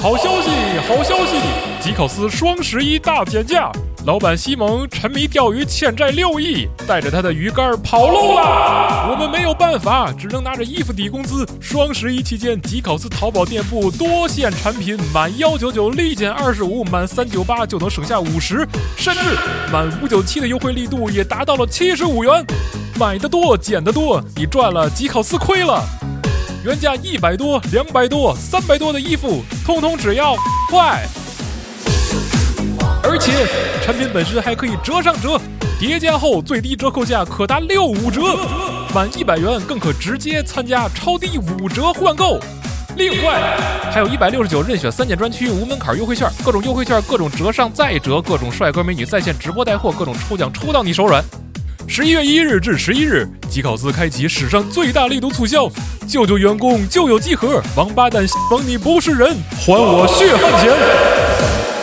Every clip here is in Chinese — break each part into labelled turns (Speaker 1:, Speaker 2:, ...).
Speaker 1: 好消息，好消息！吉考斯双十一大减价，老板西蒙沉迷钓鱼，欠债六亿，带着他的鱼竿跑路啦！我们没有办法，只能拿着衣服抵工资。双十一期间，吉考斯淘宝店铺多线产品满幺九九立减二十五，满三九八就能省下五十，甚至满五九七的优惠力度也达到了七十五元。买的多，减的多，你赚了，吉考斯亏了。原价一百多、两百多、三百多的衣服，通通只要快！而且产品本身还可以折上折，叠加后最低折扣价可达六五折，满一百元更可直接参加超低五折换购。另外，还有一百六十九任选三件专区无门槛优惠券，各种优惠券，各种折上再折，各种帅哥美女在线直播带货，各种抽奖抽到你手软。十一月一日至十一日，吉考斯开启史上最大力度促销，救救员工，救救集合，王八蛋，蒙你不是人，还我血汗钱！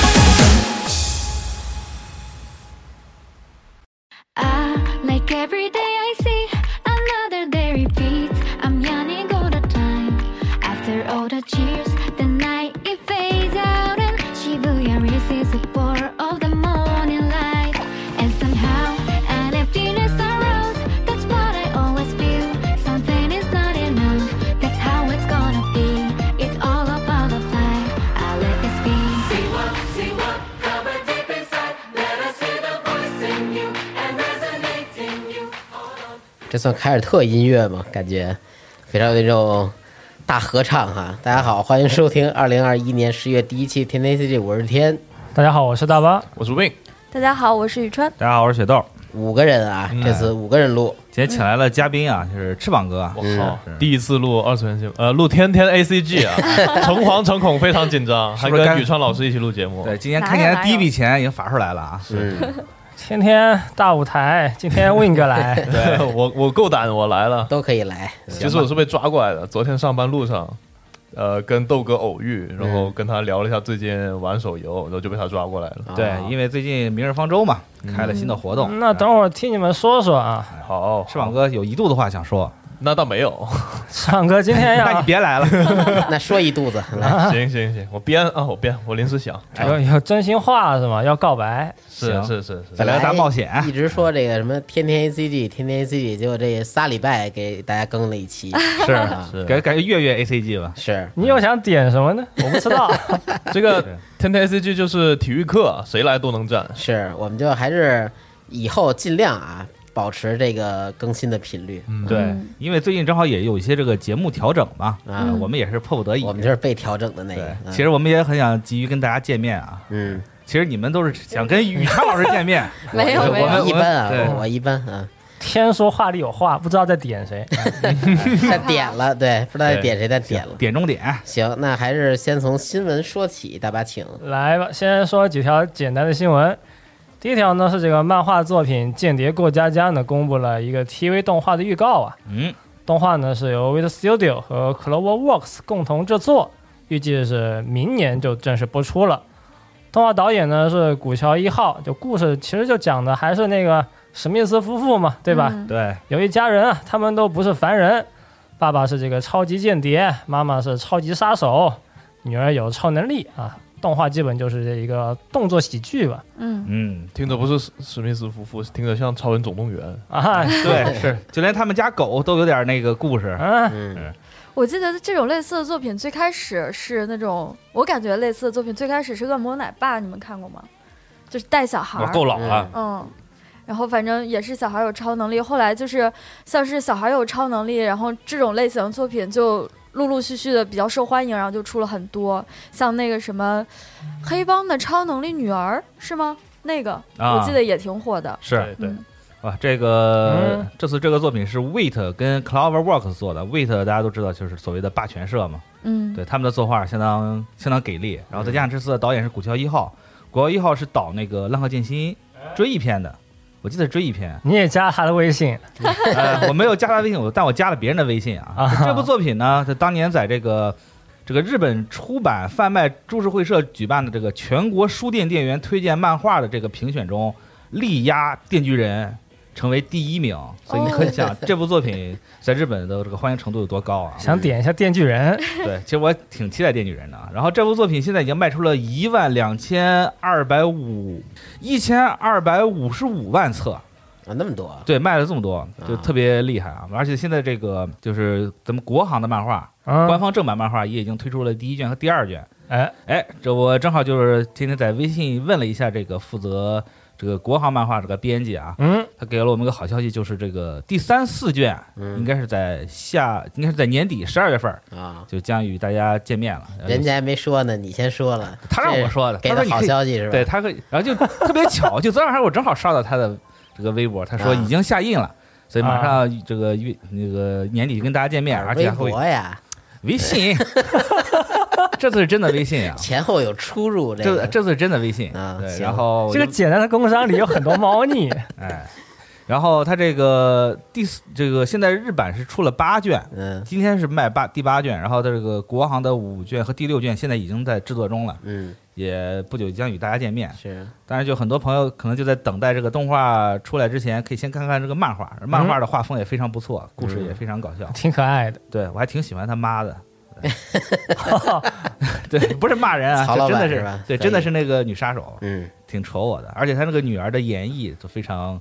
Speaker 2: I Ah, like every day I see another day repeats. I'm yawning all the time. After all the cheers, the night it fades out and Shibuya receives the pour of the morning light. And somehow an emptiness arose. That's what I always feel. Something is not enough. That's how it's gonna be. It's all about the play. I let this be.
Speaker 3: See what, see what, covered deep inside. Let us hear the voice in you and resonate in you.
Speaker 4: 这算凯尔特音乐吗？感觉非常有那种大合唱哈。大家好，欢迎收听二零二一年十月第一期《天天 CG》，我是天，
Speaker 5: 大家好，我是大巴。
Speaker 6: 我是 Win，
Speaker 7: 大家好，我是宇川。
Speaker 6: 大家好，我是雪豆。
Speaker 4: 五个人啊，
Speaker 6: 嗯
Speaker 4: 这次五个人录，
Speaker 6: 今天请来了嘉宾啊，就是翅膀哥啊，
Speaker 5: 我
Speaker 4: 嗯
Speaker 5: 靠，第一次录二次元节目，呃，录天天 A C G 啊，诚惶诚恐，非常紧张，
Speaker 6: 是
Speaker 5: 还
Speaker 6: 不是该
Speaker 5: 跟宇川老师一起录节目。，
Speaker 6: 对，今年开年第一笔钱已经发出来了啊，
Speaker 4: 嗯，
Speaker 8: 天天大舞台，今天 Win 哥来
Speaker 5: 对，我我够胆，我来了。
Speaker 4: 都可以来。嗯
Speaker 5: 其实我是被抓过来的，昨天上班路上，呃，跟豆哥偶遇，然后跟他聊了一下最近玩手游，然后就被他抓过来了。
Speaker 6: 对
Speaker 4: 啊，
Speaker 6: 因为最近明日方舟嘛，开了新的活动。
Speaker 8: 嗯
Speaker 6: 啊
Speaker 8: 那等会儿听你们说说
Speaker 6: 哎
Speaker 8: 啊。
Speaker 5: 好，
Speaker 6: 翅膀哥有一肚子话想说，
Speaker 5: 那倒没 有，
Speaker 8: 唱歌今天
Speaker 6: 那你
Speaker 8: 要，
Speaker 6: 别来了，
Speaker 4: 那说一 肚子，来
Speaker 5: 行行行，我编啊，我编，我临时想，
Speaker 8: 有有哎真心话是吗？要告白，
Speaker 5: 是
Speaker 6: 行
Speaker 5: 是是是，
Speaker 6: 再来个大冒险。
Speaker 4: 一直说这个什么《天天 ACG》，《天天 ACG》，结果这仨礼拜给大家更了一 期，
Speaker 6: 是
Speaker 5: 是
Speaker 6: 感感觉月月 ACG 吧，
Speaker 4: 是
Speaker 8: 你又想点什么呢？我不知道。
Speaker 5: 这个天天 ACG 就是体育课，谁来都能站。
Speaker 4: 是，我们就还是以后尽量啊，保持这个更新的频率。
Speaker 6: 对，因为最近正好也有一些这个节目调整嘛，
Speaker 4: 啊
Speaker 6: 呃我们也是迫不得已
Speaker 4: 我。们就是被调整的那个
Speaker 6: 对，，
Speaker 4: 嗯
Speaker 6: 其实我们也很想急于跟大家见面啊。
Speaker 4: 嗯，
Speaker 6: 其实你们都是想跟宇昌老师见面，
Speaker 7: 没有
Speaker 6: 我
Speaker 7: 没有
Speaker 6: 们
Speaker 4: 一般啊，
Speaker 6: 对
Speaker 4: 我我一般啊，
Speaker 8: 天说话里有话，不知道在点谁。
Speaker 4: 但点了，对，不知道在点谁，但点了。
Speaker 6: 点中点，
Speaker 4: 行，那还是先从新闻说起，大巴请。
Speaker 8: 来吧，先说几条简单的新闻。第一条呢是这个漫画作品《间谍过家家》呢公布了一个 TV 动画的预告啊，
Speaker 6: 嗯，
Speaker 8: 动画呢是由 Wit Studio 和 CloverWorks 共同制作，预计是明年就正式播出了。动画导演呢是古桥一号，就故事其实就讲的还是那个史密斯夫妇嘛，对吧？
Speaker 7: 嗯
Speaker 6: 对，
Speaker 8: 有一家人啊，他们都不是凡人，爸爸是这个超级间谍，妈妈是超级杀手，女儿有超能力啊。动画基本就是这一个动作喜剧吧，
Speaker 7: 嗯，
Speaker 6: 嗯，
Speaker 5: 听着不是史史密斯夫妇，听着像《超人总动员》。
Speaker 8: 啊，
Speaker 6: 对，是，就连他们家狗都有点那个故事。
Speaker 8: 嗯，
Speaker 4: 嗯，
Speaker 7: 我记得这种类似的作品最开始是那种，我感觉类似的作品最开始是《恶魔奶爸》，你们看过吗？就是带小孩
Speaker 6: 我
Speaker 7: 儿，
Speaker 6: 够老
Speaker 4: 了
Speaker 6: 了，
Speaker 7: 嗯，然后反正也是小孩有超能力，后来就是像是小孩有超能力，然后这种类型的作品就陆陆续续的比较受欢迎，然后就出了很多，像那个什么黑帮的超能力女儿是吗？那个、
Speaker 6: 啊
Speaker 7: 我记得也挺火的，
Speaker 6: 是
Speaker 5: 对
Speaker 7: 嗯
Speaker 6: 哇，这个
Speaker 8: 嗯，
Speaker 6: 这次这个作品是 Wait 跟 CloverWorks 做的，Wait 大家都知道就是所谓的霸权社嘛，
Speaker 7: 嗯，
Speaker 6: 对他们的作画相当相当给力，然后再加上这次的导演是古桥一号，古桥一号是导那个《浪客剑心》追忆篇的。我记得是追忆篇
Speaker 8: 你也加他的微信
Speaker 6: 呃，我没有加他微信，我但我加了别人的微信啊。
Speaker 8: 啊
Speaker 6: 这部作品呢，它当年在这个这个日本出版贩卖株式会社举办的这个全国书店店员推荐漫画的这个评选中，力压《电锯人》成为第一名，所以你可以想、这部作品在日本的这个欢迎程度有多高啊！
Speaker 8: 想点一下《电锯人》，
Speaker 6: 对，其实我挺期待《电锯人》的。啊。然后这部作品现在已经卖出了一万两千二百五一千二百五十五万册，
Speaker 4: 啊，那么多啊，
Speaker 6: 对，卖了这么多，就特别厉害啊！而且现在这个就是咱们国行的漫画，官
Speaker 8: 嗯，
Speaker 6: 方正版漫画也已经推出了第一卷和第二卷。
Speaker 8: 哎，
Speaker 6: 哎，这我正好就是今天在微信问了一下这个负责这个国行漫画这个编辑啊，
Speaker 8: 嗯，
Speaker 6: 他给了我们一个好消息，就是这个第三四卷应
Speaker 4: 嗯
Speaker 6: 该是在下，应该是在年底十二月份儿
Speaker 4: 啊，
Speaker 6: 就将与大家见面了。呃
Speaker 4: 人家还没说呢，你先说了，
Speaker 6: 他让
Speaker 4: 这
Speaker 6: 我说的，
Speaker 4: 给
Speaker 6: 他
Speaker 4: 的
Speaker 6: 说你
Speaker 4: 好
Speaker 6: 可以
Speaker 4: 消息是吧？
Speaker 6: 对，他可以，然后就特别巧，就昨天晚上我正好刷到他的这个微博，他说
Speaker 4: 啊
Speaker 6: 已经下印了，所以马
Speaker 8: 啊
Speaker 6: 上这个月那个年底就跟大家见面，啊而且
Speaker 4: 微
Speaker 6: 还会
Speaker 4: 博呀，
Speaker 6: 微信， 这次是真的微信啊，
Speaker 4: 前后有出入，这
Speaker 6: 这
Speaker 4: 个
Speaker 6: 这次是真的微信
Speaker 4: 啊
Speaker 6: 对，
Speaker 4: 行
Speaker 6: 然后我
Speaker 8: 这个
Speaker 6: 就
Speaker 8: 简单的工商里有很多猫腻，
Speaker 6: 哎，然后他这个第四这个现在日版是出了八卷。
Speaker 4: 嗯
Speaker 6: 今天是卖八第八卷，然后它这个国行的五卷和第六卷现在已经在制作中了，
Speaker 4: 嗯
Speaker 6: 也不久将与大家见面。
Speaker 4: 是
Speaker 6: 当然，就很多朋友可能就在等待这个动画出来之前，可以先看看这个漫画。漫画的画风也非常不错，
Speaker 4: 嗯
Speaker 6: 故事也非常搞笑。
Speaker 8: 挺可爱的。
Speaker 6: 对我还挺喜欢他妈 的。对， 对不是骂人 啊，
Speaker 4: 曹
Speaker 6: 这
Speaker 4: 老
Speaker 6: 真的
Speaker 4: 板
Speaker 6: 是
Speaker 4: 是吧
Speaker 6: 对，
Speaker 4: 可以
Speaker 6: 真的是那个女杀手，
Speaker 4: 嗯
Speaker 6: 挺戳我的。而且她那个女儿的演绎就非常，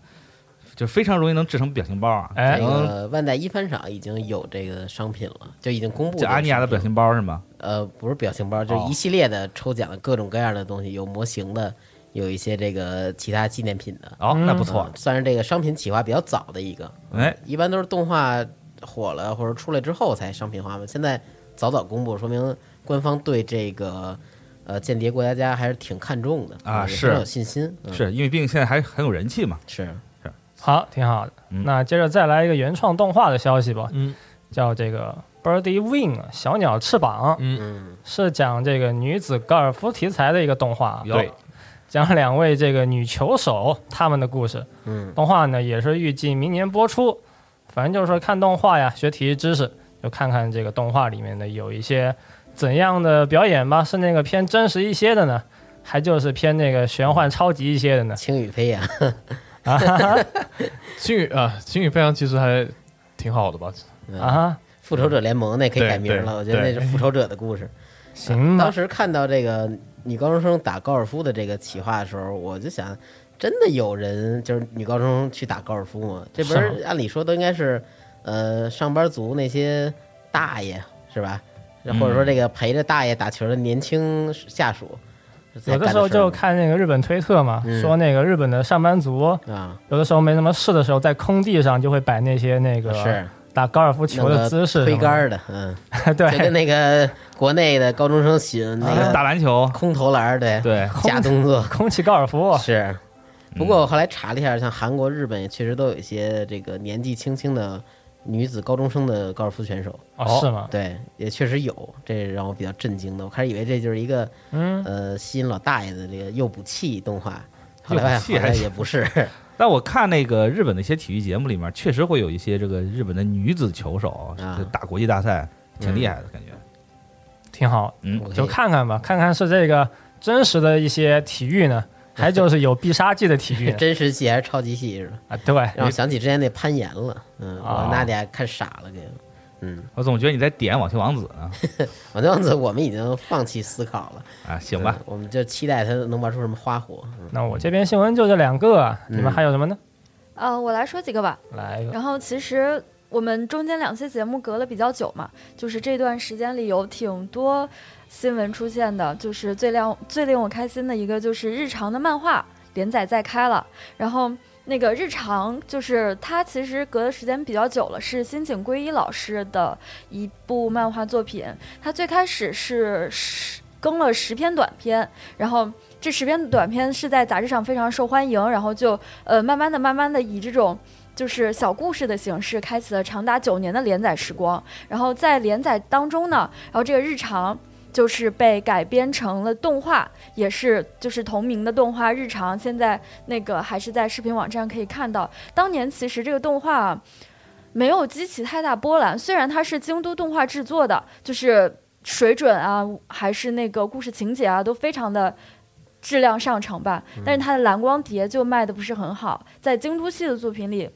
Speaker 6: 就非常容易能制成表情包啊。
Speaker 8: 哎
Speaker 4: 这
Speaker 6: 可能
Speaker 4: 个万代一番赏已经有这个商品了，就已经公布这
Speaker 6: 就
Speaker 4: 个
Speaker 6: 阿尼亚的
Speaker 4: 商品
Speaker 6: 表情包是吗？
Speaker 4: 呃，不是表情包，就
Speaker 6: 哦
Speaker 4: 是一系列的抽奖的各种各样的东西，有模型的，有一些这个其他纪念品的，
Speaker 6: 哦，那不
Speaker 4: 不
Speaker 6: 错。
Speaker 4: 算是这个商品企划比较早的一个。
Speaker 6: 哎，
Speaker 4: 一般都是动画火了或者出来之后才商品化嘛，现在早早公布，说明官方对这个呃间谍过家家还是挺看重的
Speaker 6: 啊
Speaker 4: 也
Speaker 6: 是
Speaker 4: 非常有信心，嗯、
Speaker 6: 是因为毕竟现在还很有人气嘛。
Speaker 4: 是，
Speaker 8: 好，挺好的。
Speaker 6: 嗯
Speaker 8: 那接着再来一个原创动画的消息吧，
Speaker 1: 嗯，
Speaker 8: 叫这个 Birdy Wing 小鸟翅膀，
Speaker 4: 嗯
Speaker 8: 是讲这个女子高尔夫题材的一个动画，啊
Speaker 6: 对，
Speaker 8: 讲两位这个女球手她们的故事。
Speaker 4: 嗯
Speaker 8: 动画呢也是预计明年播出。反正就是说看动画呀，学体育知识，就看看这个动画里面的有一些怎样的表演吧，是那个偏真实一些的呢，还就是偏那个玄幻超级一些的呢？
Speaker 4: 青雨飞扬，
Speaker 8: 啊哈哈
Speaker 5: 星宇啊，星宇飞扬其实还挺好的吧？
Speaker 4: 嗯
Speaker 8: 啊哈，
Speaker 4: 复仇者联盟那可以
Speaker 5: 对
Speaker 4: 改名
Speaker 5: 对
Speaker 4: 了，我觉得那
Speaker 5: 对
Speaker 4: 是复仇者的故事。
Speaker 8: 行吧
Speaker 4: 当，时看到这个女高中生打高尔夫的这个企划的时候，我就想，真的有人就是女高中生去打高尔夫吗？这不是按理说都应该是，呃，上班族那些大爷是吧？
Speaker 8: 嗯
Speaker 4: 或者说这个陪着大爷打球的年轻下属，才
Speaker 8: 有的
Speaker 4: 干
Speaker 8: 时候
Speaker 4: 事儿
Speaker 8: 就看那个日本推特嘛，
Speaker 4: 嗯
Speaker 8: 说那个日本的上班族，
Speaker 4: 啊，
Speaker 8: 有的时候没什么事的时候，在空地上就会摆那些那个
Speaker 4: 是
Speaker 8: 打高尔夫球
Speaker 4: 弄
Speaker 8: 的
Speaker 4: 个
Speaker 8: 姿势什
Speaker 4: 推
Speaker 8: 么的，
Speaker 4: 杆儿的，嗯，就跟
Speaker 8: 对，啊
Speaker 4: 那个国内的高中生喜那
Speaker 6: 打
Speaker 4: 个
Speaker 6: 篮球，
Speaker 4: 空投篮儿，对，
Speaker 6: 对，
Speaker 4: 假动作，
Speaker 8: 空气高尔夫，哦
Speaker 4: 是，哦不过我后来查了一下，像韩国、日本也确实都有一些这个年纪轻轻的女子高中生的高尔夫选手，
Speaker 8: 哦，
Speaker 6: 啊
Speaker 8: 是吗？
Speaker 4: 对，也确实有，这让我比较震惊的。我开始以为这就是一个
Speaker 8: 嗯，
Speaker 4: 呃吸引老大爷的这个诱捕器动画，后
Speaker 6: 诱
Speaker 4: 来发
Speaker 6: 捕器
Speaker 4: 现好
Speaker 6: 还
Speaker 4: 像
Speaker 6: 行
Speaker 4: 也不是，
Speaker 6: 但我看那个日本的一些体育节目里面，确实会有一些这个日本的女子球手
Speaker 4: 啊
Speaker 6: 就打国际大赛，挺厉害的感觉。
Speaker 8: 挺好，
Speaker 6: 嗯
Speaker 4: 我可以
Speaker 8: 就看看吧，看看是这个真实的一些体育呢，还就是有必杀技的体 育
Speaker 4: 是
Speaker 8: 呢
Speaker 4: 真实系还是超级系是吧？
Speaker 6: 哎
Speaker 8: 啊，对，
Speaker 4: 让我想起之前那攀岩了，嗯，
Speaker 8: 啊
Speaker 4: 我那俩看傻了，给我。嗯，
Speaker 6: 我总觉得你在点网球王子呢。
Speaker 4: 王这样子我们已经放弃思考了，
Speaker 6: 啊，行吧
Speaker 4: 嗯，我们就期待他能玩出什么花火。嗯
Speaker 8: 那我这边新闻就这两个啊，
Speaker 4: 嗯
Speaker 8: 你们还有什么呢？
Speaker 7: 呃，我来说几个吧。
Speaker 8: 来一个，
Speaker 7: 然后其实我们中间两期节目隔了比较久嘛，就是这段时间里有挺多新闻出现的，就是最令最令我开心的一个就是日常的漫画连载再开了，然后。那个日常就是它，其实隔的时间比较久了，是新井圭一老师的一部漫画作品。它最开始是十更了十篇短篇，然后这十篇短篇是在杂志上非常受欢迎，然后就呃慢慢的、慢慢的以这种就是小故事的形式，开启了长达九年的连载时光。然后在连载当中呢，然后这个日常就是被改编成了动画，也是就是同名的动画日常，现在那个还是在视频网站可以看到。当年其实这个动画啊没有激起太大波澜，虽然它是京都动画制作的，就是。水准啊，还是那个故事情节啊，都非常的质量上乘吧。但是它的蓝光碟就卖的不是很好，在京都系的作品里。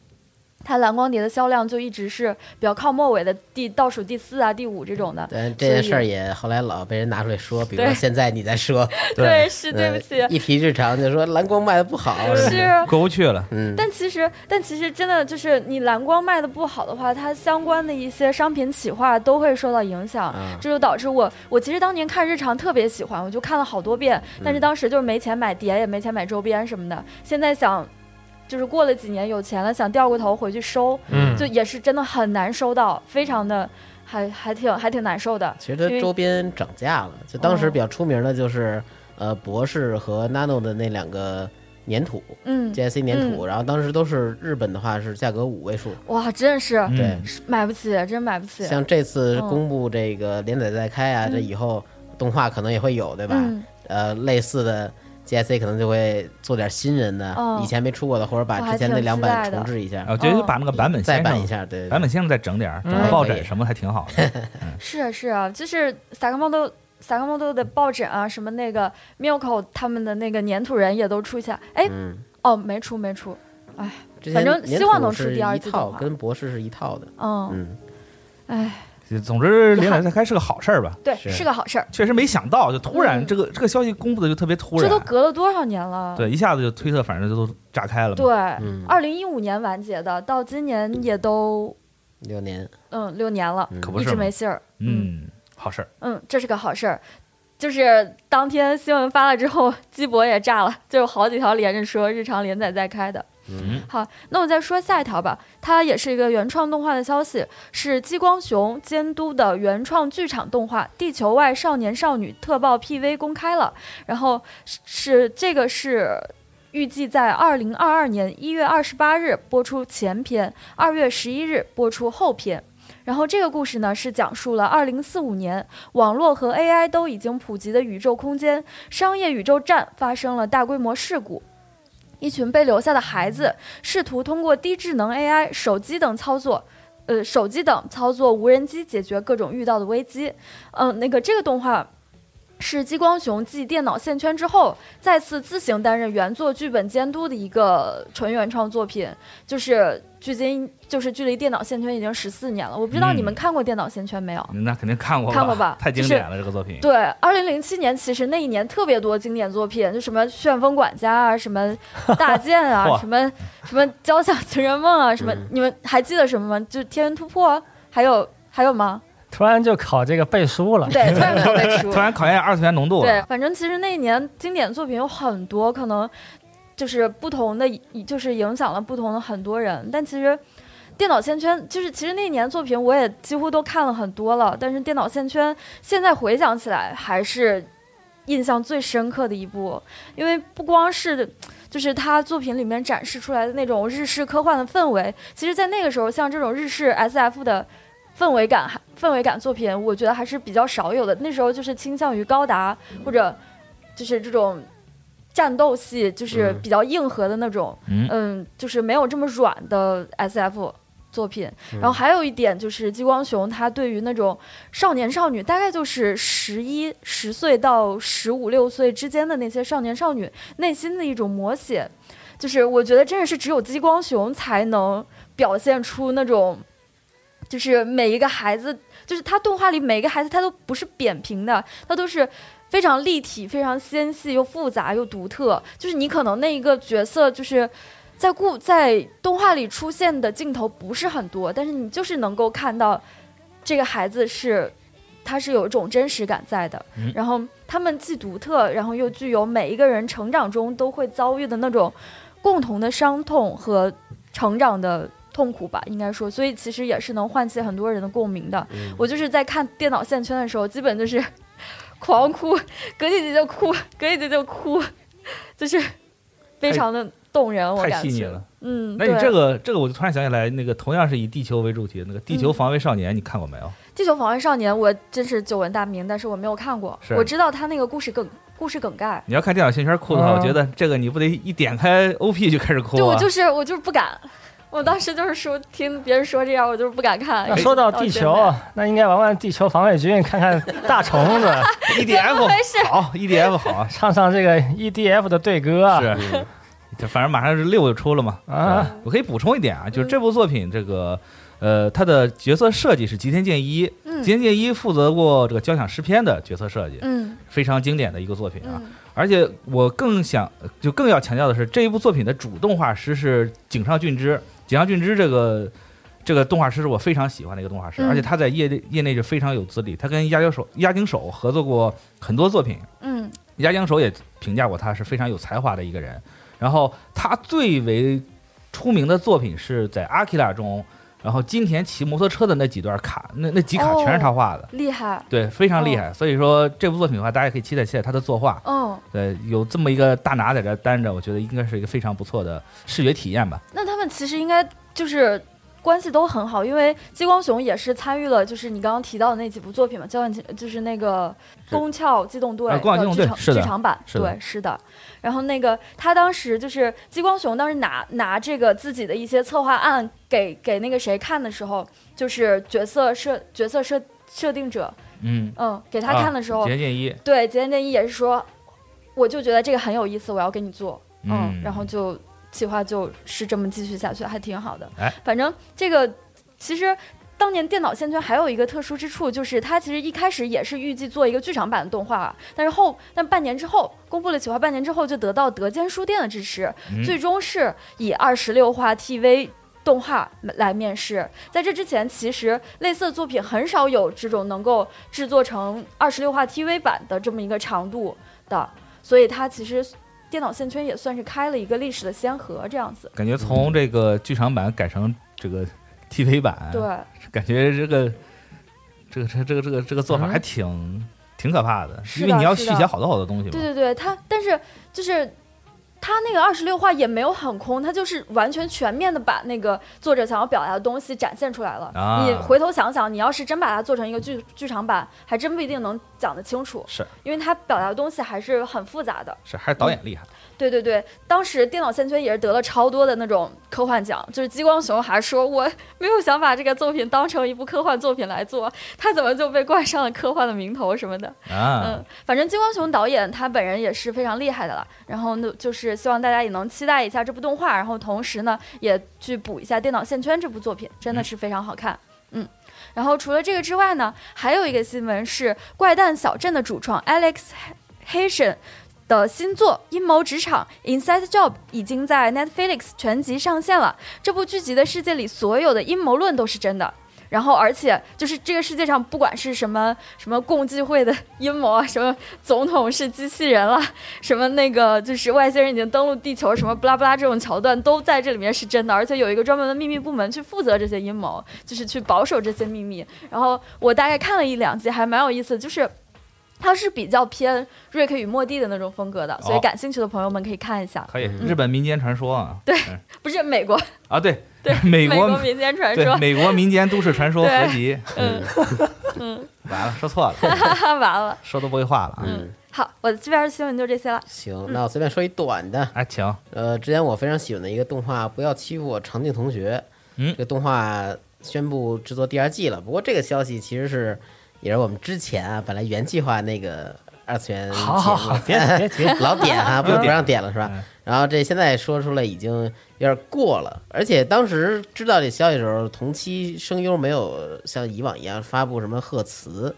Speaker 7: 它蓝光碟的销量就一直是比较靠末尾的第倒数第四啊、第五这种的。
Speaker 4: 但这件
Speaker 7: 所以
Speaker 4: 事儿也后来老被人拿出来说，比如
Speaker 7: 对
Speaker 4: 说现在你在 说，
Speaker 7: 对，是对
Speaker 4: 呃
Speaker 7: 不起，
Speaker 4: 一提日常就说蓝光卖的不好，
Speaker 7: 是
Speaker 6: 过不去了。
Speaker 4: 嗯，
Speaker 7: 但其实，但其实真的就是你蓝光卖的不好的话，它相关的一些商品企划都会受到影响，
Speaker 4: 啊
Speaker 7: 这就导致我，我其实当年看日常特别喜欢，我就看了好多遍，
Speaker 4: 嗯
Speaker 7: 但是当时就是没钱买碟，也没钱买周边什么的。现在想，就是过了几年有钱了，想掉过头回去收，
Speaker 1: 嗯
Speaker 7: 就也是真的很难收到，非常的还还挺还挺难受的。
Speaker 4: 其实它
Speaker 7: 因为
Speaker 4: 周边涨价了，就当时
Speaker 7: 哦
Speaker 4: 比较出名的就是、呃博士和 Nano 的那两个粘土
Speaker 7: 嗯，
Speaker 4: ，GIC 粘土，然后当时都是日本的话是价格五位数，
Speaker 7: 哇，真是
Speaker 6: 嗯
Speaker 4: 对，
Speaker 7: 买不起，真买不起。
Speaker 4: 像这次
Speaker 7: 嗯
Speaker 4: 公布这个连载再开啊，这以后动画可能也会有，对吧？
Speaker 7: 嗯，
Speaker 4: 呃，类似的 GIC 可能就会做点新人的，
Speaker 7: 哦
Speaker 4: 以前没出过的，或者把
Speaker 7: 我还
Speaker 4: 之前那
Speaker 7: 挺
Speaker 4: 两版
Speaker 7: 期待的
Speaker 4: 重置一下，
Speaker 6: 啊我觉得就把那个版本
Speaker 4: 哦再
Speaker 6: 先
Speaker 4: 版
Speaker 6: 生
Speaker 4: 一，下，对对
Speaker 6: 版本先生再整点儿，整
Speaker 4: 嗯
Speaker 6: 个抱
Speaker 4: 可以
Speaker 6: 枕什么还挺好 的。
Speaker 7: 是啊是啊，就是萨克莫豆萨克莫豆的抱枕啊，什么那个 Milko 他们的那个粘土人也都出一下。哎，
Speaker 4: 嗯，
Speaker 7: 哦，没出没出，
Speaker 4: 之前
Speaker 7: 反正
Speaker 4: 粘
Speaker 7: 希望
Speaker 4: 土
Speaker 7: 能
Speaker 4: 是
Speaker 7: 出第二
Speaker 4: 一
Speaker 7: 季
Speaker 4: 套，
Speaker 7: 动画
Speaker 4: 跟博士是一套的，
Speaker 7: 嗯，
Speaker 4: 嗯，
Speaker 7: 哎，
Speaker 6: 就总之，连载再开是个好事儿吧？
Speaker 7: 对，
Speaker 4: 是
Speaker 7: 是个好事儿。
Speaker 6: 确实没想到，就突然
Speaker 7: 嗯
Speaker 6: 这个这个消息公布的就特别突
Speaker 7: 这都
Speaker 6: 然，
Speaker 7: 隔了多少年了？
Speaker 6: 对，一下子就推特反正就都炸开了嘛。
Speaker 7: 对，
Speaker 4: 嗯
Speaker 7: 二零一五年完结的，到今年也都
Speaker 4: 六年，
Speaker 7: 嗯六年了，
Speaker 6: 可不
Speaker 7: 一
Speaker 6: 是
Speaker 7: 直
Speaker 6: 嘛
Speaker 7: 没。信儿。
Speaker 6: 嗯，好事儿。
Speaker 7: 嗯，这是个好事儿。就是当天新闻发了之后，鸡博也炸了，就有好几条连着说日常连载在开的。
Speaker 4: 嗯，
Speaker 7: 好，那我再说下一条吧。它也是一个原创动画的消息，是激光熊监督的原创剧场动画《地球外少年少女》特报 PV 公开了。然后是是这个是预计在二零二二年一月二十八日播出前篇，二月十一日播出后篇。然后这个故事呢，是讲述了二零四五年网络和 AI 都已经普及的宇宙空间，商业宇宙站发生了大规模事故。一群被留下的孩子试图通过低智能 AI、手机等操作，呃，手机等操作无人机解决各种遇到的危机。嗯、那个这个动画是激光熊继电脑线圈之后，再次自行担任原作剧本监督的一个纯原创作品，就是距今就是距离电脑线圈已经十四年了。我不知道
Speaker 6: 嗯
Speaker 7: 你们看过电脑线圈没有？
Speaker 6: 那肯定看过，
Speaker 7: 看过吧
Speaker 6: 太经典了，这个作品。
Speaker 7: 对，二零零七年其实那一年特别多经典作品，就什么《旋风管家》啊，什么《 大剑》啊，
Speaker 6: 哇
Speaker 7: 什么什么《交响情人梦》啊，什么、
Speaker 4: 嗯
Speaker 7: 你们还记得什么吗？就《天元突破》，还有还有吗？
Speaker 8: 突然就考这个背书了。
Speaker 7: 对，突然考 背书
Speaker 6: 突。然考验二次元浓度
Speaker 7: 对
Speaker 6: 了。，
Speaker 7: 反正其实那一年经典作品有很多，可能就是不同的，就是影响了不同的很多人。但其实电脑线圈，就是其实那一年作品我也几乎都看了很多了，但是电脑线圈现在回想起来还是印象最深刻的一部，因为不光是。就是他作品里面展示出来的那种日式科幻的氛围，其实，在那个时候，像这种日式 S F 的氛围感还、氛围感作品，我觉得还是比较少有的。那时候就是倾向于高达或者就是这种战斗系，就是
Speaker 4: 嗯
Speaker 7: 比较硬核的那种，
Speaker 6: 嗯
Speaker 7: 嗯就是没有这么软的 S F 作品。然后还有一点就是激光熊，他对于那种少年少女，大概就是十一十岁到十五六岁之间的那些少年少女内心的一种摹写，就是我觉得真的是只有激光熊才能表现出那种，就是每一个孩子，就是他动画里每个孩子他都不是扁平的，他都是。非常立体、非常纤细，又复杂又独特。就是你可能那一个角色，就是在故在动画里出现的镜头不是很多，但是你就是能够看到这个孩子是他是有一种真实感在的。
Speaker 6: 嗯
Speaker 7: 然后他们既独特，然后又具有每一个人成长中都会遭遇的那种共同的伤痛和成长的痛苦吧，应该说，所以其实也是能唤起很多人的共鸣的。
Speaker 6: 嗯
Speaker 7: 我就是在看电脑线圈的时候，基本就是狂哭， 隔几集就哭，隔几集就哭， 就是非常的动人，我
Speaker 6: 太
Speaker 7: 感
Speaker 6: 细腻
Speaker 7: 觉。
Speaker 6: 了。
Speaker 7: 嗯，
Speaker 6: 那你
Speaker 7: 对
Speaker 6: 这个这个，我就突然想起来，那个同样是以地球为主题的那个《地球防卫少年》，你看过没有？
Speaker 7: 《地球防卫少年》，我真是久闻大名，但是我没有看过。
Speaker 6: 是
Speaker 7: 我知道他那个故事梗，故事梗概，
Speaker 6: 你要看电脑线圈哭的话，
Speaker 8: 啊
Speaker 6: 我觉得这个你不得一点开 OP 就开始哭啊？
Speaker 7: 就我就是我就是不敢，我当时就是说听别人说这样，我就是不敢看。
Speaker 8: 那哎说到地球
Speaker 7: 真的，
Speaker 8: 啊，那应该玩玩地球防卫军，看看大虫子，
Speaker 6: EDF
Speaker 7: 没事
Speaker 6: 好，EDF 好，
Speaker 8: 唱唱这个 EDF 的队歌啊。
Speaker 6: 是，这反正马上是六就出了嘛。
Speaker 8: 啊，
Speaker 6: 我可以补充一点啊，就是这部作品这个，呃，它的角色设计是吉田健一，吉
Speaker 7: 嗯
Speaker 6: 田健一负责过这个交响诗篇的角色设计，
Speaker 7: 嗯
Speaker 6: 非常经典的一个作品啊。
Speaker 7: 嗯
Speaker 6: 而且我更想就更要强调的是，这一部作品的主动画师是井上俊之，井上俊之这个。这个动画师是我非常喜欢的一个动画师，
Speaker 7: 嗯
Speaker 6: 而且他在业内业内是非常有资历。他跟押井守押井守合作过很多作品，
Speaker 7: 嗯
Speaker 6: 押江守也评价过他是非常有才华的一个人。然后他最为出名的作品是在《阿基拉》中，然后金田骑摩托车的那几段卡，那那几卡全是他画的，
Speaker 7: 厉害，
Speaker 6: 对，非常厉害。所以说这部作品的话，大家可以期待期待他的作画。
Speaker 7: 嗯，
Speaker 6: 对，有这么一个大拿在这儿担着，我觉得应该是一个非常不错的视觉体验吧。
Speaker 7: 那他们其实应该就是关系都很好，因为激光熊也是参与了，就是你刚刚提到的那几部作品嘛，交换就是那个《
Speaker 6: 是
Speaker 7: 宫壳机动队
Speaker 6: 啊》宫
Speaker 7: 的
Speaker 6: 壳机动
Speaker 7: 剧
Speaker 6: 队
Speaker 7: 场
Speaker 6: 是的
Speaker 7: 剧场版，
Speaker 6: 是的
Speaker 7: 对，是的。然后那个他当时就是激光熊当时拿拿这个自己的一些策划案给给那个谁看的时候，就是角色设角色设设定者，
Speaker 6: 嗯，
Speaker 7: 嗯，给他看的时候，
Speaker 6: 杰建一，
Speaker 7: 对吉田健一也是说，我就觉得这个很有意思，我要给你做，嗯
Speaker 6: 嗯，
Speaker 7: 然后就企划就是这么继续下去，还挺好的。
Speaker 6: 哎
Speaker 7: 反正这个其实。当年电脑线圈还有一个特殊之处，就是它其实一开始也是预计做一个剧场版的动画，但是后但半年之后公布了企划，半年之后就得到德间书店的支持，
Speaker 6: 嗯
Speaker 7: 最终是以二十六话 TV 动画来面世。在这之前，其实类似的作品很少有这种能够制作成二十六话 TV 版的这么一个长度的，所以它其实电脑线圈也算是开了一个历史的先河，这样子。
Speaker 6: 感觉从这个剧场版改成这个 TV 版，
Speaker 7: 对，
Speaker 6: 感觉这个这个这这个这个这个做法
Speaker 8: 嗯
Speaker 6: 还挺挺可怕的，
Speaker 7: 是
Speaker 6: 因
Speaker 7: 的
Speaker 6: 为你要
Speaker 7: 是
Speaker 6: 续
Speaker 7: 的
Speaker 6: 写好多好多东西
Speaker 7: 对
Speaker 6: 嘛。
Speaker 7: 对对，它但是就是它那个二十六话也没有很空，它就是完全全面的把那个作者想要表达的东西展现出来了。
Speaker 6: 啊
Speaker 7: 你回头想想，你要是真把它做成一个剧剧场版，还真不一定能讲得清楚，
Speaker 6: 是
Speaker 7: 因为它表达的东西还是很复杂的。
Speaker 6: 是，还是导演厉害。
Speaker 7: 对对对，当时电脑线圈也是得了超多的那种科幻奖，就是激光熊还说我没有想把这个作品当成一部科幻作品来做，他怎么就被冠上了科幻的名头什么的？
Speaker 6: 啊，
Speaker 7: 嗯，反正金光雄导演他本人也是非常厉害的了。然后呢，就是希望大家也能期待一下这部动画，然后同时呢也去补一下《电脑线圈》这部作品，真的是非常好看。嗯，然后除了这个之外呢，还有一个新闻是《怪诞小镇》的主创 Alex Haitian。的新作《阴谋职场》（Inside Job） 已经在 Netflix 全集上线了。这部剧集的世界里所有的阴谋论都是真的，然后而且就是这个世界上不管是什么什么共济会的阴谋啊，什么总统是机器人了， 啊什么那个就是外星人已经登陆地球，什么不拉不拉这种桥段都在这里面是真的，而且有一个专门的秘密部门去负责这些阴谋，就是去保守这些秘密。然后我大概看了一两集，还蛮有意思，就是。它是比较偏瑞克与莫蒂的那种风格的，所以
Speaker 6: 哦
Speaker 7: 感兴趣的朋友们可以看一下。
Speaker 6: 可以，日本民间传说啊，
Speaker 7: 不是美国，
Speaker 6: 啊对
Speaker 7: 对
Speaker 6: 美
Speaker 7: 美国
Speaker 6: 国
Speaker 7: 民间传
Speaker 6: 对
Speaker 7: 说，
Speaker 6: 美国民间都市传说
Speaker 7: 对
Speaker 6: 合集，
Speaker 7: 嗯
Speaker 6: 完了说错了，
Speaker 7: 哈哈， 完了。
Speaker 6: 说都不会画了啊。
Speaker 4: 嗯，
Speaker 7: 好，我这边的新闻就这些了。
Speaker 4: 行，
Speaker 7: 嗯
Speaker 4: 那我随便说一短的，
Speaker 6: 哎，请
Speaker 4: 呃，之前我非常喜欢的一个动画《不要欺负我长颈同学》，
Speaker 6: 嗯
Speaker 4: 这个动画宣布制作第二季了。不过这个消息其实是也是我们之前啊，本来原计划那个二次元
Speaker 8: 好好好，
Speaker 4: 节
Speaker 8: 别
Speaker 4: 目
Speaker 8: 别别，
Speaker 4: 老点哈，不
Speaker 6: 又
Speaker 4: 不
Speaker 6: 点
Speaker 4: 让点了是吧
Speaker 6: 嗯？
Speaker 4: 然后这现在说出来已经有点过了，而且当时知道这消息的时候，同期声优没有像以往一样发布什么贺词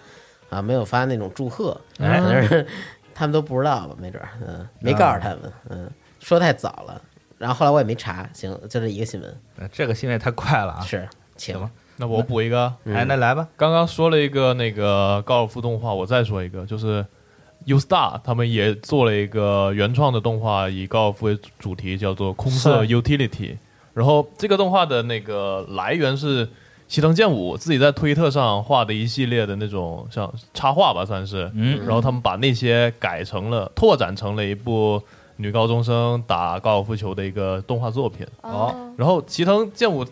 Speaker 4: 啊，没有发那种祝贺，可
Speaker 6: 哎
Speaker 4: 能是他们都不知道吧，没准儿
Speaker 6: 啊
Speaker 4: 嗯，没告诉他们，嗯，说太早了。然后后来我也没查，行，就这一个新闻
Speaker 6: 呃这个新闻也太快了啊。
Speaker 4: 是，请
Speaker 6: 行吧
Speaker 5: 那我补一个，啊
Speaker 6: 哎，那来吧，
Speaker 5: 刚刚说了一个那个高尔夫动画，我再说一个，就是 U Star 他们也做了一个原创的动画，以高尔夫为主题，叫做《空色 Utility》。然后这个动画的那个来源是西藤健武自己在推特上画的一系列的那种像插画吧，算是。
Speaker 6: 嗯
Speaker 5: 然后他们把那些改成了拓展成了一部女高中生打高尔夫球的一个动画作品。
Speaker 6: 哦
Speaker 5: 然后齐藤健武，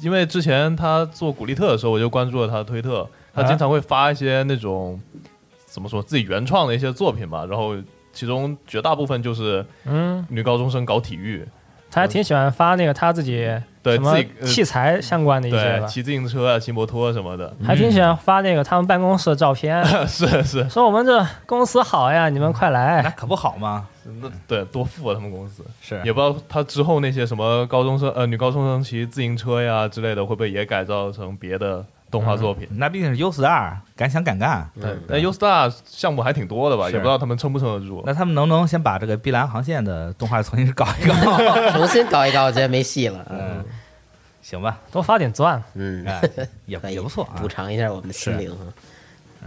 Speaker 5: 因为之前他做古力特的时候，我就关注了他的推特，他
Speaker 6: 啊
Speaker 5: 经常会发一些那种、怎么说自己原创的一些作品吧，然后其中绝大部分就是
Speaker 8: 嗯，
Speaker 5: 女高中生搞体育。
Speaker 8: 他还挺喜欢发那个他自己
Speaker 5: 对
Speaker 8: 什么
Speaker 5: 自己呃
Speaker 8: 器材相关的一些
Speaker 5: 对
Speaker 8: 吧，嗯
Speaker 5: 骑自行车啊、骑摩托什么的，
Speaker 8: 还挺喜欢发那个他们办公室的照片，
Speaker 5: 是是，
Speaker 8: 说我们这公司好呀，你们快
Speaker 6: 那
Speaker 8: 来。
Speaker 6: 可不好吗？
Speaker 5: 那对多富啊他们公司，
Speaker 6: 是
Speaker 5: 也不知道他之后那些什么高中生呃女高中生骑自行车呀之类的，会不会也改造成别的动画作品？
Speaker 6: 那毕竟是 U 四二，敢想敢干。
Speaker 4: 嗯
Speaker 8: 嗯
Speaker 5: 对，那 U Star 项目还挺多的吧，
Speaker 6: 是
Speaker 5: 也不知道他们撑不撑得住。
Speaker 6: 那他们能不能先把这个碧蓝航线的动画重新搞一搞？
Speaker 4: 重新搞一搞，我觉得没戏了。啊
Speaker 6: 嗯，行吧，
Speaker 8: 多发点钻，
Speaker 4: 嗯，
Speaker 6: 哎，也
Speaker 4: 可以
Speaker 6: 也不错啊
Speaker 4: 补。偿一下我们心灵啊。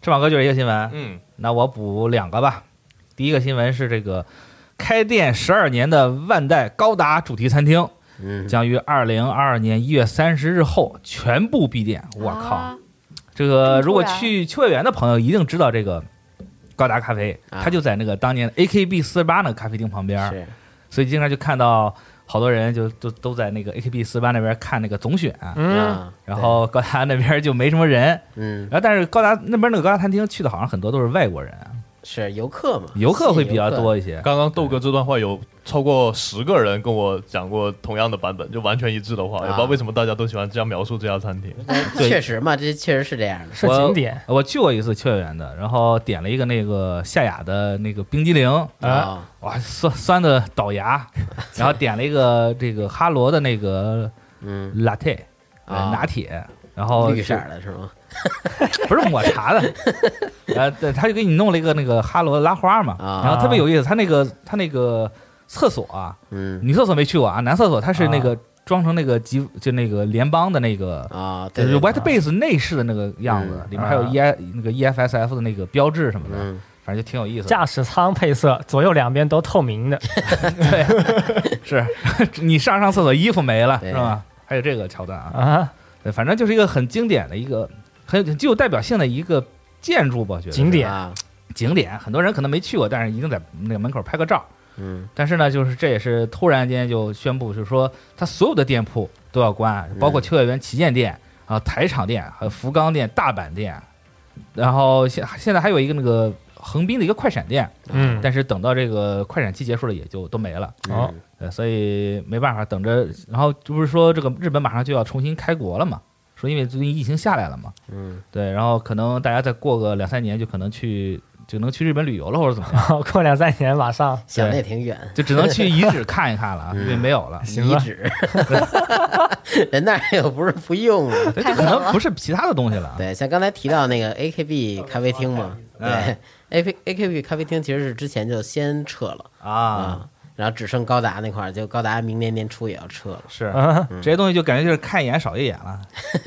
Speaker 6: 翅膀哥就是一个新闻，
Speaker 5: 嗯，
Speaker 6: 那我补两个吧。第一个新闻是这个开店十二年的万代高达主题餐厅
Speaker 4: 嗯，
Speaker 6: 将于二零二二年一月三十日后全部闭店。我靠，
Speaker 7: 啊
Speaker 6: 这
Speaker 7: 这么突
Speaker 6: 个
Speaker 7: 然
Speaker 6: 如果去秋叶原的朋友一定知道这个高达咖啡，
Speaker 4: 啊
Speaker 6: 它就在那个当年 AKB 四十八那个咖啡厅旁边儿，
Speaker 4: 是，
Speaker 6: 所以经常就看到好多人就都都在那个 AKB 四十八那边看那个总选。
Speaker 8: 嗯，
Speaker 4: 啊
Speaker 6: 然后高达那边就没什么人，
Speaker 4: 对嗯
Speaker 6: 然后但是高达那边那个高达餐厅去的好像很多都是外国人，啊
Speaker 4: 是游客嘛，
Speaker 6: 游客会
Speaker 4: 吸
Speaker 6: 比
Speaker 4: 引游
Speaker 6: 较
Speaker 4: 客
Speaker 6: 多一些。
Speaker 5: 刚刚豆哥这段话有超过十个人跟我讲过同样的版本，就完全一致的话，
Speaker 6: 啊
Speaker 5: 也不知道为什么大家都喜欢这样描述这家餐 厅。
Speaker 4: 哎
Speaker 6: 对
Speaker 4: 确实嘛，这确实是这样的。
Speaker 8: 是
Speaker 6: 我
Speaker 8: 景点。
Speaker 6: 我去过一次秋叶原的，然后点了一个那个夏雅的那个冰激凌，
Speaker 8: 啊，
Speaker 4: 啊，
Speaker 6: 哇，酸酸的倒牙，然后点了一个这个哈罗的那个
Speaker 4: 嗯，
Speaker 6: latte 呃
Speaker 4: 啊
Speaker 6: 拿铁，然后
Speaker 4: 绿色
Speaker 6: 哦是
Speaker 4: 儿的是吗？
Speaker 6: 不是抹茶 的，呃，对，他就给你弄了一个那个哈罗拉花嘛，
Speaker 4: 啊
Speaker 6: 然后特别有意思，他那个他那个厕所啊，
Speaker 4: 嗯
Speaker 6: 女厕所没去过啊，男厕所它是那个装成那个吉就那个联邦的那个。
Speaker 4: 啊，
Speaker 6: 就
Speaker 4: 对
Speaker 6: 是
Speaker 4: 对
Speaker 6: White Base 内饰的那个样子，
Speaker 4: 嗯
Speaker 6: 里面还有
Speaker 8: 啊
Speaker 6: E I 那个 E F S F 的那个标志什么的，
Speaker 4: 嗯，
Speaker 6: 反正就挺有意思的。
Speaker 8: 驾驶舱配色左右两边都透明的，
Speaker 6: 对，是你上上厕所衣服没了
Speaker 4: 对
Speaker 6: 是吧？还有这个桥段啊，
Speaker 8: 啊，
Speaker 6: 对反正就是一个很经典的一个很很具有代表性的一个建筑吧，我觉得是
Speaker 8: 景点
Speaker 4: 啊，
Speaker 6: 景点，很多人可能没去过，但是一定在那个门口拍个照。
Speaker 4: 嗯
Speaker 6: 但是呢，就是这也是突然间就宣布，就是说它所有的店铺都要关，包
Speaker 8: 嗯
Speaker 6: 括秋叶原旗舰店啊、台场店、还有福冈店、大阪店，然后现现在还有一个那个横滨的一个快闪店，
Speaker 8: 嗯，
Speaker 6: 但是等到这个快闪期结束了，也就都没了。
Speaker 4: 嗯
Speaker 8: 哦
Speaker 6: 呃，所以没办法，等着。然后这不是说这个日本马上就要重新开国了嘛？说因为最近疫情下来了嘛，
Speaker 4: 嗯，
Speaker 6: 对，然后可能大家再过个两三年就可能去就能去日本旅游了，或者怎么样，
Speaker 8: 过两三年马上
Speaker 4: 想的也挺远，
Speaker 6: 就只能去遗址看一 看了啊，因为没有了。
Speaker 8: 行
Speaker 4: 遗
Speaker 8: 吧，
Speaker 4: 址， 人那儿又不是不用啊。
Speaker 6: 对，就可能不是其他的东西了啊。
Speaker 4: 对，像刚才提到那个 AKB 咖啡厅嘛，
Speaker 6: 嗯
Speaker 4: 对，A K A K B 咖啡厅其实是之前就先撤了
Speaker 6: 啊，
Speaker 4: 啊，然后只剩高达那块儿，就高达明年年初也要撤了，
Speaker 6: 是
Speaker 8: 嗯
Speaker 6: 这些东西就感觉就是看一眼少一眼了。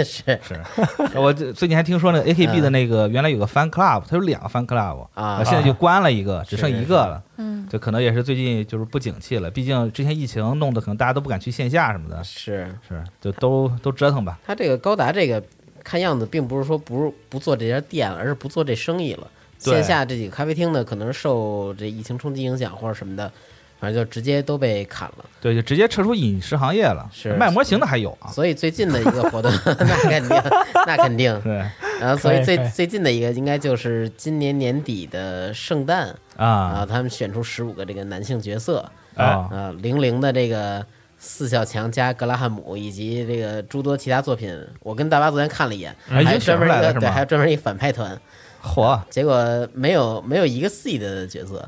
Speaker 4: 是
Speaker 6: 是， 我这最近还听说那个 AKB
Speaker 4: 嗯
Speaker 6: 的那个原来有个 fan club，它有两个 fan club，呃
Speaker 4: 啊
Speaker 6: 现在就关了一个，只剩一个了。
Speaker 7: 嗯，
Speaker 6: 这可能也是最近就是不景气了，毕竟之前疫情弄得可能大家都不敢去线下什么的，
Speaker 4: 是，
Speaker 6: 是就都都折腾吧。
Speaker 4: 他这个高达这个看样子并不是说不不做这家店了，而是不做这生意了。
Speaker 6: 对
Speaker 4: 线下这几个咖啡厅呢，可能受这疫情冲击影响或者什么的，反正就直接都被砍了。
Speaker 6: 对，就直接撤出饮食行业了。
Speaker 4: 是
Speaker 6: 卖模型的还有啊，
Speaker 4: 所以最近的一个活动， 那肯定，那肯 定。
Speaker 6: 对
Speaker 4: 然后，所以
Speaker 8: 可以
Speaker 4: 最
Speaker 8: 可以
Speaker 4: 最近的一个应该就是今年年底的圣诞啊，
Speaker 6: 啊
Speaker 4: 他们选出十五个这个男性角色
Speaker 8: 哦
Speaker 6: 啊
Speaker 4: 啊，零零的这个四小强加格拉汉姆以及这个诸多其他作品，我跟大巴昨天看了一眼，
Speaker 6: 哎已经
Speaker 4: 还有专门
Speaker 6: 选出来
Speaker 4: 一
Speaker 6: 了
Speaker 4: 个
Speaker 6: 是
Speaker 4: 对，
Speaker 6: 吗
Speaker 4: 还有专门一个反派团，
Speaker 6: 嚯，
Speaker 4: 结果没有没有一个 seed 的角色，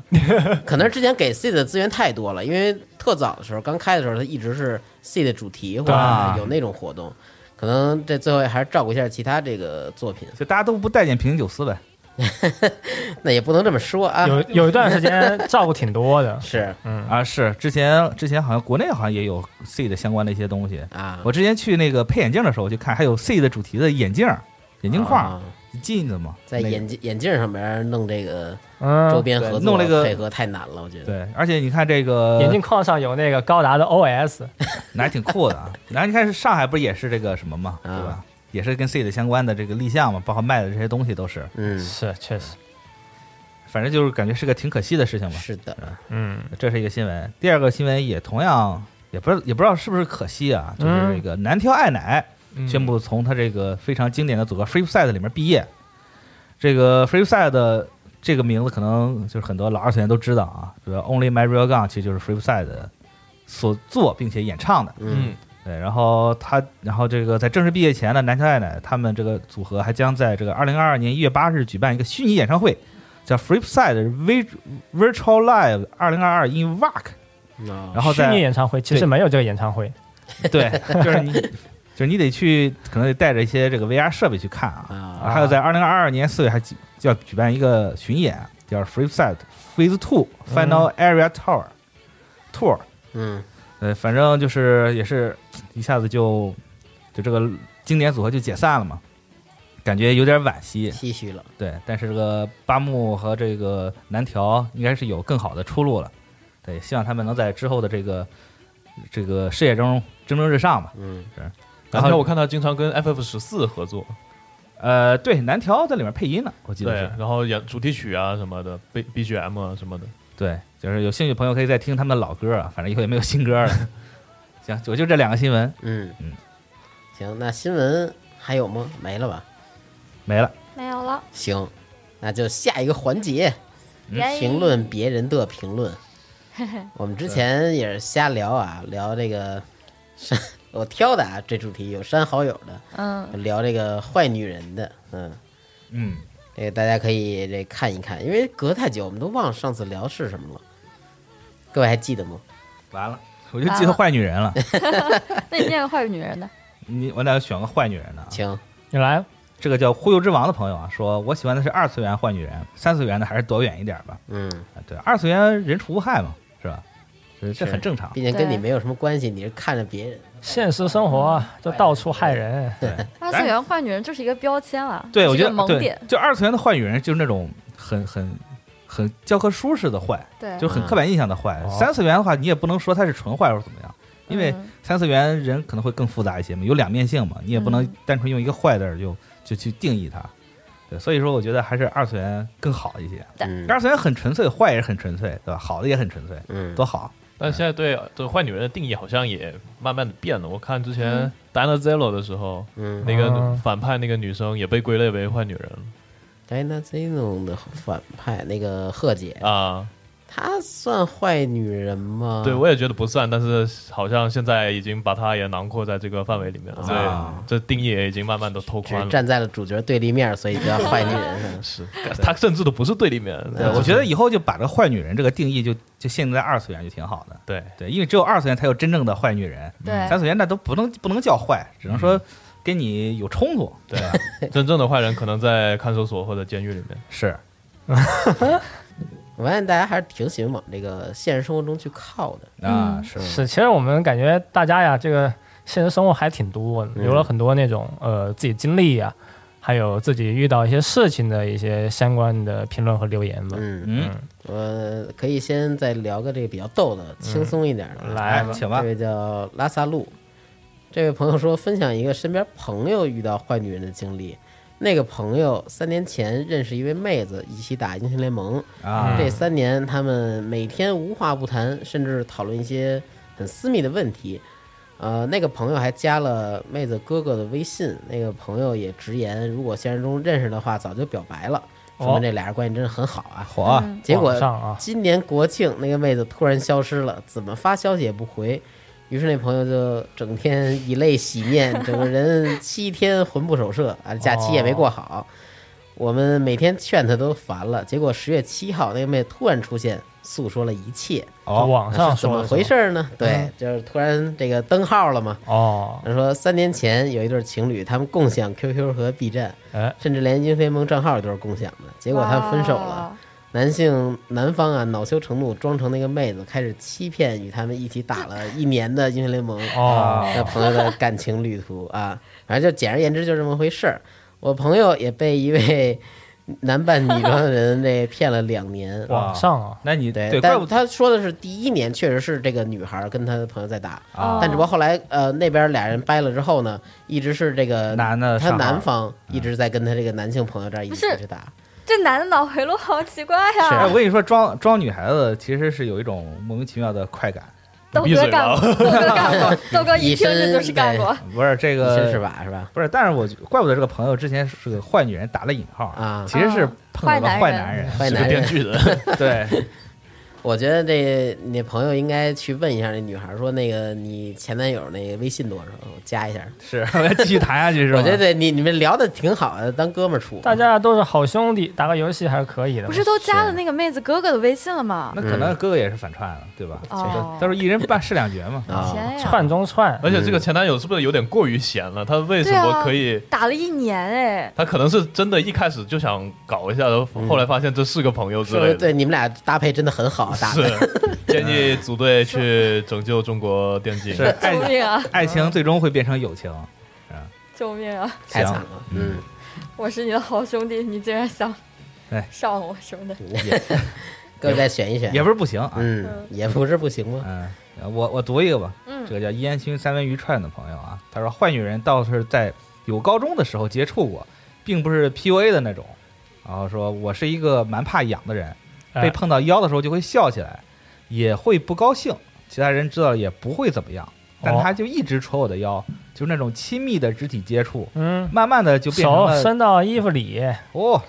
Speaker 4: 可能是之前给 seed 的资源太多了，因为特早的时候刚开的时候，它一直是 seed 的主题或者
Speaker 6: 啊
Speaker 4: 有那种活动，可能这最后还是照顾一下其他这个作品，
Speaker 6: 就大家都不待见平行九四呗。
Speaker 4: 那也不能这么说啊，，
Speaker 8: 有有一段时间照顾挺多的
Speaker 4: 是
Speaker 6: 啊，是之前之前好像国内好像也有 C 的相关的一些东西。
Speaker 4: 啊，
Speaker 6: 我之前去那个配眼镜的时候，我就看还有 C 的主题的眼镜儿、眼镜框儿
Speaker 4: 啊，
Speaker 6: 近的嘛，
Speaker 4: 在
Speaker 6: 那个
Speaker 4: 眼镜眼镜上面弄这个周
Speaker 8: 嗯，
Speaker 4: 边
Speaker 6: 对
Speaker 4: 合作
Speaker 6: 弄了一个
Speaker 4: 配合太难了，我觉得。
Speaker 6: 对，而且你看这个
Speaker 8: 嗯眼镜框上有那个高达的 OS，
Speaker 6: 那还挺酷的啊。然后你看上海不是也是这个什么嘛，对
Speaker 4: 啊
Speaker 6: 吧？也是跟 C 的相关的这个立项嘛，包括卖的这些东西都是，
Speaker 4: 嗯，
Speaker 8: 是确实，
Speaker 6: 反正就是感觉是个挺可惜的事情吧。
Speaker 4: 是的，
Speaker 8: 嗯
Speaker 6: 这是一个新闻，第二个新闻也同样也不知道也不知道是不是可惜啊，就是这个南条爱乃
Speaker 8: 嗯
Speaker 6: 宣布从他这个非常经典的组合 Free Side 里面毕业。这个 Free Side 的这个名字可能就是很多老二次元都知道啊，比如 Only My Real Gun 其实就是 Free Side 的所作并且演唱的。
Speaker 4: 嗯，
Speaker 6: 对，然后他，然后这个在正式毕业前呢，南桥爱奶他们这个组合还将在这个二零二二年一月八日举办一个虚拟演唱会，叫 Flipside Vir- Virtual Live 二零二二 in Vac。
Speaker 4: 啊
Speaker 6: 然后
Speaker 8: 虚
Speaker 6: 在
Speaker 8: 拟演唱会其实
Speaker 6: 对
Speaker 8: 没有这个演唱会，
Speaker 6: 对， 就是你，就是你得去，可能得带着一些这个 VR 设备去看啊。
Speaker 4: 啊
Speaker 6: 还有在二零二二年四月还举就要举办一个巡演，叫 Flipside Phase Two Final Area Tour、Tour。
Speaker 4: 嗯
Speaker 6: 呃，反正就是也是一下子就就这个经典组合就解散了嘛，感觉有点惋惜。
Speaker 4: 唏嘘了，
Speaker 6: 对，但是这个八木和这个南条应该是有更好的出路了。对，希望他们能在之后的这个这个事业中蒸蒸日上吧。
Speaker 4: 嗯
Speaker 5: 然
Speaker 6: 然
Speaker 5: 后
Speaker 6: 后
Speaker 5: 我看他经常跟 FF 十四合作，
Speaker 6: 呃，对，南条在里面配音呢，我记得
Speaker 5: 对
Speaker 6: 是，。
Speaker 5: 然后演主题曲啊什么的，B B G M 啊什么的，
Speaker 6: 对，就是有兴趣的朋友可以再听他们的老歌啊，反正以后也没有新歌了。 行，我就这两个新闻
Speaker 4: 嗯
Speaker 6: 嗯，
Speaker 4: 行，那新闻还有吗？没了吧？
Speaker 6: 没了。
Speaker 7: 没有了。
Speaker 4: 行，那就下一个环节，
Speaker 7: 耶
Speaker 4: 评嗯论别人的评论。我们之前也是瞎聊啊，聊这个删， 我挑的啊，这主题有删好友的，
Speaker 7: 嗯，
Speaker 4: 聊这个坏女人的，嗯，
Speaker 6: 嗯，
Speaker 4: 这个大家可以这看一看，因为隔太久，我们都忘了上次聊是什么了。各位还记得吗？
Speaker 6: 完了，我就记得坏女人了。
Speaker 7: 那你念个坏女人的，
Speaker 6: 你我得选个坏女人的啊。
Speaker 4: 请，
Speaker 8: 你来
Speaker 6: 这个叫忽悠之王的朋友啊，说我喜欢的是二次元坏女人，三次元的还是躲远一点吧。
Speaker 4: 嗯，
Speaker 6: 啊对，二次元人畜无害嘛，是吧？这这
Speaker 4: 是
Speaker 6: 很正常。
Speaker 4: 毕竟跟你
Speaker 7: 对
Speaker 4: 没有什么关系，你是看着别人，
Speaker 8: 现实生活啊就到处害人，
Speaker 7: 二次元坏女人就是一个标签了，
Speaker 6: 对，
Speaker 7: 是
Speaker 6: 我
Speaker 7: 一
Speaker 6: 觉
Speaker 7: 个
Speaker 6: 得
Speaker 7: 萌
Speaker 6: 对
Speaker 7: 点，，
Speaker 6: 就二次元的坏女人就是那种很很很教科书式的坏，
Speaker 7: 对，
Speaker 6: 就很刻板印象的坏。
Speaker 8: 哦
Speaker 6: 三次元的话，你也不能说它是纯坏或者怎么样，因为
Speaker 7: 嗯
Speaker 6: 三次元人可能会更复杂一些嘛，有两面性嘛，你也不能
Speaker 7: 嗯
Speaker 6: 单纯用一个坏字儿就就去定义它。对，所以说我觉得还是二次元更好一些。
Speaker 4: 嗯
Speaker 6: 二次元很纯粹，坏也很纯粹，对吧？好的也很纯粹，
Speaker 4: 嗯，
Speaker 6: 多好。
Speaker 5: 但现在对这坏女人的定义好像也慢慢的变了。我看之
Speaker 6: 嗯
Speaker 5: 前 Dana Zero 的时候，
Speaker 4: 嗯，
Speaker 5: 那个
Speaker 8: 哦
Speaker 6: 啊
Speaker 5: 反派那个女生也被归类为坏女人
Speaker 4: 戴娜 Zeno 的反派那个贺姐，
Speaker 5: 啊。
Speaker 4: 她算坏女人
Speaker 6: 啊
Speaker 4: 吗？
Speaker 5: 对，我也觉得不算，但是好像现在已经把她也囊括在这个范围里面了，所
Speaker 6: 啊
Speaker 5: 以这定义也已经慢慢的拓
Speaker 4: 只
Speaker 5: 宽了。
Speaker 4: 站在了主角对立面，所以叫坏女人。嗯
Speaker 5: 是，她甚至都不是对立面。
Speaker 7: 嗯
Speaker 6: 对，我觉得以后就把这个坏女人这个定义就就限定在二次元就挺好的。
Speaker 5: 对，
Speaker 6: 对，因为只有二次元才有真正的坏女人，
Speaker 7: 对嗯
Speaker 6: 三次元那都不能不能叫坏，只能说跟你有冲突。
Speaker 5: 对啊，真正的坏人可能在看守所或者监狱里面。
Speaker 6: 是，
Speaker 4: 我发现大家还是挺喜欢往这个现实生活中去靠的。
Speaker 6: 啊，
Speaker 7: 嗯
Speaker 6: 是
Speaker 8: 是，其实我们感觉大家呀，这个现实生活还挺多的，留了很多那种呃自己经历呀，还有自己遇到一些事情的一些相关的评论和留言吧。
Speaker 4: 嗯，
Speaker 6: 嗯，
Speaker 4: 我可以先再聊个这个比较逗的、轻松一点的。
Speaker 8: 来
Speaker 6: 哎
Speaker 8: 吧，，
Speaker 6: 请吧
Speaker 4: 这，位叫拉萨路，这位朋友说分享一个身边朋友遇到坏女人的经历。那个朋友三年前认识一位妹子，一起打英雄联盟。
Speaker 6: 啊，
Speaker 4: 这三年，他们每天无话不谈，甚至讨论一些很私密的问题。呃，那个朋友还加了妹子哥哥的微信，那个朋友也直言，如果现实中认识的话，早就表白了，
Speaker 6: 哦
Speaker 4: 说明这俩人关系真的很好啊。
Speaker 6: 火啊，
Speaker 7: 嗯
Speaker 4: 结果
Speaker 8: 网上啊，
Speaker 4: 今年国庆那个妹子突然消失了，怎么发消息也不回，于是那朋友就整天以泪洗面，整个人七天魂不守舍啊，假期也没过好。
Speaker 8: 哦
Speaker 4: 我们每天劝她都烦了，结果十月七号那个妹突然出现，诉说了一切，啊
Speaker 6: 哦，
Speaker 8: 网上
Speaker 4: 是怎
Speaker 8: 说
Speaker 4: 么
Speaker 8: 的
Speaker 4: 回事儿呢？对
Speaker 8: 嗯，
Speaker 4: 就是突然这个登号了嘛，
Speaker 8: 哦，
Speaker 4: 他说，三年前有一对情侣，他们共享 QQ 和 B 站，
Speaker 8: 哎
Speaker 4: 甚至连英雄联盟账号都是共享的。结果他们分手
Speaker 7: 哦
Speaker 4: 了。男性男方啊，恼羞成怒，装成那个妹子，开始欺骗与他们一起打了一年的英雄联盟。
Speaker 8: 哦，
Speaker 4: 那朋友的感情旅途啊，反正就简而言之就这么回事儿。我朋友也被一位男扮女装的人这骗了两年。
Speaker 8: 网上啊，
Speaker 6: 那你
Speaker 4: 对，
Speaker 6: 对，怪
Speaker 4: 但
Speaker 6: 不得
Speaker 4: 他说的是第一年确实是这个女孩儿跟她的朋友在打，
Speaker 6: 啊
Speaker 7: 哦
Speaker 4: 但只不过后来呃那边俩人掰了之后呢，一直是这个
Speaker 6: 哦男的
Speaker 4: 他
Speaker 6: 上嗯
Speaker 4: 男
Speaker 6: 号
Speaker 4: 方一直在跟他这个男性朋友这儿一
Speaker 7: 不
Speaker 4: 起
Speaker 7: 是
Speaker 4: 去打，
Speaker 7: 这男的脑回路好奇怪啊
Speaker 4: 是
Speaker 7: 呀、
Speaker 6: 哎，我跟你说，装装女孩子其实是有一种莫名其妙的快感，
Speaker 7: 豆
Speaker 5: 闭
Speaker 7: 哥
Speaker 5: 嘴
Speaker 7: 干
Speaker 5: 吧
Speaker 7: 过，豆哥干 过，豆哥
Speaker 4: 以
Speaker 7: 一听这就是
Speaker 4: 身
Speaker 7: 干
Speaker 4: 对
Speaker 7: 过。
Speaker 6: 不是这
Speaker 4: 你
Speaker 6: 个
Speaker 4: 真是？吧是吧？
Speaker 6: 不是，但是我怪不得这个朋友之前是个坏女人，打了引号
Speaker 4: 啊
Speaker 6: 其实是
Speaker 7: 啊
Speaker 6: 碰到了
Speaker 7: 坏
Speaker 6: 坏
Speaker 7: 男
Speaker 6: 男人，
Speaker 4: 坏
Speaker 5: 是个
Speaker 4: 男
Speaker 5: 电
Speaker 4: 人，
Speaker 5: 锯人，
Speaker 6: 对，
Speaker 4: 我觉得这你朋友应该去问一下那女孩，说那个你前男友那个微信多少，我加一下。
Speaker 6: 是我要继续谈下去是吧？
Speaker 4: 我觉得你你们聊的挺好的，当哥们儿处。
Speaker 8: 大家都是好兄弟，打个游戏还是可以的嘛。
Speaker 7: 不是都加了那个妹子哥哥的微信了吗？
Speaker 6: 那可
Speaker 4: 嗯
Speaker 6: 能哥哥也是反串了，对吧？
Speaker 7: 哦
Speaker 6: 到时候一人办事两角嘛。
Speaker 4: 啊，
Speaker 7: 天呀，
Speaker 8: 串中串，
Speaker 5: 而且这个前男友是不是有点过于闲了？他为什么可以？
Speaker 7: 打了一年哎，
Speaker 5: 他可能是真的一开始就想搞一下，然后后来发现这是个朋友之
Speaker 4: 说
Speaker 5: 类的。
Speaker 4: 对你们俩搭配真的很好， 搭
Speaker 6: 啊
Speaker 4: 配。
Speaker 5: 是，建议组队去拯救中国电竞。
Speaker 6: 是
Speaker 7: 救
Speaker 6: 爱
Speaker 7: 命啊！
Speaker 6: 爱情最终会变成友情，
Speaker 7: 救命啊！
Speaker 4: 太惨
Speaker 6: 行
Speaker 4: 了，嗯，
Speaker 7: 我是你的好兄弟，你竟然想
Speaker 6: 哎
Speaker 7: 上我什么的，
Speaker 4: 各位再选一选，
Speaker 6: 也不是不行啊。
Speaker 4: 嗯，也不是不行吗？
Speaker 6: 嗯，我我读一个吧，
Speaker 7: 嗯
Speaker 6: 这个叫烟熏三文鱼串的朋友啊，他说坏女人倒是在有高中的时候接触过，并不是 PUA 的那种。然后说我是一个蛮怕痒的人，
Speaker 8: 哎
Speaker 6: 被碰到腰的时候就会笑起来，也会不高兴，其他人知道了也不会怎么样，但
Speaker 8: 哦
Speaker 6: 他就一直戳我的腰，就是那种亲密的肢体接触，
Speaker 8: 嗯，
Speaker 6: 慢慢的就变成
Speaker 8: 手
Speaker 6: 了
Speaker 8: 伸到衣服里，
Speaker 6: 哦，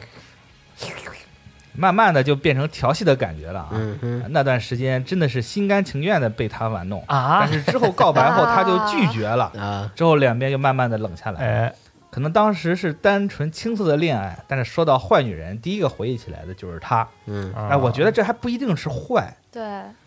Speaker 6: 慢慢的就变成调戏的感觉了啊。
Speaker 4: 嗯哼，
Speaker 6: 那段时间真的是心甘情愿的被他玩弄
Speaker 8: 啊
Speaker 6: 但是之后告白后他就拒绝了，
Speaker 4: 啊，
Speaker 6: 之后两边就慢慢的冷下来。
Speaker 8: 哎，
Speaker 6: 可能当时是单纯青涩的恋爱，但是说到坏女人，第一个回忆起来的就是她。
Speaker 4: 嗯
Speaker 8: 哎
Speaker 6: 哎，我觉得这还不一定是坏，
Speaker 7: 对，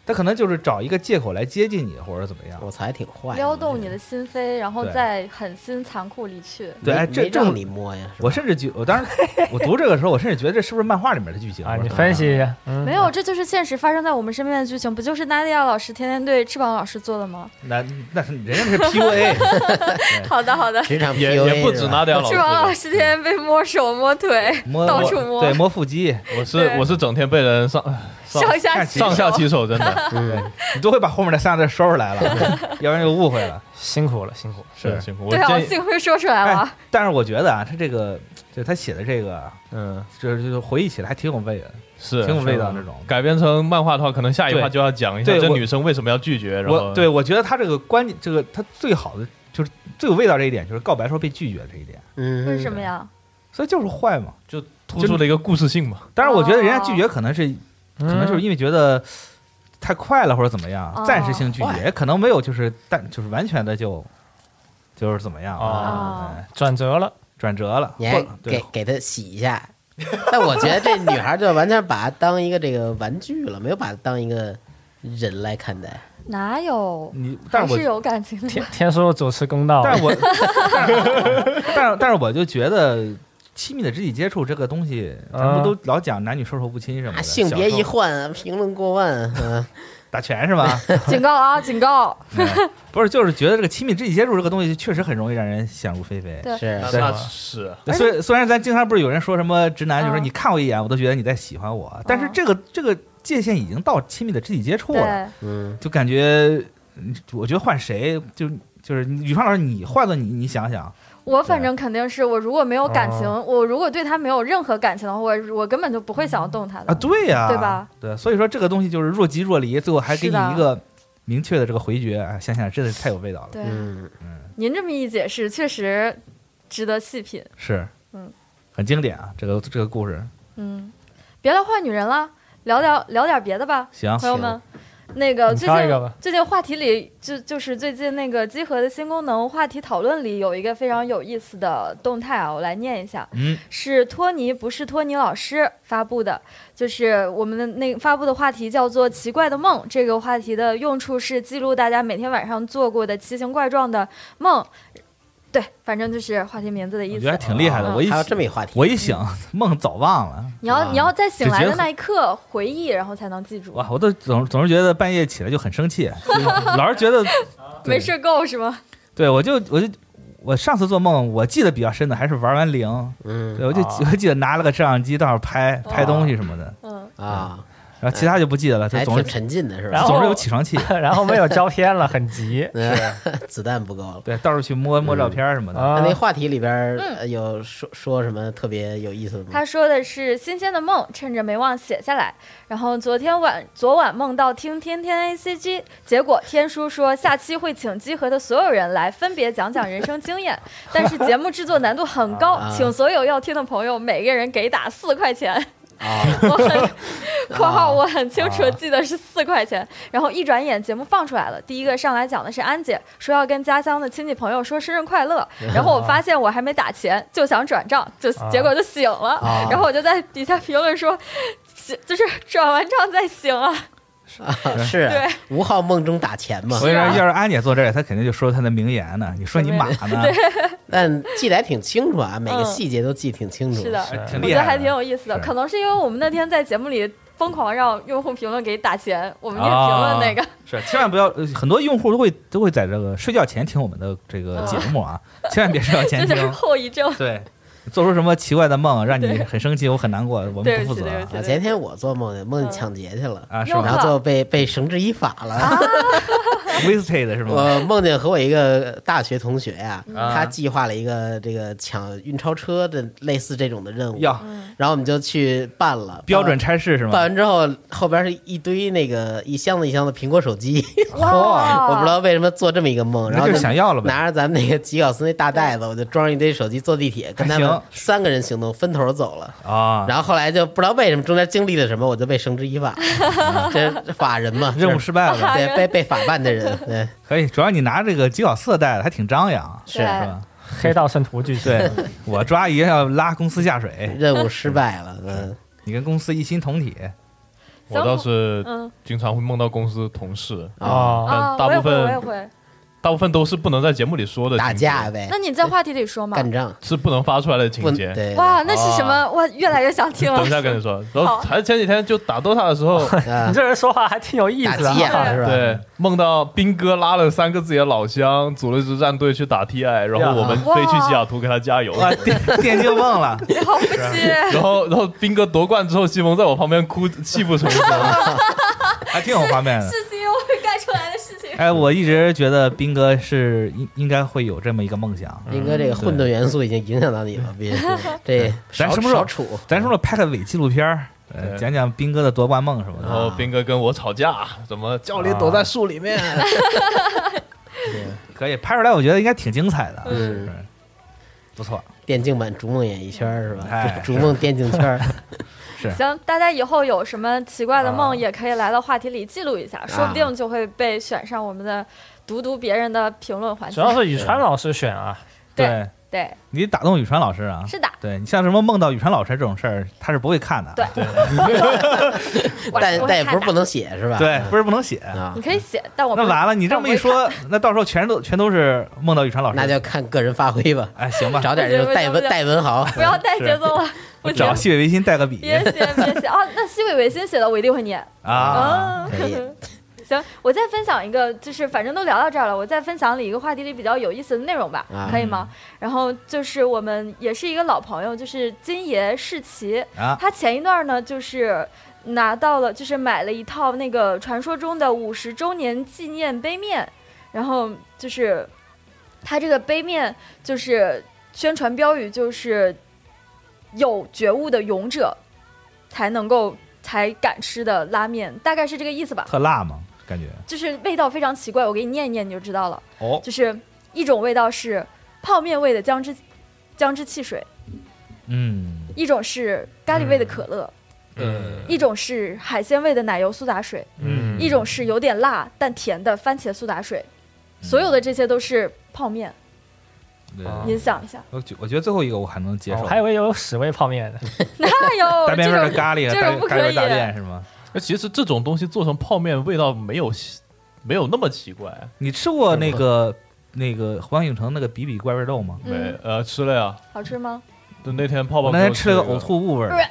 Speaker 6: 她可能就是找一个借口来接近你或者怎么样。
Speaker 4: 我操，还挺坏的，
Speaker 7: 撩动你的心扉，然后
Speaker 6: 对
Speaker 7: 再狠心残酷离去。
Speaker 4: 没，
Speaker 6: 对，哎，
Speaker 4: 没
Speaker 6: 这这
Speaker 4: 让
Speaker 6: 种
Speaker 4: 你摸呀，是吧
Speaker 6: 我甚至觉，我当时我读这个时候，我甚至觉得这是不是漫画里面的剧情
Speaker 8: 啊，你分析一下，嗯
Speaker 7: 没有，这就是现实发生在我们身边的剧情，不就是娜迪亚老师天天对翅膀老师做的吗？
Speaker 6: 那那是人家是 PUA，
Speaker 7: 好的，好的。
Speaker 4: 职场
Speaker 5: 也
Speaker 4: PUA
Speaker 5: 也不止
Speaker 4: 是吧
Speaker 5: 那点老
Speaker 7: 翅膀老
Speaker 5: 师，
Speaker 7: 师天天被摸手、摸腿、
Speaker 6: 摸
Speaker 7: 到处摸
Speaker 6: 对，摸腹肌，
Speaker 5: 我是
Speaker 7: 对
Speaker 5: 我是整天被人上
Speaker 7: 上下其手
Speaker 5: 上下其手，真的
Speaker 6: 对你都会把后面的三个字说出来 了，要不然就误会了。
Speaker 8: 辛苦了，辛苦了，
Speaker 5: 是辛苦。我
Speaker 7: 对啊，我
Speaker 5: 建议，
Speaker 7: 幸亏说出来了
Speaker 6: 哎。但是我觉得啊，他这个就他写的这个啊，
Speaker 5: 嗯，
Speaker 6: 就是就是回忆起来还挺有味的，
Speaker 5: 是
Speaker 6: 挺有味道
Speaker 5: 是
Speaker 6: 那种。
Speaker 5: 改编成漫画的话，可能下一话
Speaker 6: 对
Speaker 5: 就要讲一下
Speaker 6: 对
Speaker 5: 这
Speaker 6: 我
Speaker 5: 女生为什么要拒绝，然后
Speaker 6: 我对我觉得他这个关键，这个他最好的就是最有味道这一点，就是告白时候被拒绝这一点，
Speaker 4: 嗯，
Speaker 7: 为什么呀？
Speaker 6: 所以就是坏嘛。
Speaker 5: 就突出了一个故事性嘛。
Speaker 6: 但是我觉得人家
Speaker 7: 哦
Speaker 6: 拒绝可能是、
Speaker 8: 可
Speaker 6: 可能就是因为觉得太快了或者怎么样，
Speaker 7: 哦
Speaker 6: 暂时性拒
Speaker 4: 坏
Speaker 6: 绝，也可能没有就是但就是完全的就就是怎么样
Speaker 7: 哦
Speaker 6: 哎
Speaker 8: 转折了，
Speaker 6: 转折了，
Speaker 4: 你还
Speaker 6: 或对
Speaker 4: 给给他洗一下。但我觉得这女孩就完全把她当一个这个玩具了，没有把她当一个人来看待。
Speaker 7: 哪有？
Speaker 6: 你，嗯但
Speaker 7: 还
Speaker 6: 是我
Speaker 7: 是有感情的
Speaker 8: 天。天叔主持公道，
Speaker 6: 但是我，但是但是但是我就觉得亲密的肢体接触这个东西，咱
Speaker 8: 啊
Speaker 6: 们都老讲男女授受不亲什么
Speaker 4: 啊，
Speaker 6: 的，
Speaker 4: 性别
Speaker 6: 小
Speaker 4: 一
Speaker 6: 时候
Speaker 4: 换，评论过万， 啊，
Speaker 6: 打拳 是吧？
Speaker 7: 警告啊！警告！
Speaker 6: 嗯不是，就是觉得这个亲密肢体接触这个东西确实很容易让人想入非非。
Speaker 7: 对
Speaker 4: 是
Speaker 5: 那
Speaker 6: 对
Speaker 5: 那是
Speaker 6: 对虽虽然咱经常不是有人说什么直男，就
Speaker 7: 啊
Speaker 6: 是
Speaker 4: 嗯
Speaker 6: 你看我一眼，我都觉得你在喜欢我，但是
Speaker 7: 啊
Speaker 6: 这个这个界限已经到亲密的肢体接触了，
Speaker 7: 对，
Speaker 4: 嗯，
Speaker 6: 就感觉，嗯我觉得换谁就就是宇川老师，你换了你，你想想，
Speaker 7: 我反正肯定是我，如果没有感情，
Speaker 8: 哦
Speaker 7: 我如果对他没有任何感情的话，我我根本就不会想要动他的。
Speaker 6: 啊，对呀、
Speaker 7: 对吧？
Speaker 6: 对，所以说这个东西就是若即若离，最后还给
Speaker 7: 是
Speaker 6: 你
Speaker 7: 的
Speaker 6: 一个明确的这个回绝，哎，想想真的是太有味道了。
Speaker 7: 对啊
Speaker 4: 嗯，
Speaker 7: 您这么一解释，确实值得细品。
Speaker 6: 是，
Speaker 7: 嗯，
Speaker 6: 很经典啊，这个这个故事。
Speaker 7: 嗯，别聊坏女人了，聊聊聊点别的吧，
Speaker 6: 行，
Speaker 7: 朋友们。那个
Speaker 8: 你
Speaker 7: 哦最
Speaker 8: 挑一个
Speaker 7: 近
Speaker 8: 吧，
Speaker 7: 最近话题里就就是最近那个集合的新功能话题讨论里有一个非常有意思的动态啊，我来念一下。
Speaker 6: 嗯，
Speaker 7: 是托尼，不是托尼老师发布的，就是我们的那发布的话题叫做“奇怪的梦”。这个话题的用处是记录大家每天晚上做过的奇形怪状的梦，对，反正就是话题名字的
Speaker 6: 我
Speaker 7: 意
Speaker 6: 觉得还
Speaker 7: 思。
Speaker 6: 挺厉害的。
Speaker 7: 啊
Speaker 6: 我一
Speaker 4: 还有
Speaker 6: 醒
Speaker 4: 这么一话题，
Speaker 6: 哎我一醒， 梦早忘了。
Speaker 7: 你要你要在醒来
Speaker 6: 就觉
Speaker 7: 的
Speaker 6: 得
Speaker 7: 那一刻回忆，然后才能记住。
Speaker 6: 啊哇，我都总总是觉得半夜起来就很生气， 老是觉得
Speaker 7: 没睡够是吗？
Speaker 6: 对我就我就我上次做梦，我记得比较深的还是玩完零，
Speaker 4: 嗯
Speaker 6: 对我就
Speaker 8: 啊
Speaker 6: 我就记得拿了个照相机到那儿拍
Speaker 7: 哦
Speaker 6: 拍东西什么的，
Speaker 7: 嗯，
Speaker 4: 啊，
Speaker 6: 然后其他就不记得了，就
Speaker 4: 还
Speaker 6: 总
Speaker 4: 挺
Speaker 6: 是
Speaker 4: 沉浸的是
Speaker 8: 然
Speaker 4: 吧？
Speaker 8: 后
Speaker 6: 总是有起床气。
Speaker 8: 然后没有胶片了，很急
Speaker 4: 嗯 子弹不够了。
Speaker 6: 对，到处去摸摸照片儿什么的。
Speaker 8: 啊
Speaker 4: 那，那话题里边儿呃有说说什么特别有意思的吗？
Speaker 7: 嗯他说的是新鲜的梦，趁着没忘写下来。然后昨天晚昨晚梦到听天天 A C G，结果天叔说下期会请集合的所有人来分别讲讲人生经验，但是节目制作难度很高
Speaker 4: 啊，
Speaker 7: 请所有要听的朋友每个人给打四块钱。
Speaker 4: 啊，
Speaker 7: 我们 括号我很清楚地记得是四块钱。然后一转眼节目放出来了，第一个上来讲的是安姐说要跟家乡的亲戚朋友说生日快乐，然后我发现我还没打钱，就想转账，就
Speaker 8: 啊
Speaker 7: 结果就醒了，
Speaker 4: 啊
Speaker 7: 然后我就在底下评论说。醒就是转完账再行啊！
Speaker 4: 是
Speaker 7: 对
Speaker 4: 吴昊梦中打钱嘛
Speaker 6: 我？跟你说，要是安姐坐这儿，她肯定就说出她的名言呢。你说你马呢？
Speaker 4: 但记得还挺清楚啊，每个
Speaker 7: 嗯
Speaker 4: 细节都记挺清楚。
Speaker 7: 是的，我
Speaker 6: 挺厉
Speaker 7: 觉得
Speaker 6: 害
Speaker 7: 还
Speaker 6: 的，
Speaker 7: 挺有意思的。
Speaker 6: 是
Speaker 7: 可能是因为我们那天在节目里疯狂让用户评论给打钱，我们也评
Speaker 6: 啊
Speaker 7: 论那个。
Speaker 6: 是，千万不要，呃很多用户都会都会在这个睡觉前听我们的这个节 目啊，千万别睡觉前
Speaker 7: 这就是
Speaker 6: 听。
Speaker 7: 后遗 症。
Speaker 6: 对，做出什么奇怪的梦，让你
Speaker 7: 对
Speaker 6: 很生气，我很难 过，我们
Speaker 7: 对不
Speaker 6: 不负
Speaker 7: 起，
Speaker 6: 责
Speaker 7: 对不起。
Speaker 4: 啊，
Speaker 7: 对
Speaker 4: 前天我做梦梦见抢劫去了，
Speaker 6: 啊，是
Speaker 7: 哟
Speaker 4: 然
Speaker 6: 吧
Speaker 7: 呵
Speaker 4: 后最后被被绳之以法了。
Speaker 6: ？Wasted 是吗？
Speaker 4: 我梦见和我一个大学同学呀、
Speaker 6: 啊
Speaker 4: 他计划了一个这个抢运钞车的类似这种的任务，
Speaker 6: 要
Speaker 7: 嗯
Speaker 4: 然后我们就去办了，
Speaker 6: 标准差事是
Speaker 4: 办
Speaker 6: 吗？
Speaker 4: 完之后，后边是一堆那个一箱子一箱子苹果手机，
Speaker 7: 哇，
Speaker 4: 我不知道为什么做这么一个梦，然
Speaker 6: 那
Speaker 4: 后
Speaker 6: 就是
Speaker 4: 就
Speaker 6: 想要了呗。
Speaker 4: 拿着咱们那个吉考斯那大袋子，我就装一堆手机坐地铁，跟他
Speaker 6: 还
Speaker 4: 们
Speaker 6: 行
Speaker 4: 三个人行动，分头走了。
Speaker 6: 啊，
Speaker 4: 然后后来就不知道为什么中间经历了什么，我就被绳之以 法，这这法人嘛，
Speaker 6: 任务
Speaker 4: 是
Speaker 6: 失败了，
Speaker 4: 对被被法办的 人，对
Speaker 6: 可以。主要你拿这个吉考四带的还挺张扬，
Speaker 4: 是
Speaker 7: 对
Speaker 6: 是吧？
Speaker 8: 黑道圣徒剧情。
Speaker 6: 对，我抓一个要拉公司下水，
Speaker 4: 任务失败了，嗯，
Speaker 6: 你跟公司一心同体。
Speaker 5: 我倒是
Speaker 7: 嗯
Speaker 5: 经常会梦到公司同事，
Speaker 8: 哦，
Speaker 7: 啊，
Speaker 5: 但大
Speaker 7: 我也
Speaker 5: 部
Speaker 7: 会，我也
Speaker 5: 分
Speaker 7: 会。
Speaker 5: 大部分都是不能在节目里说的
Speaker 4: 打
Speaker 5: 情节
Speaker 4: 架呗
Speaker 7: 那，你在话题里说吗？
Speaker 4: 干仗，
Speaker 5: 是不能发出来的
Speaker 4: 不
Speaker 5: 情
Speaker 4: 对
Speaker 5: 节。
Speaker 4: 对
Speaker 7: 哇，那是什么？哇，越来越想听了。
Speaker 5: 等一下跟你说，然后
Speaker 7: 好
Speaker 5: 还前几天就打 DOTA 的时 候，
Speaker 4: 啊
Speaker 8: 你，这人说话还挺有意
Speaker 4: 打
Speaker 8: 思的
Speaker 4: 急眼
Speaker 8: 啊。
Speaker 4: 了是吧？
Speaker 5: 对，梦到兵哥拉了三个自己的老乡，组了一支战队去打 TI，然后我们
Speaker 7: 哇
Speaker 5: 飞去西雅图给他加油。
Speaker 6: 哇， 电电竞梦了，
Speaker 7: 好不起，
Speaker 5: 然后，然后兵哥夺冠之后，西蒙在我旁边哭泣不成 声。
Speaker 6: 还挺有画面的。
Speaker 7: 是 CEO 会干出来的事情。
Speaker 6: 哎，我一直觉得斌哥是应应该会有这么一个梦
Speaker 7: 嗯
Speaker 6: 想。
Speaker 4: 斌哥，这个混沌元素已经影响到你了，别这
Speaker 6: 咱
Speaker 4: 少
Speaker 6: 什么时候
Speaker 4: 少处？
Speaker 6: 咱是不是拍个伪纪录片儿，呃
Speaker 5: 对
Speaker 6: 讲讲斌哥的夺冠梦什么
Speaker 5: 然后
Speaker 6: 的？
Speaker 5: 兵哥跟我吵架，怎么教练躲
Speaker 4: 啊
Speaker 5: 在树里面？
Speaker 6: 啊 可以拍出来，我觉得应该挺精彩的。
Speaker 4: 嗯
Speaker 6: 是，不错，
Speaker 4: 电竞版逐梦演艺圈儿是吧？
Speaker 6: 哎
Speaker 4: 逐梦电竞圈儿，
Speaker 7: 行，大家以后有什么奇怪的
Speaker 8: 啊
Speaker 7: 梦，也可以来到话题里记录一下，说不定就会被选上我们的读读别人的评论环
Speaker 8: 主
Speaker 7: 节。
Speaker 8: 要是宇川老师选啊，
Speaker 7: 对
Speaker 6: 对
Speaker 7: 对，
Speaker 6: 你打动宇川老师啊？
Speaker 7: 是的，
Speaker 6: 对你像什么梦到宇川老师这种事儿，他是不会看的。
Speaker 7: 对我
Speaker 4: 但
Speaker 7: 我
Speaker 4: 但也不是
Speaker 7: 看
Speaker 4: 不
Speaker 7: 看
Speaker 4: 能写是吧？
Speaker 6: 对，不是不能写。
Speaker 4: 啊
Speaker 7: 你，可以写，但我
Speaker 6: 那
Speaker 7: 不
Speaker 6: 完了，你这么一，说，那到时候全都全都是梦到宇川老师。
Speaker 4: 那就看个人发挥吧，
Speaker 6: 哎，行吧，
Speaker 4: 找点这种带
Speaker 7: 不行不
Speaker 4: 文
Speaker 7: 行
Speaker 4: 带文豪，
Speaker 7: 但我不会看不要带
Speaker 6: 是
Speaker 7: 节奏了，不
Speaker 6: 我
Speaker 7: 行
Speaker 6: 找，细尾维新带个笔
Speaker 7: 别写别写啊！那西北维新写的我一定会念。哦
Speaker 6: 啊。
Speaker 4: 可以。
Speaker 7: 行，我再分享一个，就是反正都聊到这儿了，我再分享里一个话题里比较有意思的内容吧，
Speaker 4: 啊
Speaker 7: 可以吗？然后就是我们也是一个老朋友，就是金爷世奇，
Speaker 6: 啊
Speaker 7: 他前一段呢就是。拿到了，就是买了一套那个传说中的五十周年纪念杯面，然后就是他这个杯面就是宣传标语就是有觉悟的勇者才能够才敢吃的拉面，大概是这个意思吧。
Speaker 6: 特辣吗？感觉
Speaker 7: 就是味道非常奇怪，我给你念一念你就知道了。
Speaker 6: 哦
Speaker 7: 就是一种味道是泡面味的姜汁姜汁汽水，
Speaker 6: 嗯，
Speaker 7: 一种是咖喱味的可乐，
Speaker 5: 嗯
Speaker 7: 一种是海鲜味的奶油苏打水，
Speaker 5: 嗯
Speaker 7: 一种是有点辣但甜的番茄苏打水。
Speaker 6: 嗯
Speaker 7: 所有的这些都是泡面，
Speaker 6: 对
Speaker 8: 啊
Speaker 7: 您想一 下，
Speaker 6: 我觉我觉得最后一个我还能接
Speaker 8: 哦
Speaker 6: 受，
Speaker 8: 我还以为有屎味泡面呢。
Speaker 7: 那
Speaker 6: 大
Speaker 7: 有
Speaker 6: 便味儿
Speaker 7: 这
Speaker 6: 的
Speaker 7: 种
Speaker 6: 咖喱和
Speaker 7: 这
Speaker 6: 大
Speaker 7: 种不
Speaker 6: 咖喱味
Speaker 7: 可
Speaker 6: 儿大
Speaker 7: 以
Speaker 6: 便是吗？
Speaker 5: 那其实这种东西做成泡面，味道没有没有那么奇怪，
Speaker 6: 你吃过那个那个环球影城那个比比怪味豆吗？
Speaker 5: 没
Speaker 7: 嗯
Speaker 5: 呃吃了呀。
Speaker 7: 好吃吗？
Speaker 5: 就那天泡泡
Speaker 6: 我那
Speaker 5: 给
Speaker 6: 天
Speaker 5: 我
Speaker 6: 吃了个
Speaker 5: 一个
Speaker 6: 呕，吐物味儿，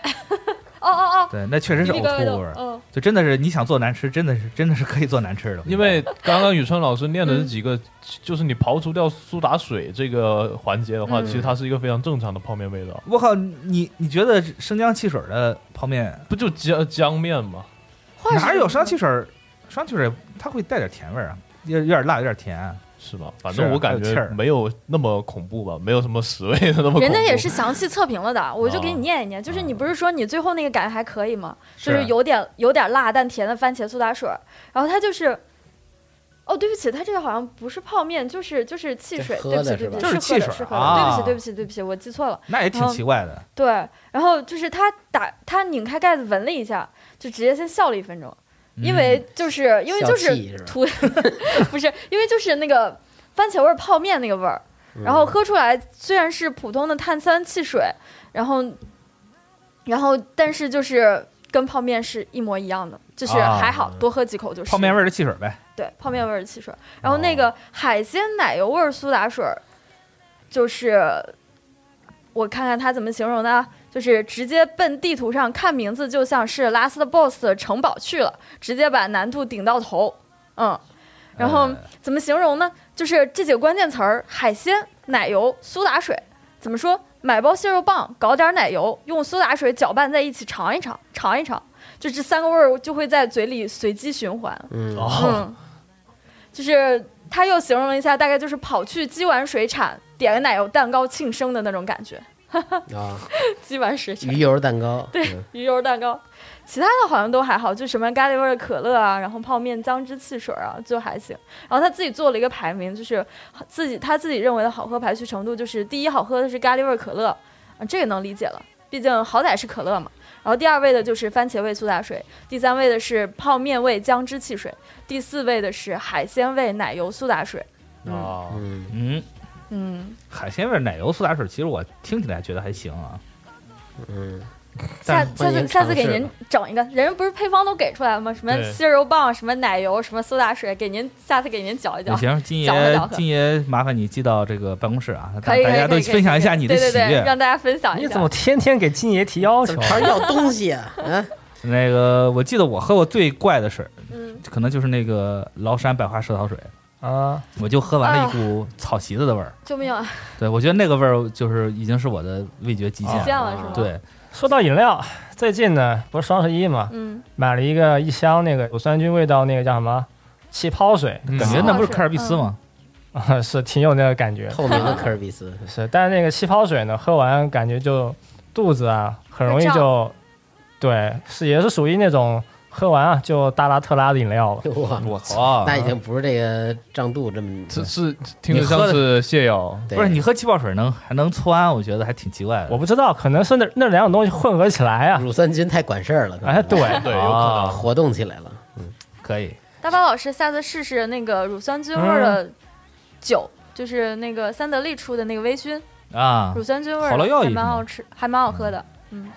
Speaker 7: 哦哦哦，
Speaker 6: 对，那确实是
Speaker 7: 这
Speaker 6: 呕
Speaker 7: 个味
Speaker 6: 吐
Speaker 7: 道
Speaker 6: 物味儿，
Speaker 7: 嗯，
Speaker 6: 就真的是你想做难吃，真的是真的是可以做难吃的。
Speaker 5: 因为
Speaker 7: 嗯
Speaker 5: 刚刚宇川老师念的这几个，就是你刨除掉苏打水这个环节的话，
Speaker 7: 嗯
Speaker 5: 其实它是一个非常正常的泡面味道，
Speaker 6: 我靠，你你觉得生姜汽水的泡面
Speaker 5: 不就姜姜面吗？
Speaker 7: 话
Speaker 6: 哪
Speaker 7: 是
Speaker 6: 有生姜汽水儿？生姜汽水儿它会带点甜味儿啊，有有点辣，有点甜。啊
Speaker 5: 是吧？反正
Speaker 6: 是
Speaker 5: 我感
Speaker 6: 还有气
Speaker 5: 觉
Speaker 6: 儿
Speaker 5: 没有那么恐怖吧，没有什么屎味的那么恐怖。
Speaker 7: 人 家也是详细测评了的，我就给
Speaker 5: 啊
Speaker 7: 你念一念，就是你不是说你最后那个感觉还可以吗？
Speaker 6: 是
Speaker 7: 就是有点有点辣但甜的番茄苏打水儿，然后它就是，哦，对不起，它这个好像不是泡面，就是就是汽水，
Speaker 4: 这喝
Speaker 7: 对
Speaker 4: 的
Speaker 7: 不
Speaker 4: 是
Speaker 7: 起，对
Speaker 4: 吧
Speaker 7: 不起，
Speaker 6: 就是
Speaker 7: 喝
Speaker 6: 汽
Speaker 7: 的，
Speaker 6: 水
Speaker 7: 是喝的，对
Speaker 6: 啊
Speaker 7: 不起，对不起，对不起，我记错了。
Speaker 6: 那也挺奇怪的。
Speaker 7: 对，然后就是他打他拧开盖子闻了一下，就直接先笑了一分钟，因
Speaker 6: 嗯
Speaker 7: 为就是因为就
Speaker 4: 嗯小气是吧
Speaker 7: 涂， 不是因为就是那个番茄味儿泡面那个味儿，
Speaker 4: 嗯
Speaker 7: 然后喝出来虽然是普通的碳酸汽水，然后然后但是就是跟泡面是一模一样的，就是
Speaker 6: 啊
Speaker 7: 还好、多喝几口就是
Speaker 6: 泡面味儿的汽水呗，
Speaker 7: 对，泡面味儿的汽水儿，然后那个海鲜奶油味儿苏打水儿，就是我看看它怎么形容呢？就是直接奔地图上看名字，就像是拉斯的 boss 的城堡去了，直接把难度顶到头。嗯，然后
Speaker 6: 呃
Speaker 7: 怎么形容呢？就是这几个关键词儿：海鲜、奶油、苏打水。怎么说？买包蟹肉棒，搞点奶油，用苏打水搅拌在一起尝一尝，尝一尝，就这三个味儿就会在嘴里随机循环。
Speaker 4: 嗯，
Speaker 5: 哦，
Speaker 7: 嗯，就是他又形容了一下，大概就是跑去鸡碗水产点个奶油蛋糕庆生的那种感觉，
Speaker 4: 啊，
Speaker 7: 鸡碗水产
Speaker 4: 鱼油蛋糕，嗯对，
Speaker 7: 鱼油蛋糕。其他的好像都还好，就什么咖喱味儿的可乐啊，然后泡面姜汁汽水啊，就还行。然后他自己做了一个排名，就是自己他自己认为的好喝排序程度，就是第一好喝的是咖喱味儿可乐，啊，这个能理解了，毕竟好歹是可乐嘛。然后第二位的就是番茄味苏打水，第三位的是泡面味姜汁汽水，第四位的是海鲜味奶油苏打水。嗯
Speaker 5: 啊，
Speaker 4: 嗯
Speaker 6: 嗯，
Speaker 7: 嗯，
Speaker 6: 海鲜味儿奶油苏打水，其实我听起来觉得还行啊。
Speaker 4: 嗯，
Speaker 7: 下
Speaker 6: 但
Speaker 7: 下
Speaker 4: 欢迎
Speaker 7: 次下次给
Speaker 4: 尝试
Speaker 7: 您整一个，人家不是配方都给出来了吗？什么
Speaker 5: 对
Speaker 7: 蟹肉棒，什么奶油，什么苏打水，给您下次给您搅一搅
Speaker 6: 也。行，金
Speaker 7: 搅和
Speaker 6: 爷
Speaker 7: 搅和
Speaker 6: 金爷，麻烦你寄到这个办公室啊，
Speaker 7: 可
Speaker 6: 大
Speaker 7: 以，
Speaker 6: 大家
Speaker 7: 可
Speaker 6: 都
Speaker 7: 以可以可以
Speaker 6: 分享一下你的
Speaker 7: 对
Speaker 6: 喜
Speaker 7: 对对，
Speaker 6: 悦。
Speaker 7: 让大家分享一下。
Speaker 8: 你怎么天天给金爷提要求？啊
Speaker 4: 还是要东西啊，啊，
Speaker 6: 那个，我记得我喝过最怪的水，
Speaker 7: 嗯，
Speaker 6: 可能就是那个崂山百花蛇草水，
Speaker 8: 啊，
Speaker 6: 我就喝完了一股草席子的味儿。
Speaker 7: 救命啊！
Speaker 6: 对，我觉得那个味儿就是已经是我的味觉极限
Speaker 7: 这哦
Speaker 6: 了。
Speaker 7: 样了是吗？，
Speaker 6: 哦对，
Speaker 8: 说到饮料，最近呢不是双十一嘛，
Speaker 7: 嗯，
Speaker 8: 买了一个一箱那个乳酸菌味道那个叫什么气泡水，
Speaker 6: 感觉那不是科尔必
Speaker 7: 嗯
Speaker 6: 斯吗？
Speaker 8: 是挺有那个感觉。
Speaker 4: 透明的科尔必斯，
Speaker 8: 是，但是那个气泡水呢，喝完感觉就肚子啊，很容易
Speaker 7: 会
Speaker 8: 就，对，是也是属于那种喝完啊就大拉特拉的饮料了。
Speaker 4: 哇，
Speaker 6: 我操
Speaker 4: 那已经不是这个胀肚这么，
Speaker 5: 这是听着像是泻药，
Speaker 4: 对
Speaker 6: 不是你喝气泡水能还能窜，我觉得还挺奇怪的。
Speaker 8: 我不知道，可能是那那两种东西混合起来
Speaker 6: 嗯
Speaker 8: 啊。
Speaker 4: 乳酸菌太管事儿了，可能
Speaker 8: 哎，对，
Speaker 5: 对，有
Speaker 7: 嗯
Speaker 5: 可能。
Speaker 4: 活动起来了，
Speaker 6: 啊可以，
Speaker 7: 大巴老师下次试试那个乳酸菌味儿
Speaker 6: 嗯
Speaker 7: 的酒，就是那个三得利出的那个微醺
Speaker 6: 啊
Speaker 7: 乳，酸菌味儿
Speaker 6: 好了
Speaker 7: 的，
Speaker 6: 药
Speaker 7: 还
Speaker 6: 引
Speaker 7: 蛮
Speaker 6: 嘛
Speaker 7: 好吃，还蛮好喝的。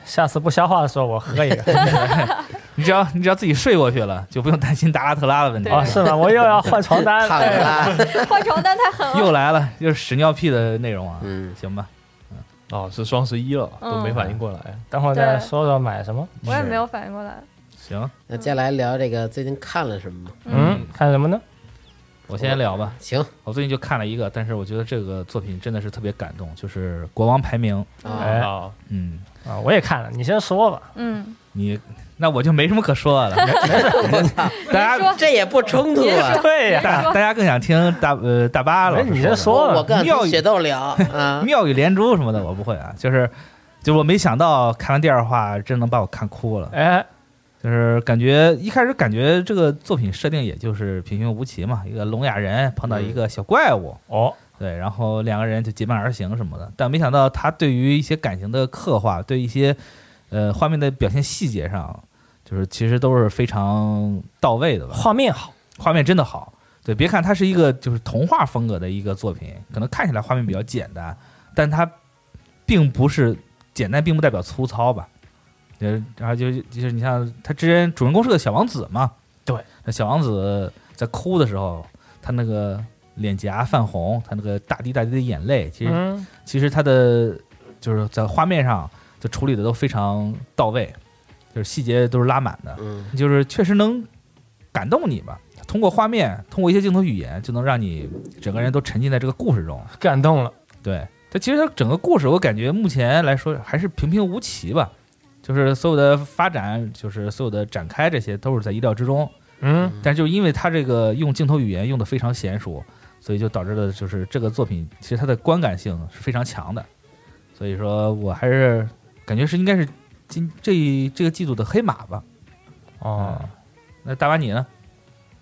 Speaker 8: 下次不消化的时候我喝一个。
Speaker 6: 你只要你只要自己睡过去了，就不用担心达拉特拉的问题。
Speaker 8: 啊，是吗？我又要换床单
Speaker 4: 烫
Speaker 8: 了。
Speaker 4: 着啦，
Speaker 7: 换床单太 狠
Speaker 6: 嗯又
Speaker 7: 了，
Speaker 6: 来了，又是屎尿屁的内容啊。
Speaker 4: 嗯，
Speaker 6: 行吧，
Speaker 5: 哦，是双十一了，都没反应过来。
Speaker 8: 等会儿再说说买什么。
Speaker 7: 我也没有反应过来。
Speaker 6: 行，
Speaker 4: 那接下来聊这个最近看了什么吗？
Speaker 8: 嗯，看什么呢？
Speaker 6: 我先聊吧。
Speaker 4: 行
Speaker 6: 我最近就看了一个，但是我觉得这个作品真的是特别感动，就是《国王排名》。
Speaker 8: 哎
Speaker 5: 啊，
Speaker 6: 嗯，
Speaker 8: 啊，我也看了，你先说吧。
Speaker 7: 嗯，
Speaker 6: 你那我就没什么可说 的了。大家
Speaker 7: 说
Speaker 4: 这也不冲突啊。
Speaker 8: 对呀，
Speaker 6: 大大家更想听大呃大巴老
Speaker 8: 哎，
Speaker 6: 师
Speaker 8: 你
Speaker 6: 说
Speaker 8: 先
Speaker 6: 的
Speaker 8: 说
Speaker 4: 我
Speaker 8: 吧。
Speaker 4: 跟
Speaker 6: 妙语
Speaker 4: 雪豆聊啊，
Speaker 6: 妙语连珠什么的，我不会啊，就是就是我没想到看完第二话，真能把我看哭了。
Speaker 8: 哎，
Speaker 6: 就是感觉一开始感觉这个作品设定也就是平庸无奇嘛，一个聋哑人碰到一个小怪物，
Speaker 8: 哦，
Speaker 6: 对，然后两个人就结伴而行什么的。但没想到他对于一些感情的刻画，对一些呃画面的表现细节上，就是其实都是非常到位的吧。
Speaker 8: 画面好，
Speaker 6: 画面真的好。对，别看它是一个就是童话风格的一个作品，可能看起来画面比较简单，但它并不是简单，并不代表粗糙吧。呃，然后就就是你像他之前主人公是个小王子嘛，
Speaker 8: 对，
Speaker 6: 那小王子在哭的时候，他那个脸颊泛红，他那个大滴大滴的眼泪，其实、
Speaker 8: 嗯，
Speaker 6: 其实他的就是在画面上就处理的都非常到位，就是细节都是拉满的。
Speaker 4: 嗯
Speaker 6: 就是确实能感动你吧。通过画面，通过一些镜头语言，就能让你整个人都沉浸在这个故事中。
Speaker 8: 感动了。
Speaker 6: 对，它其实它整个故事，我感觉目前来说还是平平无奇吧。就是所有的发展，就是所有的展开，这些都是在意料之中。
Speaker 8: 嗯，
Speaker 6: 但就是因为它这个用镜头语言用的非常娴熟，所以就导致了就是这个作品其实它的观感性是非常强的。所以说我还是感觉是应该是今这这个季度的黑马吧。啊
Speaker 8: 哦。
Speaker 6: 那大巴你呢？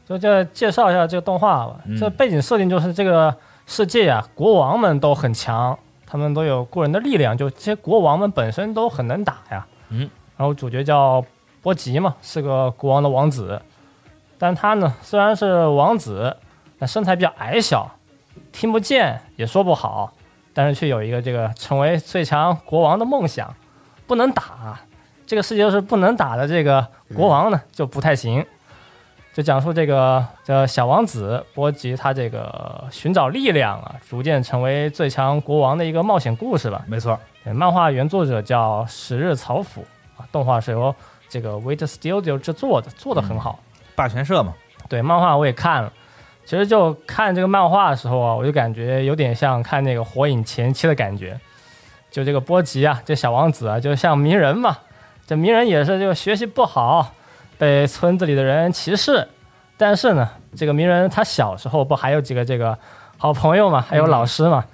Speaker 8: 就就这介绍一下这个动画吧。
Speaker 6: 嗯
Speaker 8: 这背景设定就是这个世界啊，国王们都很强，他们都有过人的力量，就这些国王们本身都很能打呀。
Speaker 5: 嗯，
Speaker 8: 然后主角叫波吉嘛，是个国王的王子，但他呢虽然是王子，但身材比较矮小，听不见也说不好，但是却有一个这个成为最强国王的梦想，不能打。这个世界就是不能打的这个国王呢，就不太行。就讲述这个这小王子波吉他这个寻找力量啊，逐渐成为最强国王的一个冒险故事吧。
Speaker 6: 没错，
Speaker 8: 对漫画原作者叫十日草辅啊，动画是由这个 Wait Studio 制作的，做的很好。
Speaker 6: 霸权社嘛，
Speaker 8: 对，漫画我也看了。其实就看这个漫画的时候啊，我就感觉有点像看那个《火影》前期的感觉。就这个波吉啊，这小王子啊，就像鸣人嘛。这鸣人也是就学习不好，被村子里的人歧视。但是呢，这个鸣人他小时候不还有几个这个好朋友嘛，还有老师嘛。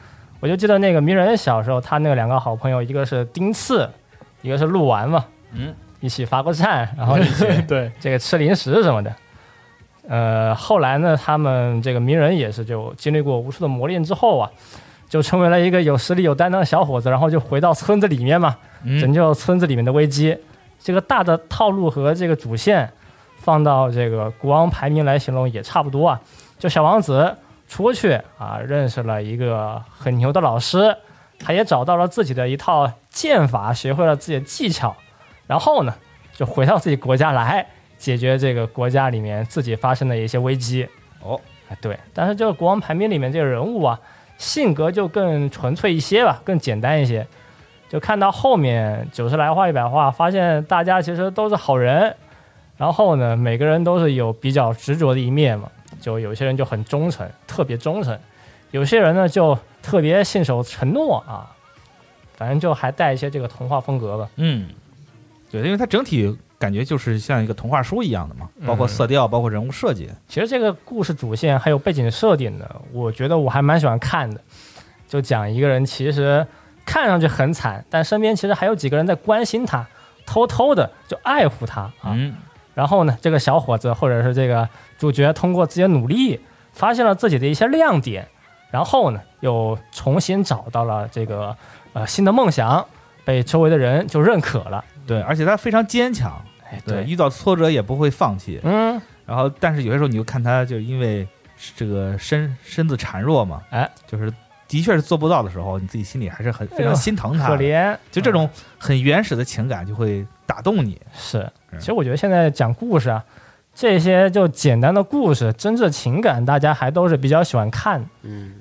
Speaker 8: 我就记得那个鸣人小时候，他那个两个好朋友，一个是丁次，一个是鹿丸嘛。
Speaker 6: 嗯，
Speaker 8: 一起罚过站，然后一起
Speaker 5: 对，
Speaker 8: 这个吃零食什么的。呃，后来呢，他们这个鸣人也是就经历过无数的磨练之后啊，就成为了一个有实力、有担当的小伙子，然后就回到村子里面嘛，拯救村子里面的危机。这个大的套路和这个主线放到这个国王排名来形容也差不多啊。就小王子出去啊，认识了一个很牛的老师，他也找到了自己的一套剑法，学会了自己的技巧，然后呢，就回到自己国家来解决这个国家里面自己发生的一些危机。
Speaker 6: 哦，
Speaker 8: 哎，对，但是这个国王排名里面这个人物啊，性格就更纯粹一些吧，更简单一些。就看到后面九十来话、一百话，发现大家其实都是好人，然后呢，每个人都是有比较执着的一面嘛。就有些人就很忠诚，特别忠诚；有些人呢就特别信守承诺啊。反正就还带一些这个童话风格吧。
Speaker 6: 嗯，对，因为它整体感觉就是像一个童话书一样的嘛，包括
Speaker 8: 嗯
Speaker 6: 色调，包括人物设计，啊
Speaker 8: 其实这个故事主线还有背景设定呢，我觉得我还蛮喜欢看的。就讲一个人其实看上去很惨，但身边其实还有几个人在关心他，偷偷的就爱护他啊。
Speaker 6: 嗯，
Speaker 8: 然后呢，这个小伙子或者是这个主角通过自己的努力，发现了自己的一些亮点，然后呢，又重新找到了这个呃新的梦想，被周围的人就认可了。
Speaker 6: 对，而且它非常坚强，
Speaker 8: 哎，
Speaker 6: 对，，遇到挫折也不会放弃，
Speaker 8: 嗯，
Speaker 6: 然后但是有些时候你就看他就因为这个身身子孱弱嘛，
Speaker 8: 哎，
Speaker 6: 就是的确是做不到的时候，你自己心里还是很非常心疼他
Speaker 8: 可
Speaker 6: 的，
Speaker 8: 怜，
Speaker 6: 嗯就这种很原始的情感就会打动你，
Speaker 8: 是，
Speaker 6: 嗯
Speaker 8: 其实我觉得现在讲故事啊，这些就简单的故事，真挚情感，大家还都是比较喜欢看的。
Speaker 4: 嗯，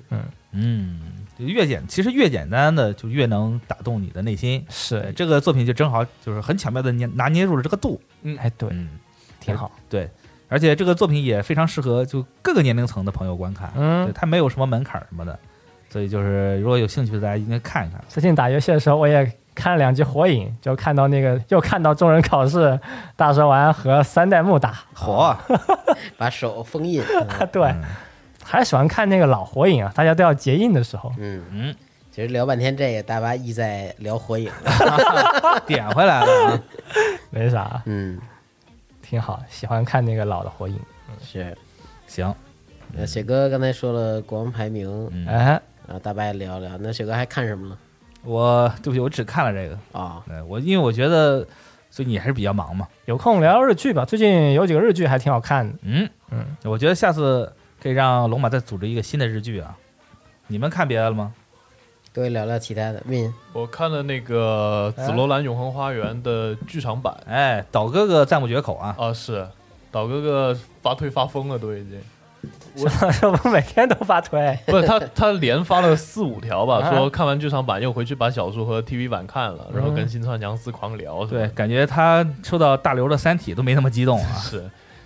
Speaker 6: 嗯，就越简其实越简单的就越能打动你的内心，对
Speaker 8: 是，
Speaker 6: 这个作品就正好就是很巧妙的捏拿捏住了这个度，
Speaker 8: 哎，对，
Speaker 6: 嗯，
Speaker 8: 挺好。
Speaker 6: 而且这个作品也非常适合就各个年龄层的朋友观看，对，
Speaker 8: 嗯，
Speaker 6: 它没有什么门槛儿什么的，所以就是如果有兴趣的大家应该看一看。
Speaker 8: 最近打游戏的时候，我也看了两集《火影》，就看到那个又看到众人考试大蛇丸和三代目打，
Speaker 6: 火，
Speaker 4: 把手封印，啊
Speaker 8: 对，
Speaker 6: 嗯
Speaker 8: 还是喜欢看那个老火影啊，大家都要结印的时候，
Speaker 4: 嗯
Speaker 6: 嗯，
Speaker 4: 其实聊半天这个，大巴意在聊火影，
Speaker 6: 点回来了啊！
Speaker 8: 没啥，啊
Speaker 4: 嗯，
Speaker 8: 挺好，喜欢看那个老的火影。
Speaker 4: 是。
Speaker 6: 行，
Speaker 4: 呃，雪哥刚才说了国王排名，
Speaker 6: 嗯
Speaker 8: 哎，
Speaker 4: 然后大巴也聊聊。那雪哥还看什么了？
Speaker 6: 我对不起，我只看了这个，
Speaker 4: 啊、
Speaker 6: 对我因为我觉得，所以你还是比较忙嘛，
Speaker 8: 有空聊聊日剧吧，最近有几个日剧还挺好看的。
Speaker 6: 嗯
Speaker 8: 嗯，
Speaker 6: 我觉得下次可以让龙马再组织一个新的日剧啊。你们看别的了吗？
Speaker 4: 各位聊聊其他的。Win，
Speaker 5: 我看了那个《紫罗兰永恒花园》的剧场版
Speaker 6: 哎，岛哥哥赞不绝口啊！
Speaker 5: 啊，是岛哥哥发推发疯了，都已经。
Speaker 8: 我们每天都发推，
Speaker 5: 不是他， 他连发了四五条吧，
Speaker 8: 啊
Speaker 5: 说看完剧场版又回去把小说和 TV 版看了，然后跟新川良司狂聊什么
Speaker 6: 对，
Speaker 5: 的。
Speaker 6: 感觉他收到大刘的《三体》都没那么激动啊。
Speaker 5: 是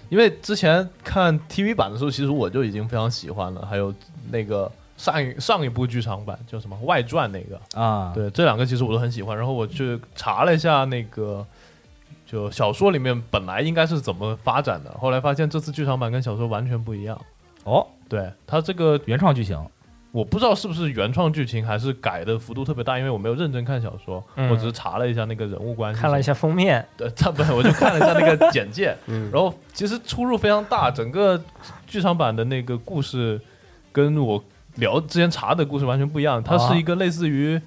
Speaker 5: 因为之前看 TV 版的时候，其实我就已经非常喜欢了，还有那个上一上一部剧场版叫什么外传那个，
Speaker 6: 啊，，
Speaker 5: 对，这两个其实我都很喜欢。然后我去查了一下那个，就小说里面本来应该是怎么发展的，后来发现这次剧场版跟小说完全不一样。
Speaker 6: 哦，
Speaker 5: 对它这个
Speaker 6: 原创剧情，
Speaker 5: 我不知道是不是原创剧情还是改的幅度特别大，因为我没有认真看小说，
Speaker 8: 嗯
Speaker 5: 我只是查了一下那个人物关系，
Speaker 8: 看了一下封面，
Speaker 5: 呃，他不，我就看了一下那个简介，
Speaker 4: 嗯，
Speaker 5: 然后其实出入非常大，整个剧场版的那个故事跟我聊之前查的故事完全不一样，它
Speaker 8: 啊
Speaker 5: 是一个类似于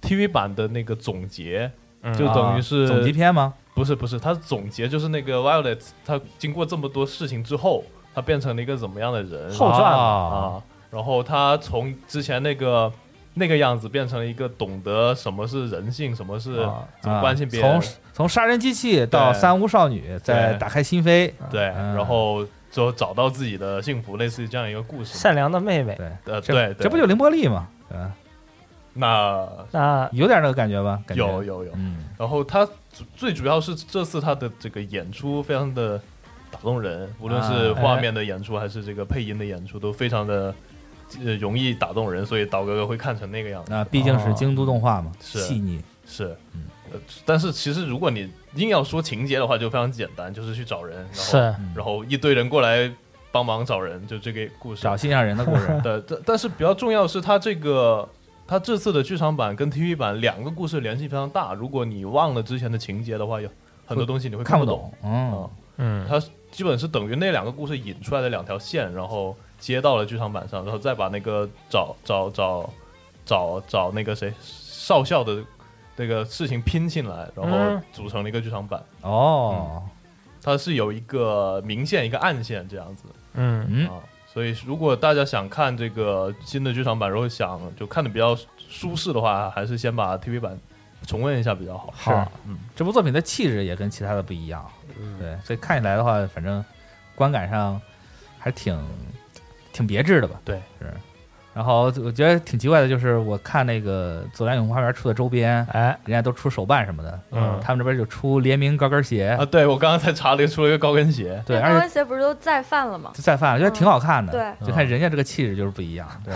Speaker 5: TV 版的那个总结，
Speaker 8: 嗯
Speaker 5: 就等于是
Speaker 6: 啊总集篇吗？
Speaker 5: 不是不是，它总结就是那个 Violet 她经过这么多事情之后，她变成了一个怎么样的人
Speaker 8: 后传嘛
Speaker 6: 啊，
Speaker 5: 啊？然后她从之前那个。那个样子变成了一个懂得什么是人性，什么是
Speaker 8: 啊
Speaker 5: 怎么关心别人，
Speaker 6: 从从杀人机器到
Speaker 5: 对
Speaker 6: 三无少女，再
Speaker 5: 对
Speaker 6: 打开心扉，
Speaker 5: 对，
Speaker 6: 嗯
Speaker 5: 然后就找到自己的幸福，类似于这样一个故事。
Speaker 8: 善良的妹妹，
Speaker 6: 对，
Speaker 5: 呃，对，
Speaker 6: 这
Speaker 5: 对
Speaker 6: 啊这不就凌波丽吗？嗯，
Speaker 5: 那
Speaker 8: 那
Speaker 6: 有点那个感觉吧？感觉
Speaker 5: 有，有有。
Speaker 6: 嗯，
Speaker 5: 然后他主最主要是这次他的这个演出非常的打动人，无论是
Speaker 6: 哎
Speaker 8: 啊
Speaker 5: 画面的演出还是这个配音的演出，都非常的呃容易打动人，所以岛哥哥会看成那个样子。
Speaker 6: 那毕竟是京都动画嘛，
Speaker 5: 哦是
Speaker 6: 细腻，
Speaker 5: 是，
Speaker 6: 嗯
Speaker 5: 呃，但是其实如果你硬要说情节的话，就非常简单，就是去找人，然后
Speaker 8: 是
Speaker 6: 嗯
Speaker 5: 然后一堆人过来帮忙找人，就这个故事。，
Speaker 6: 找心上人的故事
Speaker 5: 对，但但是比较重要的是它这个它这次的剧场版跟 TV 版两个故事联系非常大。如果你忘了之前的情节的话，有很多东西你会
Speaker 6: 看
Speaker 5: 不
Speaker 6: 不。懂，嗯
Speaker 5: 啊，
Speaker 8: 嗯
Speaker 5: 它基本是等于那两个故事引出来的两条线，然后接到了剧场版上，然后再把那个找找找找找那个谁少校的那个事情拼进来，然后
Speaker 8: 嗯
Speaker 5: 组成了一个剧场版。
Speaker 6: 哦，
Speaker 5: 它是有一个明线一个暗线这样子。
Speaker 8: 嗯
Speaker 6: 嗯，
Speaker 5: 啊，所以如果大家想看这个新的剧场版，然后想就看的比较舒适的话，还是先把 TV 版重温一下比较好。
Speaker 6: 是，
Speaker 5: 嗯，
Speaker 6: 这部作品的气质也跟其他的不一样，
Speaker 4: 嗯
Speaker 6: 对，所以看起来的话，反正观感上还挺挺别致的吧。
Speaker 5: 对，
Speaker 6: 是。然后我觉得挺奇怪的，就是我看那个左蓝永花园出的周边，
Speaker 8: 哎，
Speaker 6: 人家都出手办什么的，
Speaker 8: 嗯
Speaker 6: 他们这边就出联名高跟鞋，
Speaker 5: 啊，对我刚刚才查了一个出了一个高跟鞋，
Speaker 6: 对，
Speaker 7: 高
Speaker 6: 而且
Speaker 7: 跟鞋不是都再犯了吗？
Speaker 6: 就再犯，觉得挺好看的。
Speaker 7: 对
Speaker 6: 就看人家这个气质就是不一样。对，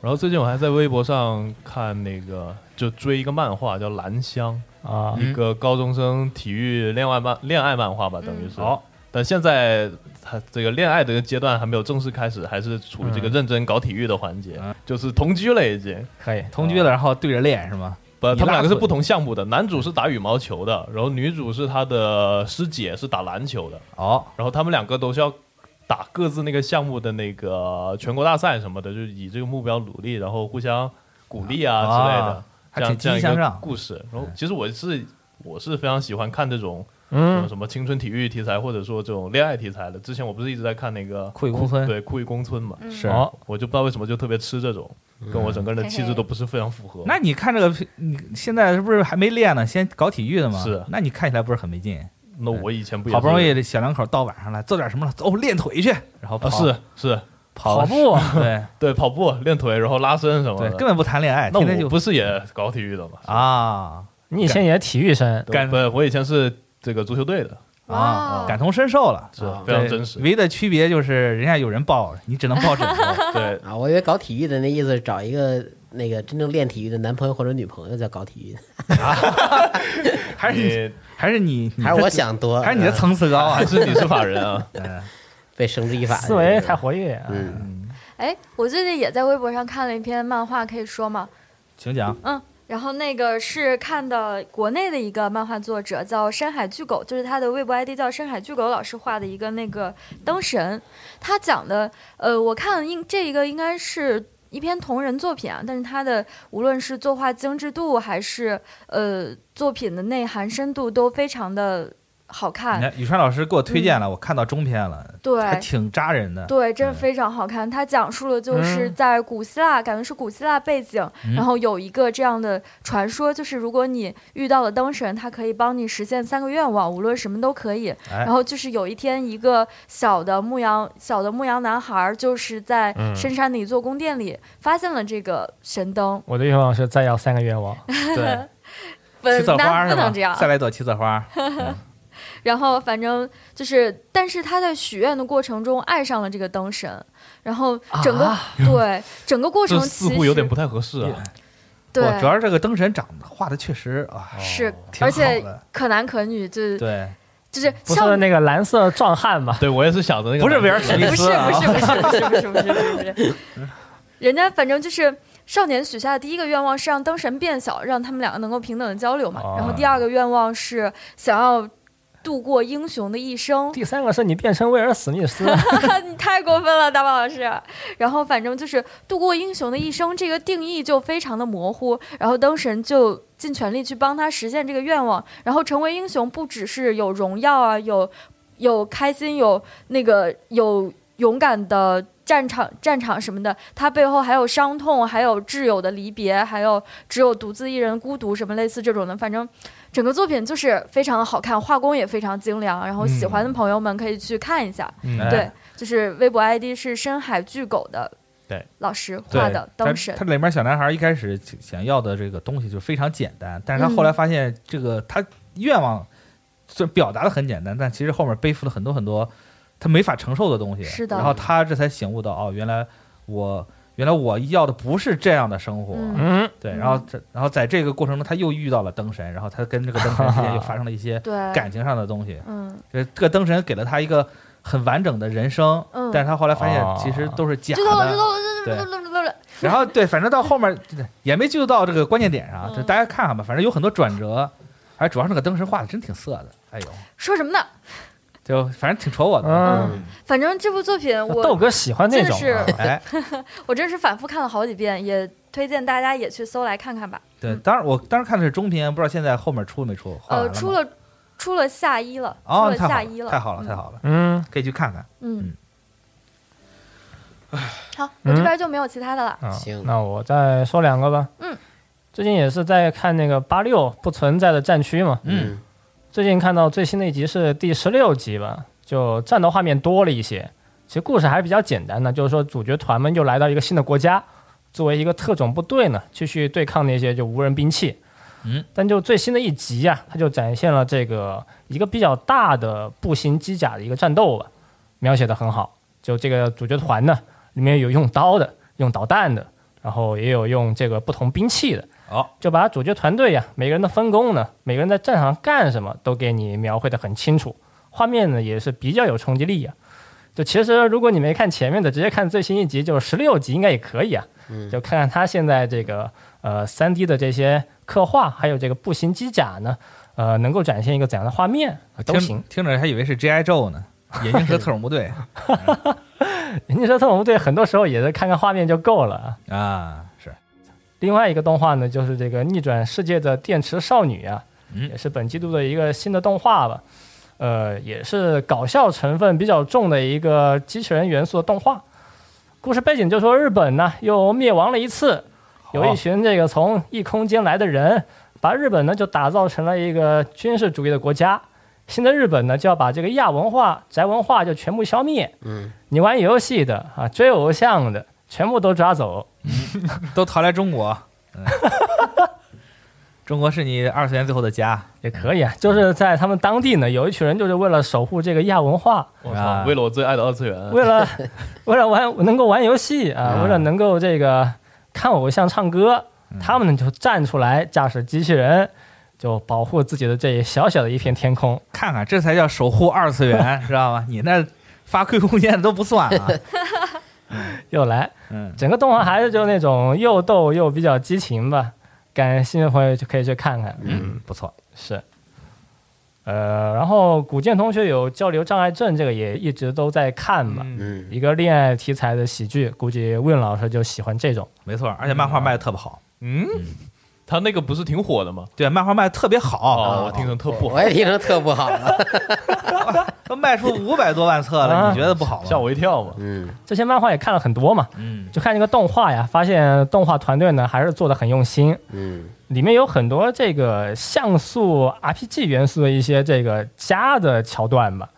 Speaker 5: 然后最近我还在微博上看那个，就追一个漫画叫《兰香
Speaker 8: 啊》，
Speaker 6: 嗯
Speaker 5: 一个高中生体育恋爱漫恋爱漫画吧，等于是。
Speaker 6: 嗯好
Speaker 5: 但现在他这个恋爱的阶段还没有正式开始，还是处于这个认真搞体育的环节，
Speaker 6: 嗯
Speaker 5: 就是同居了已经。
Speaker 8: 可以，
Speaker 6: 同居了，然后对着练是吗？
Speaker 5: 不，
Speaker 6: 你
Speaker 5: 他们
Speaker 6: 拉
Speaker 5: 两个是
Speaker 6: 腿嗯
Speaker 5: 不同项目的。男主是打羽毛球的，然后女主是他的师姐，是打篮球的。
Speaker 6: 哦，
Speaker 5: 然后他们两个都是要打各自那个项目的那个全国大赛什么的，就是以这个目标努力，然后互相鼓励啊
Speaker 6: 啊
Speaker 5: 之类的，
Speaker 6: 还
Speaker 5: 这
Speaker 6: 挺
Speaker 5: 样
Speaker 6: 积
Speaker 5: 这样
Speaker 6: 极
Speaker 5: 一
Speaker 6: 向
Speaker 5: 个
Speaker 6: 上。
Speaker 5: 故事。然后其实我是我是非常喜欢看这种什么
Speaker 8: 嗯
Speaker 5: 什么青春体育题材，或者说这种恋爱题材的。之前我不是一直在看那个
Speaker 6: 酷与公孙
Speaker 5: 对《酷与公村》嘛，
Speaker 7: 嗯
Speaker 6: 是嗯
Speaker 8: 哦
Speaker 5: 我就不知道为什么就特别吃这种，
Speaker 4: 嗯
Speaker 5: 跟我整个人的气质都不是非常符合。
Speaker 6: 那你看这个，你现在是不是还没练呢？先搞体育的嘛。
Speaker 5: 是
Speaker 6: 那你看起来不是很没劲？
Speaker 5: 那我以前不也
Speaker 6: 好不
Speaker 5: 是
Speaker 6: 容易小两口到晚上了，做点什么了？走，练腿去。然后跑
Speaker 5: 啊，是是，
Speaker 6: 跑
Speaker 8: 跑步，啊
Speaker 6: 对
Speaker 5: 对，跑步、练腿，然后拉伸什么
Speaker 6: 对
Speaker 5: 的。，
Speaker 6: 根本不谈恋爱，
Speaker 5: 那
Speaker 6: 天天
Speaker 5: 我
Speaker 6: 就
Speaker 5: 不是也搞体育的吗？
Speaker 6: 啊，
Speaker 8: 你以前也是体育生，
Speaker 5: 干不，我以前是这个足球队的，
Speaker 7: 哇，哦
Speaker 6: 啊感同身受了。
Speaker 5: 是
Speaker 4: 啊
Speaker 5: 非常
Speaker 6: 对
Speaker 5: 真实。
Speaker 6: 唯一的区别就是人家有人抱着，你只能抱枕 头。
Speaker 5: 对，
Speaker 4: 啊，我以为搞体育的那意思是找一个那个真正练体育的男朋友或者女朋友叫搞体育，
Speaker 6: 还是你，
Speaker 5: 你
Speaker 6: 还是你，你
Speaker 4: 还是
Speaker 6: 的
Speaker 4: 我想多，
Speaker 6: 嗯还是你的
Speaker 4: 啊
Speaker 6: 层次高 啊
Speaker 5: 还？是你是法人啊？
Speaker 4: 被绳之以法，
Speaker 8: 思维太活跃啊，
Speaker 4: 嗯，
Speaker 7: 哎，我最近也在微博上看了一篇漫画，可以说吗？
Speaker 6: 请讲。
Speaker 7: 嗯，然后那个是看的国内的一个漫画作者叫山海巨狗，就是他的微博 ID 叫山海巨狗老师画的一个那个灯神，他讲的呃，我看应这一个应该是。一篇同人作品啊，但是他的无论是作画精致度还是呃作品的内涵深度都非常的好
Speaker 6: 你
Speaker 7: 看，
Speaker 6: 看，宇川老师给我推荐了，我看到中篇了，
Speaker 7: 啊嗯对，
Speaker 6: 还挺扎人的。
Speaker 7: 对，真的
Speaker 6: 嗯
Speaker 7: 非常好看。它讲述了就是
Speaker 8: 嗯
Speaker 7: 在古希腊，感觉是古希腊背景，
Speaker 6: 嗯
Speaker 7: 然后有一个这样的传说，就是如果你遇到了灯神，他可以帮你实现三个愿望，无论什么都可以。
Speaker 6: 哎
Speaker 7: 然后就是有一天，一个小的牧羊小的牧羊男孩儿，就是在
Speaker 8: 嗯
Speaker 7: 深山的一座宫殿里发现了这个神灯。
Speaker 8: 我的愿望是再要三个愿望，
Speaker 6: 对，
Speaker 7: 不
Speaker 6: 七色
Speaker 7: 那
Speaker 6: 花是
Speaker 7: 不
Speaker 6: 吧
Speaker 7: 能这样？，
Speaker 6: 再来一朵七色花，
Speaker 7: 然后反正就是，但是他在许愿的过程中爱上了这个灯神，然后整个、
Speaker 6: 啊
Speaker 7: 对整个过
Speaker 5: 这
Speaker 7: 程
Speaker 5: 似
Speaker 7: 其
Speaker 5: 乎有点
Speaker 7: 实
Speaker 5: 不太合适啊。
Speaker 7: 对
Speaker 6: 哇，主要是这个灯神长得画的确实
Speaker 5: 哦
Speaker 6: 啊，
Speaker 7: 是，
Speaker 6: 挺
Speaker 7: 而
Speaker 6: 好
Speaker 7: 且
Speaker 6: 的。
Speaker 7: 可男可女，就是
Speaker 6: 对，
Speaker 7: 就是
Speaker 8: 不是
Speaker 7: 像
Speaker 8: 那个蓝色壮汉嘛，
Speaker 4: 嗯
Speaker 5: 对我也是想着那个，
Speaker 6: 不是维尔史密
Speaker 7: 不是
Speaker 6: 斯啊
Speaker 7: 不是不是不是不是不是不是，人家反正就是少年许下的第一个愿望是让灯神变小，让他们两个能够平等的交流嘛。
Speaker 8: 哦
Speaker 7: 然后第二个愿望是想要度过英雄的一生。
Speaker 8: 第三个是你变成威尔史密斯，
Speaker 7: 你 太过分了，大宝老师。然后反正就是度过英雄的一生这个定义就非常的模糊，然后灯神就尽全力去帮他实现这个愿望，然后成为英雄不只是有荣耀啊，有有开心，有那个有勇敢的。战场，战场什么的，他背后还有伤痛，还有挚友的离别，还有只有独自一人孤独，什么类似这种的。反正整个作品就是非常好看，画工也非常精良，然后喜欢的朋友们可以去看一下。
Speaker 5: 嗯
Speaker 6: 哎
Speaker 7: 对，就是微博 ID 是深海巨狗的，
Speaker 5: 对，
Speaker 7: 老师
Speaker 6: 对
Speaker 7: 画的
Speaker 6: 他
Speaker 7: 灯神
Speaker 6: 他，里面小男孩一开始想要的这个东西就非常简单，但是他后
Speaker 7: 嗯
Speaker 6: 来发现这个他愿望虽然表达的很简单，但其实后面背负了很多很多他没法承受的东西。
Speaker 7: 是的
Speaker 6: 然后他这才醒悟到哦，原来我原来我要的不是这样的生活。
Speaker 7: 嗯
Speaker 8: 嗯，
Speaker 6: 对，然后这然后在这个过程中他又遇到了灯神，然后他跟这个灯神之间又发生了一些
Speaker 7: 对，
Speaker 6: 感情上的东西。
Speaker 7: 嗯，
Speaker 6: 这这个灯神给了他一个很完整的人生，
Speaker 7: 嗯
Speaker 6: 但是他后来发现
Speaker 5: 哦
Speaker 6: 其实都是假
Speaker 7: 知道了，知
Speaker 6: 的。
Speaker 7: 道了，知道了知道了，知道了，
Speaker 6: 然后对，反正到后面也没剧透到这个关键点上，
Speaker 7: 嗯
Speaker 6: 就大家看看吧，反正有很多转折。而主要是那个灯神画的真挺色的，哎呦，
Speaker 7: 说什么呢？
Speaker 6: 就反正挺戳我的。
Speaker 8: 嗯，
Speaker 7: 嗯，反正这部作品
Speaker 8: 豆
Speaker 7: 我
Speaker 8: 哥喜欢那
Speaker 7: 真的
Speaker 8: 种、
Speaker 7: 是
Speaker 8: 啊，
Speaker 6: 哎，
Speaker 7: 我真是反复看了好几遍，也推荐大家也去搜来看看吧。
Speaker 6: 对，当然我当时看的是中篇，不知道现在后面出没出。画完
Speaker 7: 呃，
Speaker 6: 吗
Speaker 7: 出了出了下一了，出
Speaker 6: 哦，
Speaker 7: 了
Speaker 6: 太好
Speaker 7: 下
Speaker 6: 了
Speaker 7: 一
Speaker 6: 太好了，太
Speaker 7: 了，
Speaker 6: 好了，
Speaker 8: 嗯，
Speaker 6: 可以去看看。
Speaker 7: 嗯
Speaker 6: 嗯。
Speaker 7: 好，我这边就没有其他的了。
Speaker 8: 啊
Speaker 4: 行
Speaker 8: 那我再说两个吧，
Speaker 7: 嗯，
Speaker 8: 最近也是在看那个八六不存在的战区嘛，
Speaker 6: 嗯，
Speaker 8: 最近看到最新的一集是第十六集吧，就战斗画面多了一些。其实故事还是比较简单的，就是说主角团们又来到一个新的国家，作为一个特种部队呢，继续对抗那些就无人兵器。
Speaker 6: 嗯，
Speaker 8: 但就最新的一集呀、它就展现了这个一个比较大的步行机甲的一个战斗吧，描写的很好。就这个主角团呢，里面有用刀的，用导弹的，然后也有用这个不同兵器的。
Speaker 6: 好，
Speaker 8: 就把主角团队呀、每个人的分工呢，每个人在战场上干什么，都给你描绘的很清楚，画面呢也是比较有冲击力呀、啊就其实如果你没看前面的，直接看最新一集，就是十六集应该也可以啊。
Speaker 4: 嗯
Speaker 8: 就看看他现在这个呃三 D 的这些刻画，还有这个步行机甲呢，呃，能够展现一个怎样的画面都
Speaker 6: 听
Speaker 8: 行。
Speaker 6: 听着还以为是 G I Joe 呢，眼镜蛇特种部队
Speaker 8: 人家说特种部队很多时候也是看看画面就够了啊。
Speaker 6: 啊，是，
Speaker 8: 另外一个动画呢，就是这个逆转世界的电池少女啊，
Speaker 6: 嗯
Speaker 8: 也是本季度的一个新的动画吧。呃，也是搞笑成分比较重的一个机器人元素的动画。故事背景就说日本呢又灭亡了一次，有一群这个从异空间来的人，把日本呢就打造成了一个军事主义的国家。现在日本呢就要把这个亚文化、宅文化就全部消灭。
Speaker 4: 嗯，
Speaker 8: 你玩游戏的啊，追偶像的，全部都抓走。
Speaker 6: 都逃来中国。嗯中国是你二次元最后的家，
Speaker 8: 也可以啊，就是在他们当地呢，有一群人就是为了守护这个亚文化，
Speaker 5: 我
Speaker 6: 啊
Speaker 5: 操，为了我最爱的二次元，
Speaker 8: 为了为了玩能够玩游戏啊，为了能够这个看偶像唱歌，他们呢就站出来驾驶机器人，就保护自己的这小小的一片天空。
Speaker 6: 看看这才叫守护二次元，知道吧？你那发 QQ 空间的都不算啊。
Speaker 8: 又来，
Speaker 6: 嗯，
Speaker 8: 整个动画还是就那种又逗又比较激情吧，感兴趣的朋友就可以去看看。
Speaker 6: 嗯，不错。
Speaker 8: 是，呃，然后古剑同学有交流障碍症，这个也一直都在看嘛。
Speaker 4: 嗯，
Speaker 8: 一个恋爱题材的喜剧，估计 Win 老师就喜欢这种。
Speaker 6: 没错，而且漫画卖的特别好。
Speaker 5: 嗯，他那个不是挺火的吗？
Speaker 6: 对，漫画卖的特别好，
Speaker 5: 哦，我听成特不好
Speaker 4: 我，也听着特不好了。
Speaker 6: 都卖出五百多万册了，
Speaker 8: 啊
Speaker 6: 你觉得不好吗？
Speaker 5: 吓我一跳嘛。
Speaker 4: 嗯，
Speaker 8: 这些漫画也看了很多嘛，
Speaker 6: 嗯，
Speaker 8: 就看这个动画呀，发现动画团队呢还是做的很用心，
Speaker 4: 嗯，
Speaker 8: 里面有很多这个像素 RPG 元素的一些这个加的桥段吧，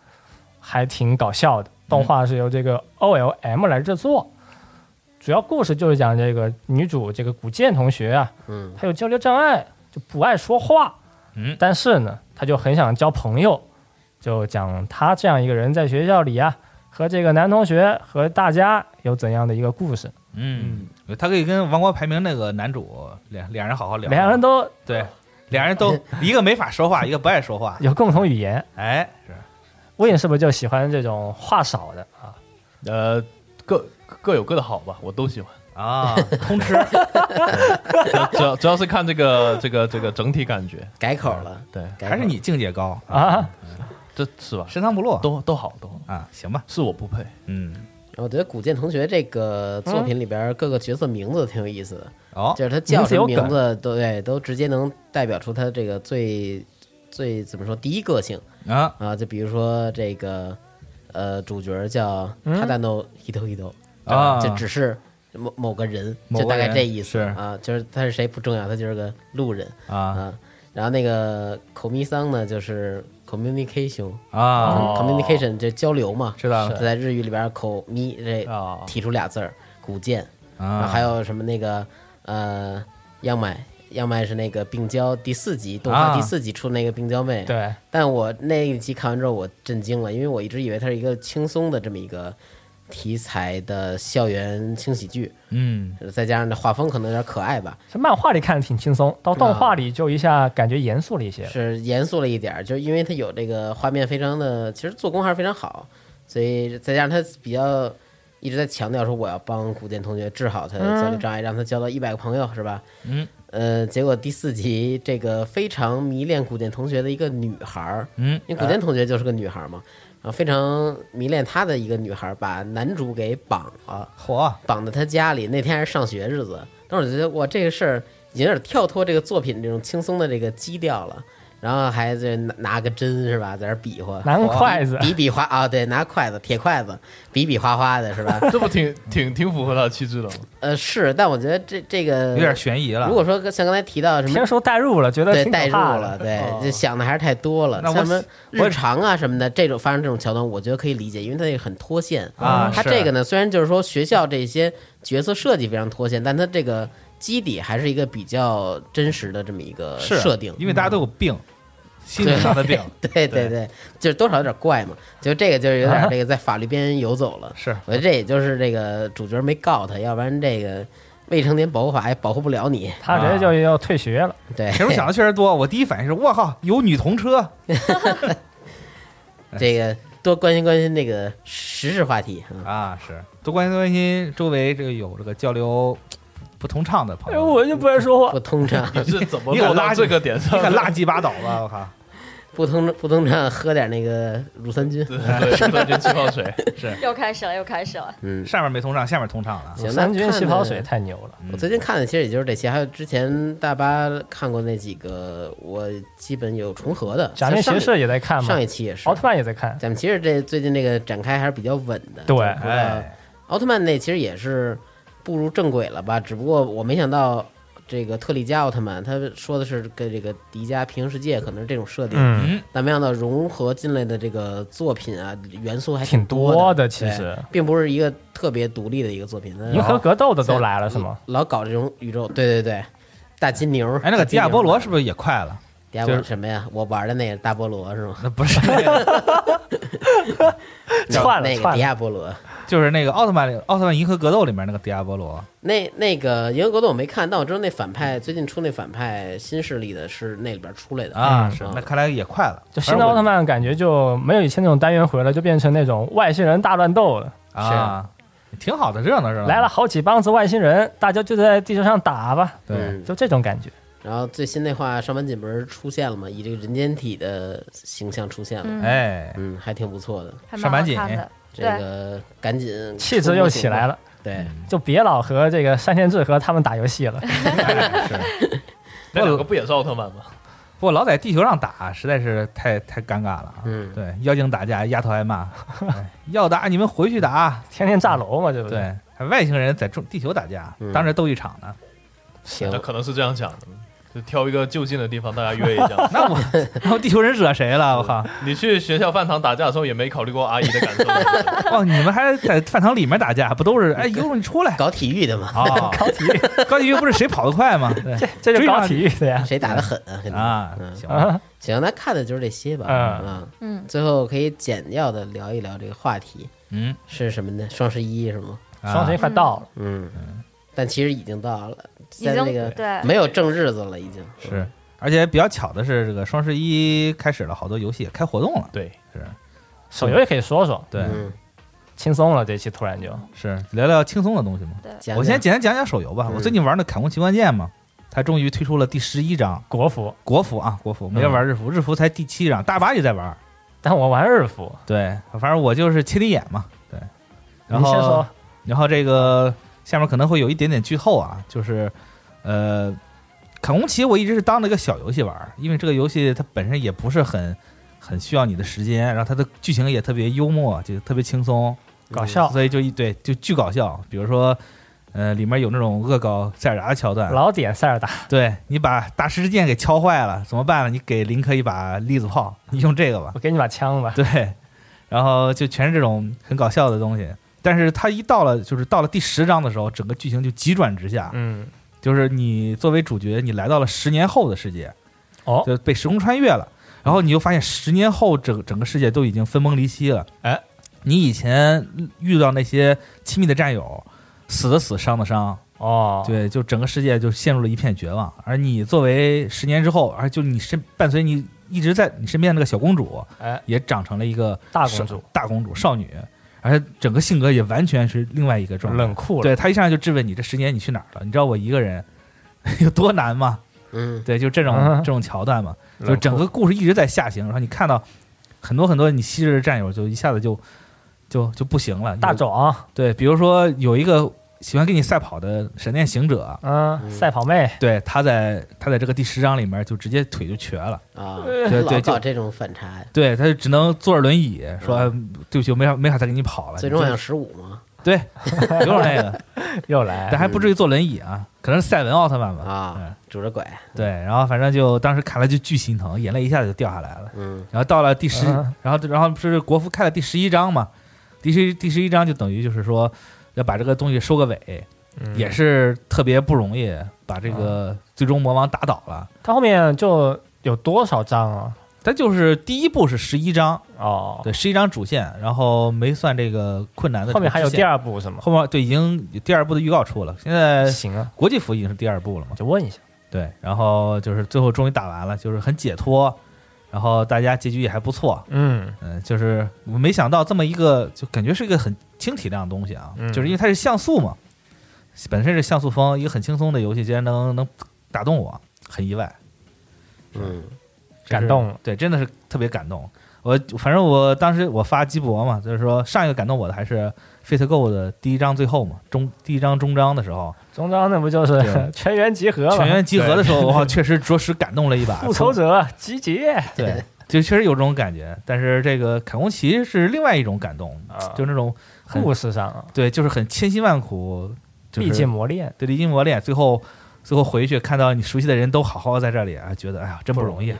Speaker 8: 还挺搞笑
Speaker 6: 嗯
Speaker 8: 的。动画是由这个 OLM 来制作，主要故事就是讲这个女主这个古剑同学啊，
Speaker 4: 嗯，
Speaker 8: 她有交流障碍，就不爱说话，
Speaker 6: 嗯
Speaker 8: 但是呢，她就很想交朋友，就讲她这样一个人在学校里啊，和这个男同学和大家有怎样的一个故事，
Speaker 6: 嗯，他可以跟《王国排名》那个男主两两人好好聊，
Speaker 8: 两人都
Speaker 6: 对，两人都一个没法说话，一个不爱 说话。
Speaker 8: 有共同语言。
Speaker 6: 哎，是
Speaker 8: 我也是不是就喜欢这种话少的啊？
Speaker 5: 呃，各各有各的好吧，我都喜欢。
Speaker 6: 啊，
Speaker 8: 通吃。
Speaker 5: 主要主要是看这个这个这个整体感觉，
Speaker 4: 改口了，
Speaker 5: 对，
Speaker 4: 改口
Speaker 6: 还是你境界高啊，
Speaker 8: 啊，
Speaker 5: 这是吧？
Speaker 6: 深藏不露
Speaker 5: 都都好，都好，
Speaker 6: 啊，行吧，
Speaker 5: 是我不配。
Speaker 6: 嗯，
Speaker 4: 我觉得古剑同学这个作品里边各个角色名字挺有意思的，
Speaker 6: 哦，
Speaker 4: 就是他叫什么
Speaker 8: 名字有
Speaker 4: 名字，都对，都直接能代表出他这个最最怎么说第一个性
Speaker 6: 啊，
Speaker 4: 啊。就比如说这个呃，主角叫哈达诺伊头伊头
Speaker 6: 嗯啊
Speaker 4: 就只是某某个人，
Speaker 6: 某
Speaker 4: 就
Speaker 6: 个
Speaker 4: 大概
Speaker 6: 人
Speaker 4: 这意思
Speaker 6: 是
Speaker 4: 啊。就是他是谁不重要，他就是个路人
Speaker 6: 啊
Speaker 4: 啊。然后那个口咪桑呢，就是 communication 嗯哦
Speaker 6: 啊，
Speaker 4: communication 就交流嘛，
Speaker 6: 知道了
Speaker 4: 在日语里边口咪这
Speaker 5: 啊
Speaker 4: 提出俩字儿古剑，然
Speaker 6: 啊，
Speaker 4: 后还有什么那个呃样麦。样麦是那个病娇第四集动画
Speaker 6: 啊
Speaker 4: 第四集出那个病娇妹，
Speaker 8: 对，
Speaker 4: 但我那一集看完之后我震惊了，因为我一直以为它是一个轻松的这么一个题材的校园轻喜剧，
Speaker 6: 嗯，
Speaker 4: 再加上这画风可能有点可爱吧，
Speaker 8: 这漫画里看的挺轻松，到动画里就一下感觉严肃了一些。
Speaker 4: 是严肃了一点儿，就是因为它有这个画面非常的，其实做工还是非常好，所以再加上它比较一直在强调说我要帮古剑同学治好他的交流障碍，让他交到一百个朋友，是吧？
Speaker 6: 嗯，
Speaker 4: 呃，结果第四集这个非常迷恋古剑同学的一个女孩儿，
Speaker 6: 嗯，
Speaker 4: 因为古剑同学就是个女孩儿嘛，然后非常迷恋她的一个女孩儿，把男主给绑了。
Speaker 6: 火，
Speaker 4: 绑在他家里，那天还是上学日子。当时我觉得哇，这个事儿已经有点跳脱这个作品这种轻松的这个基调了。然后还在拿拿个针是吧，在那儿比划，
Speaker 8: 拿个筷子
Speaker 4: 比比划啊、对，拿筷子，铁筷子，比比划划的是吧？
Speaker 5: 这不挺挺挺符合他的气质的吗？
Speaker 4: 呃，是，但我觉得这这个
Speaker 6: 有点悬疑了
Speaker 4: 如。果说像刚才提到什么
Speaker 8: 天书代入了，觉得
Speaker 4: 对
Speaker 8: 挺
Speaker 4: 代
Speaker 8: 可
Speaker 4: 入
Speaker 8: 怕
Speaker 4: 了，啊
Speaker 8: 的。
Speaker 4: 对
Speaker 6: 哦，
Speaker 4: 就想的还是太多了。
Speaker 6: 那
Speaker 4: 像
Speaker 6: 我
Speaker 4: 什么
Speaker 6: 我
Speaker 4: 日常啊什么的，这种发生这种桥段，我觉得可以理解，因为它也很脱线
Speaker 6: 啊
Speaker 4: 它
Speaker 6: 是
Speaker 4: 这个呢，虽然就是说学校这些角色设计非常脱线，但它这个基底还是一个比较真实的这么一个
Speaker 6: 是啊
Speaker 4: 设定。嗯
Speaker 6: 因为大家都有病，心理上的病
Speaker 4: 对对对，就是多少有点怪嘛，就这个就是有点这个在法律边缘游走了。
Speaker 6: 啊是
Speaker 4: 我觉得这也就是这个主角没告他，要不然这个未成年保护法也保护不了你。
Speaker 8: 他直接就要退学了。
Speaker 4: 对，
Speaker 6: 其实我想的确实多，我第一反应是我靠，有女童车，
Speaker 4: 这个多关心关心这个时事话题啊。
Speaker 6: 啊，是多关心关心周围这个有这个交流不通畅的朋
Speaker 8: 哎，
Speaker 6: 友，
Speaker 8: 我就不爱说话
Speaker 4: 不。通畅，
Speaker 5: 你是怎么
Speaker 6: 你敢
Speaker 5: 落到
Speaker 6: 拉
Speaker 5: 这个点上
Speaker 6: 你
Speaker 5: 的？
Speaker 6: 可拉鸡巴倒吧，我靠！
Speaker 4: 不通不通畅，喝点那个乳酸菌。
Speaker 5: 对对，是的，就气泡水。
Speaker 7: 又开始了，又开始了。
Speaker 4: 嗯，
Speaker 6: 上面没通畅，下面通畅了。
Speaker 4: 行，那
Speaker 8: 三军
Speaker 4: 看
Speaker 8: 气泡
Speaker 4: 的
Speaker 8: 水。太牛了，
Speaker 4: 我最近看的其实也就是这些，还有之前大巴看过那几个，我基本有重合的。
Speaker 8: 假面
Speaker 4: 像
Speaker 8: 骑
Speaker 4: 上
Speaker 8: 士也在看
Speaker 4: 一
Speaker 8: 嘛
Speaker 4: 上，一期也是
Speaker 8: 奥，特曼也在看。
Speaker 4: 假面骑士这最近这个展开还是比较稳的。
Speaker 8: 对
Speaker 4: 就是说
Speaker 6: 哎，
Speaker 4: 奥特曼那其实也是步入正轨了吧？只不过我没想到这个特利迦奥特曼，他说的是跟这个迪迦平行世界可能是这种设定，
Speaker 8: 嗯，
Speaker 4: 但没想到融合进来的这个作品啊，元素还
Speaker 8: 嗯挺
Speaker 4: 多
Speaker 8: 多
Speaker 4: 的
Speaker 8: 的，其
Speaker 4: 对嗯
Speaker 8: 实
Speaker 4: 并不是一个特别独立的一个作品。它
Speaker 8: 银河格斗的
Speaker 4: 在
Speaker 8: 都来了是吗？？
Speaker 4: 老搞这种宇宙，对对对，大金牛。
Speaker 6: 哎，那个
Speaker 4: 大
Speaker 6: 迪
Speaker 4: 金牛
Speaker 6: 亚波罗是不是也快了？
Speaker 4: 迪亚波罗什么呀？我玩的那个大菠萝是吗？
Speaker 6: 那不是，
Speaker 8: 串了
Speaker 4: 那个
Speaker 8: 串
Speaker 4: 迪
Speaker 8: 了
Speaker 4: 亚波罗，
Speaker 6: 就是那个奥特曼里，奥特曼银河格斗里面那个迪亚波罗
Speaker 4: 那那个银河格斗我没看，但我知道那反派最近出那反派新势力的是那里边出来的
Speaker 6: 啊，
Speaker 8: 嗯
Speaker 6: 是
Speaker 4: 嗯
Speaker 6: 那看来也快了。
Speaker 8: 就新的奥特曼感觉就没有以前那种单元回了，就变成那种外星人大乱斗了。
Speaker 6: 啊，挺好的，热闹热闹。
Speaker 8: 来了，好几帮子外星人，大家就在地球上打吧，
Speaker 6: 对，
Speaker 4: 嗯
Speaker 8: 就这种感觉。
Speaker 4: 然后最新那话上半景不是出现了吗？以这个人间体的形象出现了，
Speaker 7: 嗯，
Speaker 6: 哎，
Speaker 4: 嗯，还挺不错的。
Speaker 7: 还蛮
Speaker 6: 上哎板
Speaker 7: 好
Speaker 6: 井
Speaker 7: 看的。
Speaker 4: 这个赶紧
Speaker 8: 气质又起来
Speaker 4: 了，
Speaker 8: 了，
Speaker 4: 对，
Speaker 8: 就别老和这个山田智和他们打游戏 了。
Speaker 6: 是。
Speaker 5: 那两个不也是奥特曼吗？
Speaker 6: 不过老在地球上打，实在是太太尴尬了啊。
Speaker 4: 嗯，
Speaker 6: 对，妖精打架，丫头挨骂，哎 要打你们回去打。啊
Speaker 8: 天天炸楼嘛，对不？
Speaker 6: 对，还外星人在中地球打架
Speaker 4: 嗯，
Speaker 6: 当着斗一场呢。
Speaker 4: 行
Speaker 5: 那，可能是这样想的，就挑一个就近的地方，大家约一下。
Speaker 6: 那我那我地球人惹谁了？我靠！
Speaker 5: 你去学校饭堂打架的时候，也没考虑过阿姨的感受。
Speaker 6: 哦，你们还在饭堂里面打架，不都是？哎，一会儿你出来。
Speaker 4: 搞体育的嘛，
Speaker 6: 啊，高体育， 高体育不是谁跑得快吗？对
Speaker 8: 这就
Speaker 6: 追上
Speaker 8: 搞体育的呀。
Speaker 4: 谁打的狠啊？肯定
Speaker 6: 啊，
Speaker 4: 嗯
Speaker 6: 行吧，
Speaker 8: 啊，
Speaker 4: 行，那看的就是这些吧。
Speaker 8: 嗯
Speaker 4: 啊，
Speaker 7: 嗯，
Speaker 4: 最后可以简要的聊一聊这个话题
Speaker 6: 嗯，
Speaker 4: 是什么呢？双十一是吗？
Speaker 6: 啊
Speaker 8: 双十一快到了，
Speaker 4: 嗯，但其实已经到了，
Speaker 7: 已
Speaker 4: 现在那
Speaker 7: 经
Speaker 4: 个
Speaker 7: 对
Speaker 4: 没有正日子了，已经
Speaker 6: 是，而且比较巧的是，这个双十一开始了，好多游戏也开活动了。
Speaker 5: 对，
Speaker 6: 是
Speaker 8: 手游也可以说说。
Speaker 6: 对，
Speaker 4: 嗯，
Speaker 8: 轻松了，这期突然就。
Speaker 6: 是聊聊轻松的东西嘛。
Speaker 4: 讲
Speaker 6: 我先
Speaker 4: 讲
Speaker 6: 简单讲讲手游吧。
Speaker 4: 嗯
Speaker 6: 我最近玩的《砍工奇幻剑》嘛，它终于推出了第十一章
Speaker 8: 国服，
Speaker 6: 国服啊，国服没有玩日服，日服才第七章，大巴也在玩。
Speaker 8: 但我玩日服。
Speaker 6: 对，反正我就是千里眼嘛。对，然后嗯
Speaker 8: 你先说，
Speaker 6: 然后这个下面可能会有一点点剧透啊，就是呃，砍红旗我一直是当了一个小游戏玩儿，因为这个游戏它本身也不是很很需要你的时间，然后它的剧情也特别幽默，就特别轻松，
Speaker 8: 搞笑，
Speaker 6: 所以就一对就巨搞笑。比如说，呃，里面有那种恶搞塞尔达的桥段，
Speaker 8: 老点塞尔达，
Speaker 6: 对你把大师之剑给敲坏了怎么办呢？你给林克一把粒子炮，你用这个 吧。
Speaker 8: 我给你把枪吧。
Speaker 6: 对，然后就全是这种很搞笑的东西。但是他一到了，就是到了第十章的时候，整个剧情就急转直下，
Speaker 8: 嗯，
Speaker 6: 就是你作为主角，你来到了十年后的世界，
Speaker 8: 哦，嗯
Speaker 6: 就被时空穿越了。然后你就发现十年后整整个世界都已经分崩离析了。
Speaker 5: 哎，
Speaker 6: 你以前遇到那些亲密的战友，死的死，伤的伤，
Speaker 8: 哦，
Speaker 6: 对，就整个世界就陷入了一片绝望。而你作为十年之后，而就你身伴随你一直在你身边的那个小公主，
Speaker 8: 哎，
Speaker 6: 也长成了一个
Speaker 8: 大
Speaker 6: 少
Speaker 8: 公主，
Speaker 6: 大公主、少女，而且整个性格也完全是另外一个状态。
Speaker 8: 冷酷了。
Speaker 6: 对她一上来就质问你这十年你去哪儿了？你知道我一个人 有多难吗？
Speaker 4: 嗯
Speaker 6: 对，就这种、
Speaker 8: 嗯
Speaker 6: 这种桥段嘛，
Speaker 8: 冷
Speaker 6: 就
Speaker 8: 酷
Speaker 6: 整个故事一直在下行，然后你看到很多很多你昔日的战友就一下子就就就不行了。
Speaker 8: 大
Speaker 6: 有
Speaker 8: 壮，
Speaker 6: 对，比如说有一个喜欢跟你赛跑的闪电行者，
Speaker 8: 嗯，赛跑妹，
Speaker 6: 对，他在他在这个第十章里面就直接腿就瘸了，
Speaker 4: 啊，
Speaker 6: 对
Speaker 4: 老
Speaker 6: 对
Speaker 4: 搞
Speaker 6: 就
Speaker 4: 这种反差，
Speaker 6: 对，他就只能坐着轮椅，说、哎对不起，我没法没法再给你跑了。
Speaker 4: 最
Speaker 6: 你
Speaker 4: 终
Speaker 6: 这
Speaker 4: 好像十五嘛
Speaker 6: 对， 有点那个，
Speaker 8: 又来
Speaker 6: 但，还不至于坐轮椅啊，可能是赛文奥特曼吧。
Speaker 4: 啊，拄着拐，
Speaker 6: 对，然后反正就当时看了就巨心疼，眼泪一下子就掉下来了。
Speaker 4: 嗯
Speaker 6: 然后到了第十，
Speaker 8: 嗯
Speaker 6: 然后然后不是国服开了第十一章嘛，第十第十一章就等于就是说要把这个东西收个尾，
Speaker 8: 嗯
Speaker 6: 也是特别不容易，把这个最终魔王打倒了。
Speaker 8: 他后面就有多少章啊？
Speaker 6: 它就是第一部是十一章，
Speaker 8: 哦，
Speaker 6: 对，十一章主线，然还没算这个困难的。
Speaker 8: 后面还有第
Speaker 6: 二，
Speaker 8: 二部是吗？
Speaker 6: 后面对已经有第二部的预告出了，现在
Speaker 8: 行啊，
Speaker 6: 国际服已经是第二部了嘛？
Speaker 8: 就问一下。
Speaker 6: 对，然后就是最后终于打完了，就是很解脱，然后大家结局也还不错。
Speaker 8: 嗯，
Speaker 6: 嗯，就是我没想到这么一个，就感觉是一个很轻体量的东西啊，
Speaker 8: 嗯
Speaker 6: 就是因为它是像素嘛，本身是像素风，一个很轻松的游戏，竟然能能打动我，很意外。
Speaker 4: 嗯，
Speaker 8: 感动了，
Speaker 6: 对，真的是特别感动。我反正我当时我发鸡博嘛，就是说上一个感动我的还是 Fit Go 的第一章最后嘛，中第一章中章的时候，
Speaker 8: 中章那不就是
Speaker 6: 对
Speaker 8: 全员集合吗？
Speaker 6: 全员集合的时候，哇，确实着实感动了一把。
Speaker 8: 复仇者集结
Speaker 6: 对， 就确实有这种感觉。但是这个砍红旗是另外一种感动，
Speaker 8: 啊，
Speaker 6: 就那种很
Speaker 8: 故事上啊
Speaker 6: 对，就是很千辛万苦，就是
Speaker 8: 历尽磨练，
Speaker 6: 对历经磨练，最后最后回去看到你熟悉的人都好好在这里啊，觉得哎呀真不容易，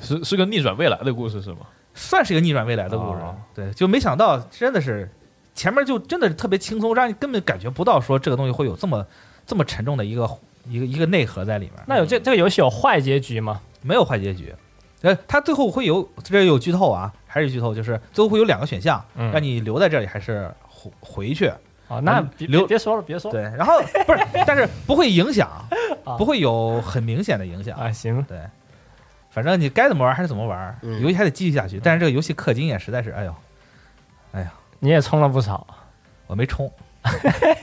Speaker 5: 是是个逆转未来的故事是吗？
Speaker 6: 算是一个逆转未来的故事。啊
Speaker 5: 哦
Speaker 6: 对，就没想到真的是前面就真的是特别轻松，让你根本感觉不到说这个东西会有这么这么沉重的一个一个一个内核在里面。
Speaker 8: 那有这这个游戏有坏结局吗？
Speaker 6: 没有坏结局？呃，它最后会有这有剧透啊，还是剧透？就是最后会有两个选项，
Speaker 8: 嗯
Speaker 6: 让你留在这里还是回回去？
Speaker 8: 哦，那
Speaker 6: 嗯
Speaker 8: 别别
Speaker 6: 留
Speaker 8: 别说了，别说了
Speaker 6: 对，然后不是，但是不会影响
Speaker 8: 啊，
Speaker 6: 不会有很明显的影响。
Speaker 8: 啊，行，
Speaker 6: 对，反正你该怎么玩还是怎么玩，
Speaker 4: 嗯
Speaker 6: 游戏还得继续下去。但是这个游戏氪金也实在是，哎呦，
Speaker 8: 你也充了不少，
Speaker 6: 我没充。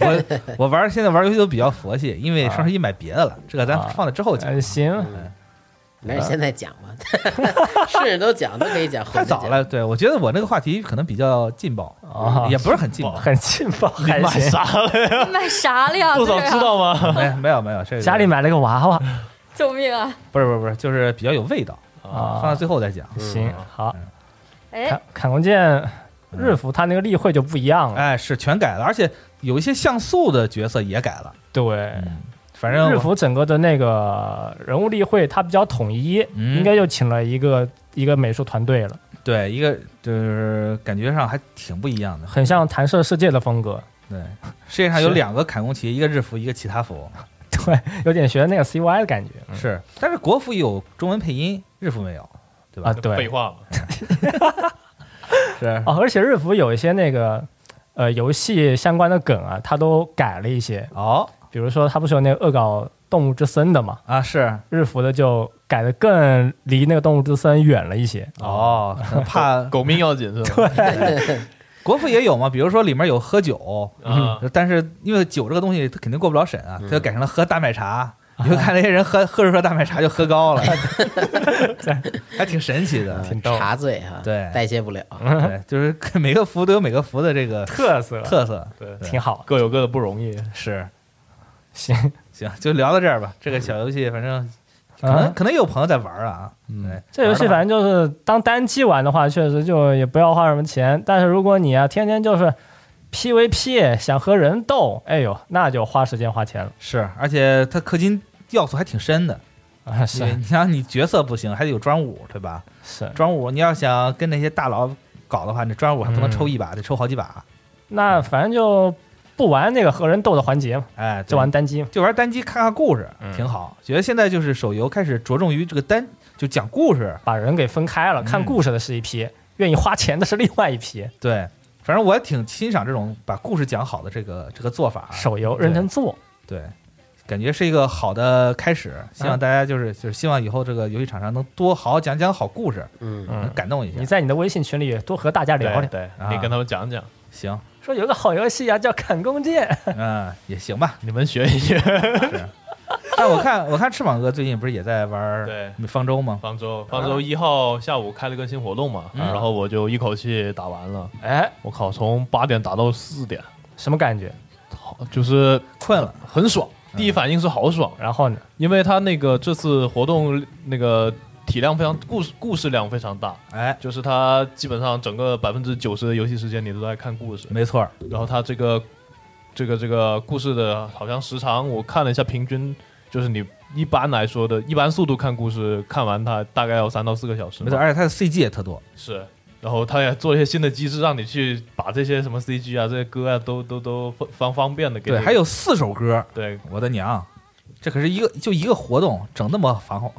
Speaker 6: 我我玩现在玩游戏都比较佛系，因为双十一买别的了，这个咱
Speaker 8: 啊
Speaker 6: 放在之后讲。
Speaker 8: 呃，行，
Speaker 4: 嗯，没事，现在讲吧， 顺着都讲都可以讲，
Speaker 6: 太早了，对我觉得我那个话题可能比较劲爆，
Speaker 8: 哦
Speaker 6: 嗯也不是很劲爆，
Speaker 8: 很劲爆，还
Speaker 5: 买
Speaker 8: 行。
Speaker 5: 啥了呀？
Speaker 7: 买啥了 呀？
Speaker 5: 多
Speaker 7: 对
Speaker 5: 少
Speaker 7: 啊
Speaker 5: 知道吗？
Speaker 6: 没有没有没有，这个
Speaker 8: 家里买了个娃娃
Speaker 7: 救命啊！
Speaker 6: 不是不是不是，就是比较有味道，放嗯到
Speaker 8: 啊，
Speaker 6: 最后再讲。
Speaker 8: 行好，
Speaker 7: 哎
Speaker 6: 哦
Speaker 8: 砍，砍弓剑日服它那个例会就不一样了，
Speaker 6: 哎，是全改了，而且有一些像素的角色也改了。
Speaker 8: 对，
Speaker 6: 反正
Speaker 8: 日
Speaker 6: 我
Speaker 8: 服整个的那个人物例会它比较统一，
Speaker 6: 嗯
Speaker 8: 应该就请了一个一个美术团队了，
Speaker 6: 对一个就是感觉上还挺不一样的。
Speaker 8: 很像弹射世界的风格，
Speaker 6: 对，世界上有
Speaker 8: 是
Speaker 6: 两个砍工旗，一个日服，一个其他服。
Speaker 8: 对，有点学那个 CY 的感觉，嗯
Speaker 6: 是，但是国服有中文配音，日服没有，对吧？
Speaker 8: 啊，对
Speaker 5: 废，话嘛。
Speaker 6: 是，
Speaker 8: 哦，而且日服有一些那个呃游戏相关的梗啊，它都改了一些，
Speaker 6: 哦
Speaker 8: 比如说它不是有那个恶搞《动物之森》的嘛，
Speaker 6: 啊是
Speaker 8: 日服的就改的更离那个《动物之森》远了一些。
Speaker 6: 哦哦，可能怕
Speaker 5: 狗命要紧是吧？
Speaker 6: 国服也有嘛，比如说里面有喝酒，
Speaker 5: 啊，
Speaker 6: 但是因为酒这个东西，它肯定过不了审啊，它就改成了喝大麦 茶。你就看那些人喝喝着喝大麦茶就喝高 了，还 挺神奇的。
Speaker 8: 挺 逗，
Speaker 4: 茶醉哈，
Speaker 6: 对
Speaker 4: 代谢不了。
Speaker 6: 对，就是每个服都有每个服的这个
Speaker 8: 特色
Speaker 6: 特色。
Speaker 5: 对，
Speaker 8: 挺好。
Speaker 5: 各有各的不容易。
Speaker 6: 是，
Speaker 8: 行，
Speaker 6: 行，就聊到这儿吧。这个小游戏，反正可能、
Speaker 8: 啊，
Speaker 6: 可能有朋友在玩儿啊。对，
Speaker 8: 这游戏
Speaker 6: 玩儿
Speaker 8: 反正就是当单机玩的话，确实就也不要花什么钱。但是如果你啊天天就是 PVP 想和人斗，哎呦，那就花时间花钱了
Speaker 6: 的话是，而且它氪金要素还挺深的。
Speaker 8: 啊！
Speaker 6: 你
Speaker 8: 是
Speaker 6: 你想，你角色不行，还得有专武，对吧？
Speaker 8: 是，
Speaker 6: 专武你要想跟那些大佬搞的话，你专武还不
Speaker 8: 嗯
Speaker 6: 能抽一把，得抽好几把。
Speaker 8: 那反正就不玩那个和人斗的环节嘛，
Speaker 6: 哎，对
Speaker 8: 就玩单嗯机嘛。
Speaker 6: 就玩单机看看故事，挺好。觉得现在就是手游开始着重于这个单，就讲故事。
Speaker 8: 把人给分开了，
Speaker 6: 嗯
Speaker 8: 看故事的是一批，愿意花钱的是另外一批。
Speaker 6: 对，反正我也挺欣赏这种把故事讲好的这个这个做法。啊
Speaker 8: 手游认真做，
Speaker 6: 对，感觉是一个好的开始。希
Speaker 8: 嗯
Speaker 6: 望大家就是、就是希望以后这个游戏厂商能多好好讲讲好故事，
Speaker 4: 嗯，
Speaker 8: 嗯
Speaker 6: 能，感动一下
Speaker 8: 你。在你的微信群里多和大家聊
Speaker 5: 对
Speaker 8: 聊，
Speaker 5: 对，
Speaker 6: 啊
Speaker 5: 你跟他们讲讲，
Speaker 6: 行，
Speaker 8: 说有个好游戏啊，叫《砍弓剑》，
Speaker 6: 嗯，也行吧。
Speaker 5: 你们学一学。
Speaker 6: 但我看我看翅膀哥最近不是也在玩
Speaker 5: 对
Speaker 6: 方舟吗？
Speaker 5: 方舟，方舟一号下午开了个新活动嘛，然后我就一口气打完了。
Speaker 8: 哎，
Speaker 5: 我靠，从八点打到四点，
Speaker 8: 什么感觉？
Speaker 5: 就是
Speaker 6: 困了，
Speaker 5: 很爽。第
Speaker 6: 嗯
Speaker 5: 一反应是好爽，
Speaker 8: 然后呢？
Speaker 5: 因为他那个这次活动那个体量非常，故事故事量非常大，
Speaker 6: 哎，
Speaker 5: 就是他基本上整个百分之九十的游戏时间你都在看故事，
Speaker 6: 没错儿，
Speaker 5: 然后他这个这个这个故事的好像时长，我看了一下，平均就是你一般来说的，一般速度看故事看完它大概要三到四个小时嘛，
Speaker 6: 没错儿，而且它的 CG 也特多。
Speaker 5: 是。然后他也做一些新的机制，让你去把这些什么 CG 啊、这些歌啊，都都都方方方便的给你。
Speaker 6: 对，还有四首歌，
Speaker 5: 对
Speaker 6: 我的娘！这可是一个就一个活动，整那么繁后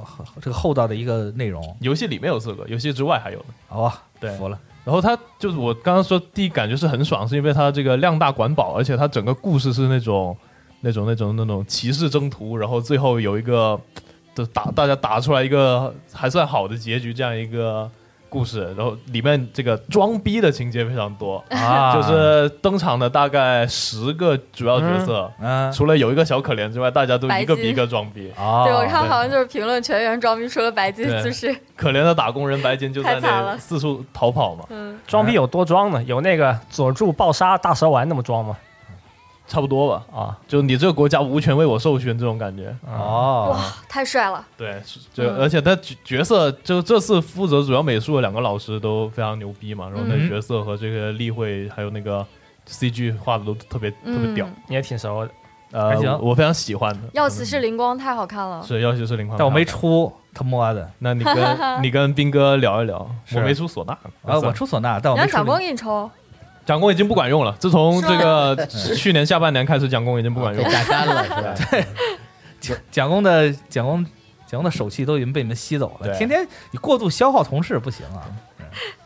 Speaker 6: 这个厚道的一个内容，
Speaker 5: 游戏里面有四个，游戏之外还有的。
Speaker 6: 哦，
Speaker 5: 对
Speaker 6: 服了，
Speaker 5: 然后它就是我刚刚说第一感觉是很爽，是因为它这个量大管饱，而且它整个故事是那种那种那种那种骑士征途，然后最后有一个就打大家打出来一个还算好的结局这样一个故事，然后里面这个装逼的情节非常多，
Speaker 6: 啊
Speaker 5: 就是登场的大概十个主要角色，
Speaker 6: 嗯，
Speaker 5: 除了有一个小可怜之外，大家都一个比
Speaker 7: 白金
Speaker 5: 一个装逼，
Speaker 6: 哦，
Speaker 7: 对我看
Speaker 5: 对
Speaker 7: 好像就是评论全员装逼，除了白金
Speaker 5: 对
Speaker 7: 就是
Speaker 5: 可怜的打工人白金就在
Speaker 7: 太惨
Speaker 5: 那
Speaker 7: 了
Speaker 5: 四处逃跑嘛，
Speaker 7: 嗯，
Speaker 8: 装逼有多装呢？有那个佐助爆杀大蛇丸那么装吗？
Speaker 5: 差不多吧。
Speaker 8: 啊，
Speaker 5: 就你这个国家无权为我授勋这种感觉。
Speaker 6: 哦，
Speaker 7: 哇，太帅了，
Speaker 5: 对，是就、
Speaker 7: 嗯
Speaker 5: 而且他角角色就这次负责主要美术的两个老师都非常牛逼嘛，然后那
Speaker 6: 嗯
Speaker 5: 角色和这个例会还有那个 CG 画的都特别、特别
Speaker 7: 嗯
Speaker 5: 屌，，
Speaker 8: 你也挺熟的，
Speaker 5: 呃
Speaker 6: 还行，
Speaker 5: 我非常喜欢的。
Speaker 7: 要死
Speaker 6: 嗯
Speaker 7: 是灵光，太好看了，
Speaker 5: 是要求是零块，
Speaker 6: 但我没。出，他妈的，
Speaker 5: 那你 跟你跟斌哥聊一聊，
Speaker 6: 是
Speaker 5: 我没出唢呐
Speaker 6: 啊，我
Speaker 5: 算了
Speaker 6: 出唢呐，但我
Speaker 7: 你
Speaker 6: 没啊
Speaker 7: 让
Speaker 6: 出那
Speaker 7: 长
Speaker 6: 个
Speaker 7: 工给你抽，
Speaker 5: 蒋工已经不管用了，自从
Speaker 7: 是啊
Speaker 5: 这
Speaker 7: 吗
Speaker 5: 个 去年下半年开始，蒋工已经不管
Speaker 4: 被
Speaker 5: 用了。
Speaker 4: 榨干了是吧？
Speaker 6: 蒋蒋工的蒋工蒋工的手气都已经被你们吸走了，
Speaker 5: 对
Speaker 6: 天天你过度消耗同事不行啊。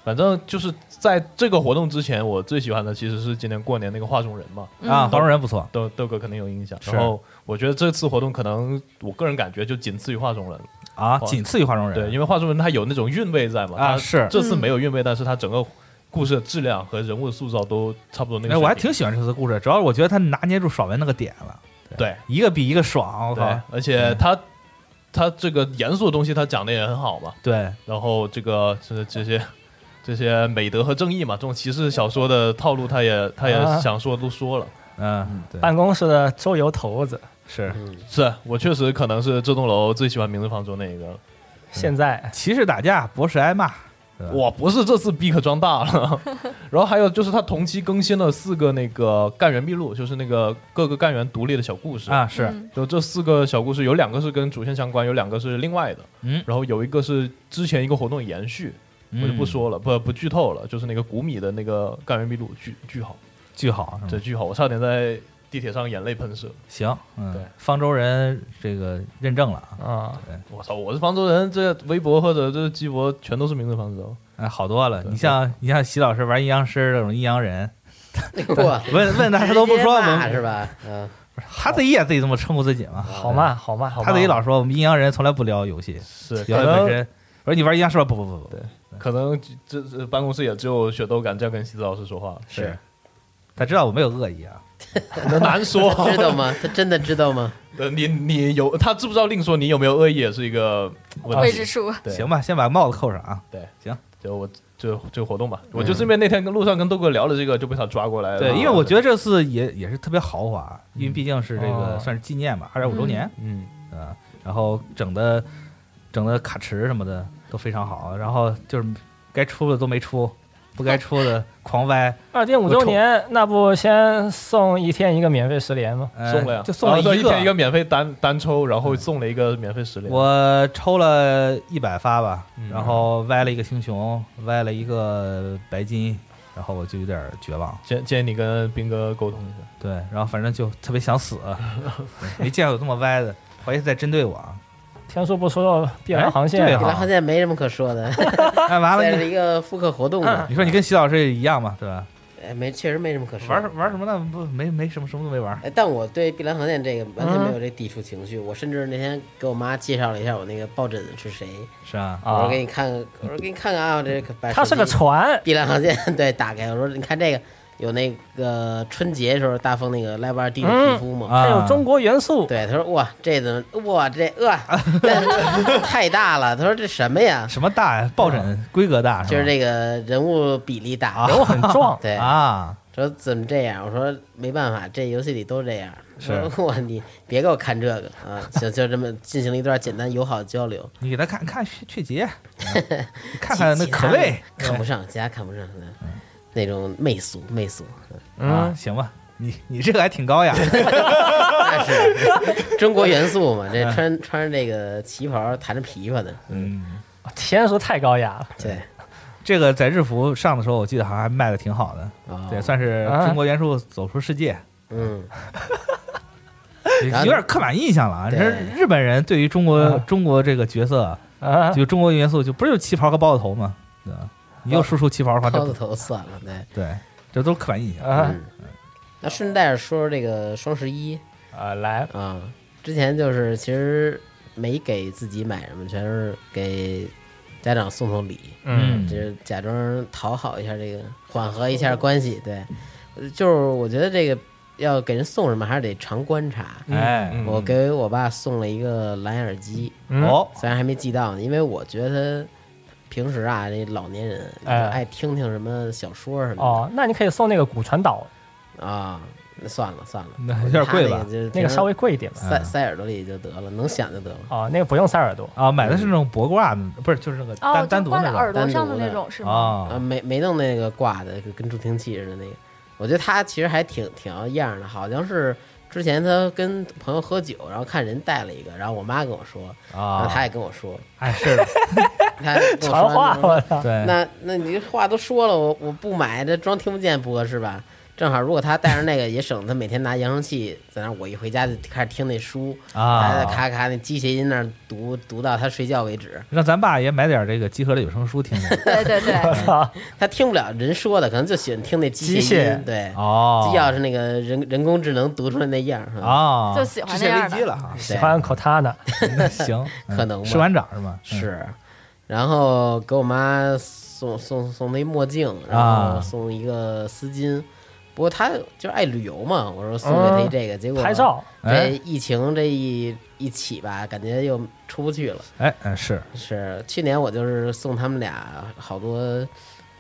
Speaker 5: 反正就是在这个活动之前，我最喜欢的其实是今年过年那个画中人嘛，
Speaker 7: 嗯
Speaker 6: 啊，黄种人不错，
Speaker 5: 豆豆哥肯定有印象。
Speaker 6: 是
Speaker 5: 然后我觉得这次活动可能，我个人感觉就仅次于画中人。
Speaker 6: 啊，
Speaker 5: 黄
Speaker 6: 仅次于化妆人。
Speaker 5: 对，因为画中人他有那种韵味在嘛。
Speaker 6: 啊
Speaker 5: 他
Speaker 6: 是
Speaker 5: 这次没有韵味，但是他整个故事的质量和人物的塑造都差不多那个水
Speaker 6: 哎，
Speaker 5: 平。
Speaker 6: 我还挺喜欢这次故事，主要是我觉得他拿捏住爽文那个点了，
Speaker 5: 对
Speaker 6: 一个比一个爽，我靠
Speaker 5: 对，，而且他他这个严肃的东西他讲的也很好嘛。
Speaker 6: 对，
Speaker 5: 然后这个是这些。这些美德和正义嘛，这种骑士小说的套路，他也他也
Speaker 8: 啊
Speaker 5: 想说都说了。
Speaker 6: 嗯，对，
Speaker 8: 办公室的周游头子，
Speaker 6: 是
Speaker 4: 嗯
Speaker 5: 是我确实可能是这栋楼最喜欢《明日方舟》那一个了。
Speaker 6: 嗯
Speaker 8: 现在
Speaker 6: 骑士打架，博士挨骂，对吧
Speaker 5: 哇，不是这次逼可装大了， 然后还有就是他同期更新了四个那个干员秘录，就是那个各个干员独立的小故事
Speaker 6: 啊，是
Speaker 7: 嗯
Speaker 5: 就这四个小故事，有两个是跟主线相关，有两个是另外的，
Speaker 6: 嗯
Speaker 5: 然后有一个是之前一个活动延续，我就不说了，不不剧透了，就是那个古米的那个干员秘录，巨巨好，
Speaker 6: 巨好，
Speaker 5: 这巨好，我差点在地铁上眼泪喷射。
Speaker 6: 行，嗯，
Speaker 5: 对，
Speaker 6: 方舟人这个认证了啊，
Speaker 8: 啊，
Speaker 5: 我操，我是方舟人，这微博或者这鸡博全都是名字方舟，
Speaker 6: 哎，好多了。
Speaker 5: 对
Speaker 6: 你像你像席老师玩阴阳师这种阴阳人，
Speaker 4: 我
Speaker 6: 问 问他他都不说，我们
Speaker 4: 是吧？嗯，
Speaker 6: 他自己也自己这么称呼自己嘛。
Speaker 8: 好嘛好嘛好嘛，
Speaker 6: 他自己老说我们阴阳人从来不聊游戏，
Speaker 5: 是
Speaker 6: 游戏
Speaker 5: 可
Speaker 6: 本
Speaker 5: 能
Speaker 6: 身我说你玩阴阳师吧？不不不不，
Speaker 5: 可能这这办公室也只有雪豆敢这样跟西子老师说话，
Speaker 4: 是
Speaker 6: 他知道我没有恶意啊。
Speaker 5: 难说。
Speaker 4: 知道吗？他真的知道吗？
Speaker 5: 呃你你有他知不知道另说，你有没有恶意也是一个问
Speaker 7: 哦未
Speaker 5: 题
Speaker 7: 知。数。
Speaker 5: 对
Speaker 6: 行吧，先把帽子扣上啊。
Speaker 5: 就我就就活动吧，我就这边那天跟路上跟豆哥聊了这个，就被他抓过来了。
Speaker 6: 对，因为我觉得这次也也是特别豪华，因为
Speaker 5: 啊嗯
Speaker 6: 毕竟是这
Speaker 5: 哦
Speaker 6: 个算是纪念吧，二点五周年，
Speaker 5: 嗯
Speaker 6: 嗯，然后整的整的卡池什么的都非常好，然后就是该出的都没出，不该 出的狂歪，
Speaker 8: 二点五周年，那不先送一天一个免费十连吗？
Speaker 6: 呃
Speaker 5: 送了呀，
Speaker 6: 就送了
Speaker 5: 啊对一天一
Speaker 6: 个
Speaker 5: 个，嗯免费单单抽，然后送了一个免费十连。
Speaker 6: 我抽了一百发吧
Speaker 5: 嗯，
Speaker 6: 然后歪了一个星熊，歪了一个白金，然后我就有点绝望，
Speaker 5: 建建议你跟斌哥沟通一下，
Speaker 6: 对，然后反正就特别想死，啊 没见过有这么歪的，怀疑是在针对我啊，
Speaker 8: 天数不出肉，必然航线
Speaker 6: 哎对
Speaker 8: 呀。
Speaker 6: 啊
Speaker 4: 然后现在没什么可说 的，
Speaker 6: 哎，完了
Speaker 4: 算
Speaker 6: 你
Speaker 4: 是一个复刻活动吧。
Speaker 6: 你说你跟徐老师也一样嘛，对吧？
Speaker 4: 哎，没，确实没什么可说。
Speaker 6: 嗯玩什玩什么呢？不没没什么什么都没玩。
Speaker 4: 哎，但我对《碧蓝航线》这个完全没
Speaker 6: 嗯
Speaker 4: 有这抵触情绪。我甚至那天给我妈介绍了一下我那个抱枕是谁，
Speaker 6: 是啊，
Speaker 4: 我
Speaker 8: 啊
Speaker 4: 说，给你看，看，我说给你看看啊，我这个把
Speaker 8: 它是
Speaker 4: 手机
Speaker 8: 个
Speaker 6: 啊
Speaker 8: 船，
Speaker 4: 碧蓝航线 对打开，我说你看这个有那个春节时候大风那个莱瓦尔蒂的皮肤嘛。
Speaker 6: 啊
Speaker 8: 它有中国元素。
Speaker 4: 对，他说哇，这怎么哇这呃，这 太大了。他说这什么呀？
Speaker 6: 什么大呀？抱枕规格大，
Speaker 4: 嗯就是
Speaker 6: 吧
Speaker 4: 这个人物比例大，，
Speaker 8: 人物很壮
Speaker 4: 对，
Speaker 6: 啊，
Speaker 4: 说怎么这样？我说没办法，这游戏里都这样。
Speaker 6: 是
Speaker 4: 我说我你别给我看这个啊！行，就这么进行了一段简单友好的交流，
Speaker 6: 你给他看看雀 雀杰，你看看那可畏
Speaker 4: 看不上，其他看不上，嗯那种媚俗媚 俗，
Speaker 6: 啊，
Speaker 8: 嗯
Speaker 6: 行吧。你你这个还挺高 雅，
Speaker 4: 那是中国元素嘛？这穿穿着这个旗袍，弹着琵琶的，
Speaker 6: 嗯，
Speaker 8: 天数太高雅了。
Speaker 4: 对，
Speaker 6: 这个在日服上的时候，我记得好像还卖的挺好的，
Speaker 4: 哦
Speaker 6: 对，，算是
Speaker 8: 啊
Speaker 6: 中国元素走出世界，
Speaker 4: 嗯，然后
Speaker 6: 有点刻板印象了啊。
Speaker 4: 对
Speaker 6: 这日本人对于中国中国这个角色，
Speaker 8: 啊，
Speaker 6: 就中国元素，就不是就旗袍和包子头吗？对吧？你
Speaker 4: 哦
Speaker 6: 又输出旗袍的话，这
Speaker 4: 抛
Speaker 6: 不
Speaker 4: 个头算了，对，
Speaker 6: 对，这都是刻板印象。
Speaker 8: 啊
Speaker 4: 嗯。那顺带着说说这个双十一
Speaker 8: 啊，来，
Speaker 4: 啊，之前就是其实没给自己买什么，全是给家长送送礼，
Speaker 8: 嗯，
Speaker 4: 就是假装讨好一下这个，缓和一下关系。对，呃就是我觉得这个要给人送什么，还是得常观察。
Speaker 6: 哎，
Speaker 5: 嗯
Speaker 4: 我给我爸送了一个蓝牙耳机，
Speaker 7: 嗯
Speaker 8: 嗯
Speaker 6: 哦，
Speaker 4: 虽然还没寄到呢，因为我觉得他平时啊，这老年人就
Speaker 8: 哎
Speaker 4: 爱听听什么小说什么
Speaker 8: 哦，那你可以送那个骨传导，
Speaker 4: 的啊。那算了算了，
Speaker 6: 那有点贵
Speaker 4: 他那
Speaker 6: 吧
Speaker 4: 个？就是
Speaker 8: 那
Speaker 4: 平
Speaker 8: 个
Speaker 4: 时
Speaker 8: 稍微嗯贵一点吧。
Speaker 6: 嗯
Speaker 4: 塞塞耳朵里就得了，能想就得了。
Speaker 8: 哦，那个不用塞耳朵，
Speaker 6: 啊，买的是那种薄挂的，不是，就是那个
Speaker 7: 哦，
Speaker 6: 单
Speaker 7: 就
Speaker 6: 单独
Speaker 7: 挂在
Speaker 6: 那
Speaker 7: 耳
Speaker 6: 种
Speaker 7: 朵上
Speaker 4: 单独
Speaker 7: 那
Speaker 4: 的
Speaker 7: 种是吗？
Speaker 4: 啊，
Speaker 6: 啊。
Speaker 4: 没没弄那个挂的，跟跟助听器似的那个。我觉得他其实还挺挺要样的，好像是之前他跟朋友喝酒，然后看人带了一个，然后我妈跟我说，然后
Speaker 6: 啊，
Speaker 4: 他也跟我说，
Speaker 6: 哎 是的，
Speaker 4: 他跟 我
Speaker 8: 传
Speaker 4: 说
Speaker 8: 话
Speaker 4: 那
Speaker 8: 我操，
Speaker 6: 对，
Speaker 4: 那那你话都说了，我我不买，这装听不见不合适吧？正好，如果他带上那个，也省得他每天拿扬声器在那儿。我一回家就开始听那书，他在
Speaker 6: 啊，
Speaker 4: 咔咔那机械音那儿读，读到他睡觉为止。
Speaker 6: 让咱爸也买点这个集合的有声书听听。
Speaker 7: 对对 对，
Speaker 4: 他听不了人说的，可能就喜欢听那机
Speaker 8: 机
Speaker 4: 械
Speaker 8: 械
Speaker 4: 音。对，
Speaker 6: 哦，
Speaker 4: 要是那个人人工智能读出来那样儿，啊，
Speaker 6: 啊，
Speaker 7: 就喜欢
Speaker 6: 之
Speaker 7: 那
Speaker 6: 前
Speaker 7: 样
Speaker 6: 危机
Speaker 7: 的。
Speaker 6: 了哈。
Speaker 8: 喜欢 Cortana，
Speaker 6: 那行，嗯
Speaker 4: 可能吧
Speaker 6: 吃完长是吗？嗯
Speaker 4: 是，然后给我妈送送送那墨镜，然后
Speaker 6: 啊
Speaker 4: 送一个丝巾。不过她就是爱旅游嘛，我说送给她一这个，结果
Speaker 6: 啊
Speaker 8: 拍照，
Speaker 4: 这疫情这一一起吧，感觉又出不去了。
Speaker 6: 嗯，哎，嗯是
Speaker 4: 是去年我就是送他们俩好多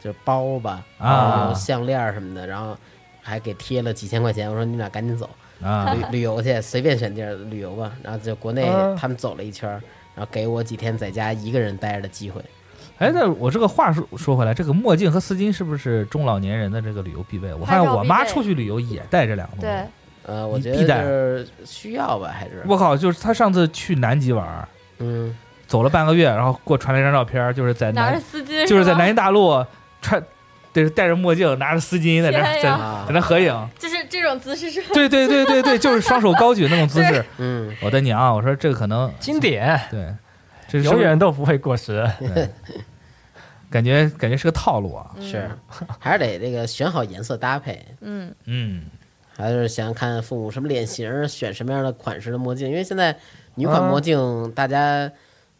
Speaker 4: 就是包吧，
Speaker 6: 啊
Speaker 4: 然后项链儿什么的，然后还给贴了几千块钱，我说你们俩赶紧走。
Speaker 6: 啊
Speaker 4: 旅旅游去，随便选地儿旅游吧。然后就国内
Speaker 6: 啊
Speaker 8: 嗯
Speaker 4: 他们走了一圈儿，然后给我几天在家一个人待着的机会。
Speaker 6: 哎，那我这个话说说回来，这个墨镜和丝巾是不是中老年人的这个旅游必备？我发现
Speaker 7: 拍照
Speaker 6: 我妈
Speaker 7: 必备
Speaker 6: 出去旅游也带这两个东西
Speaker 7: 对。，
Speaker 4: 呃，我
Speaker 6: 你
Speaker 4: 觉
Speaker 6: 必
Speaker 4: 得
Speaker 6: 带
Speaker 4: 就是需要吧，还是
Speaker 6: 我靠，就是他上次去南极玩儿，
Speaker 4: 嗯，
Speaker 6: 走了半个月，然后给我传了一张照片儿，就是在
Speaker 7: 拿着
Speaker 6: 南，
Speaker 7: 丝巾，
Speaker 6: 就是在
Speaker 7: 吗
Speaker 6: 南京大陆穿，对，戴着墨镜，拿着丝巾在那
Speaker 7: 天
Speaker 6: 在
Speaker 7: 呀
Speaker 4: 啊
Speaker 6: 在那 合影，
Speaker 7: 就是这种姿势是
Speaker 6: 对对对对对，就是双手高举那种姿势。
Speaker 4: 嗯，
Speaker 6: 我的娘，我说这个可能
Speaker 8: 经典，
Speaker 6: 对，这是
Speaker 8: 永远都不会过时。
Speaker 6: 对感觉感觉是个套路啊。
Speaker 4: 是，还是得这个选好颜色搭配，
Speaker 7: 嗯，
Speaker 6: 嗯，
Speaker 4: 还是想看父母什么脸型儿，选什么样的款式的墨镜，因为现在女款
Speaker 8: 啊
Speaker 4: 墨镜大家。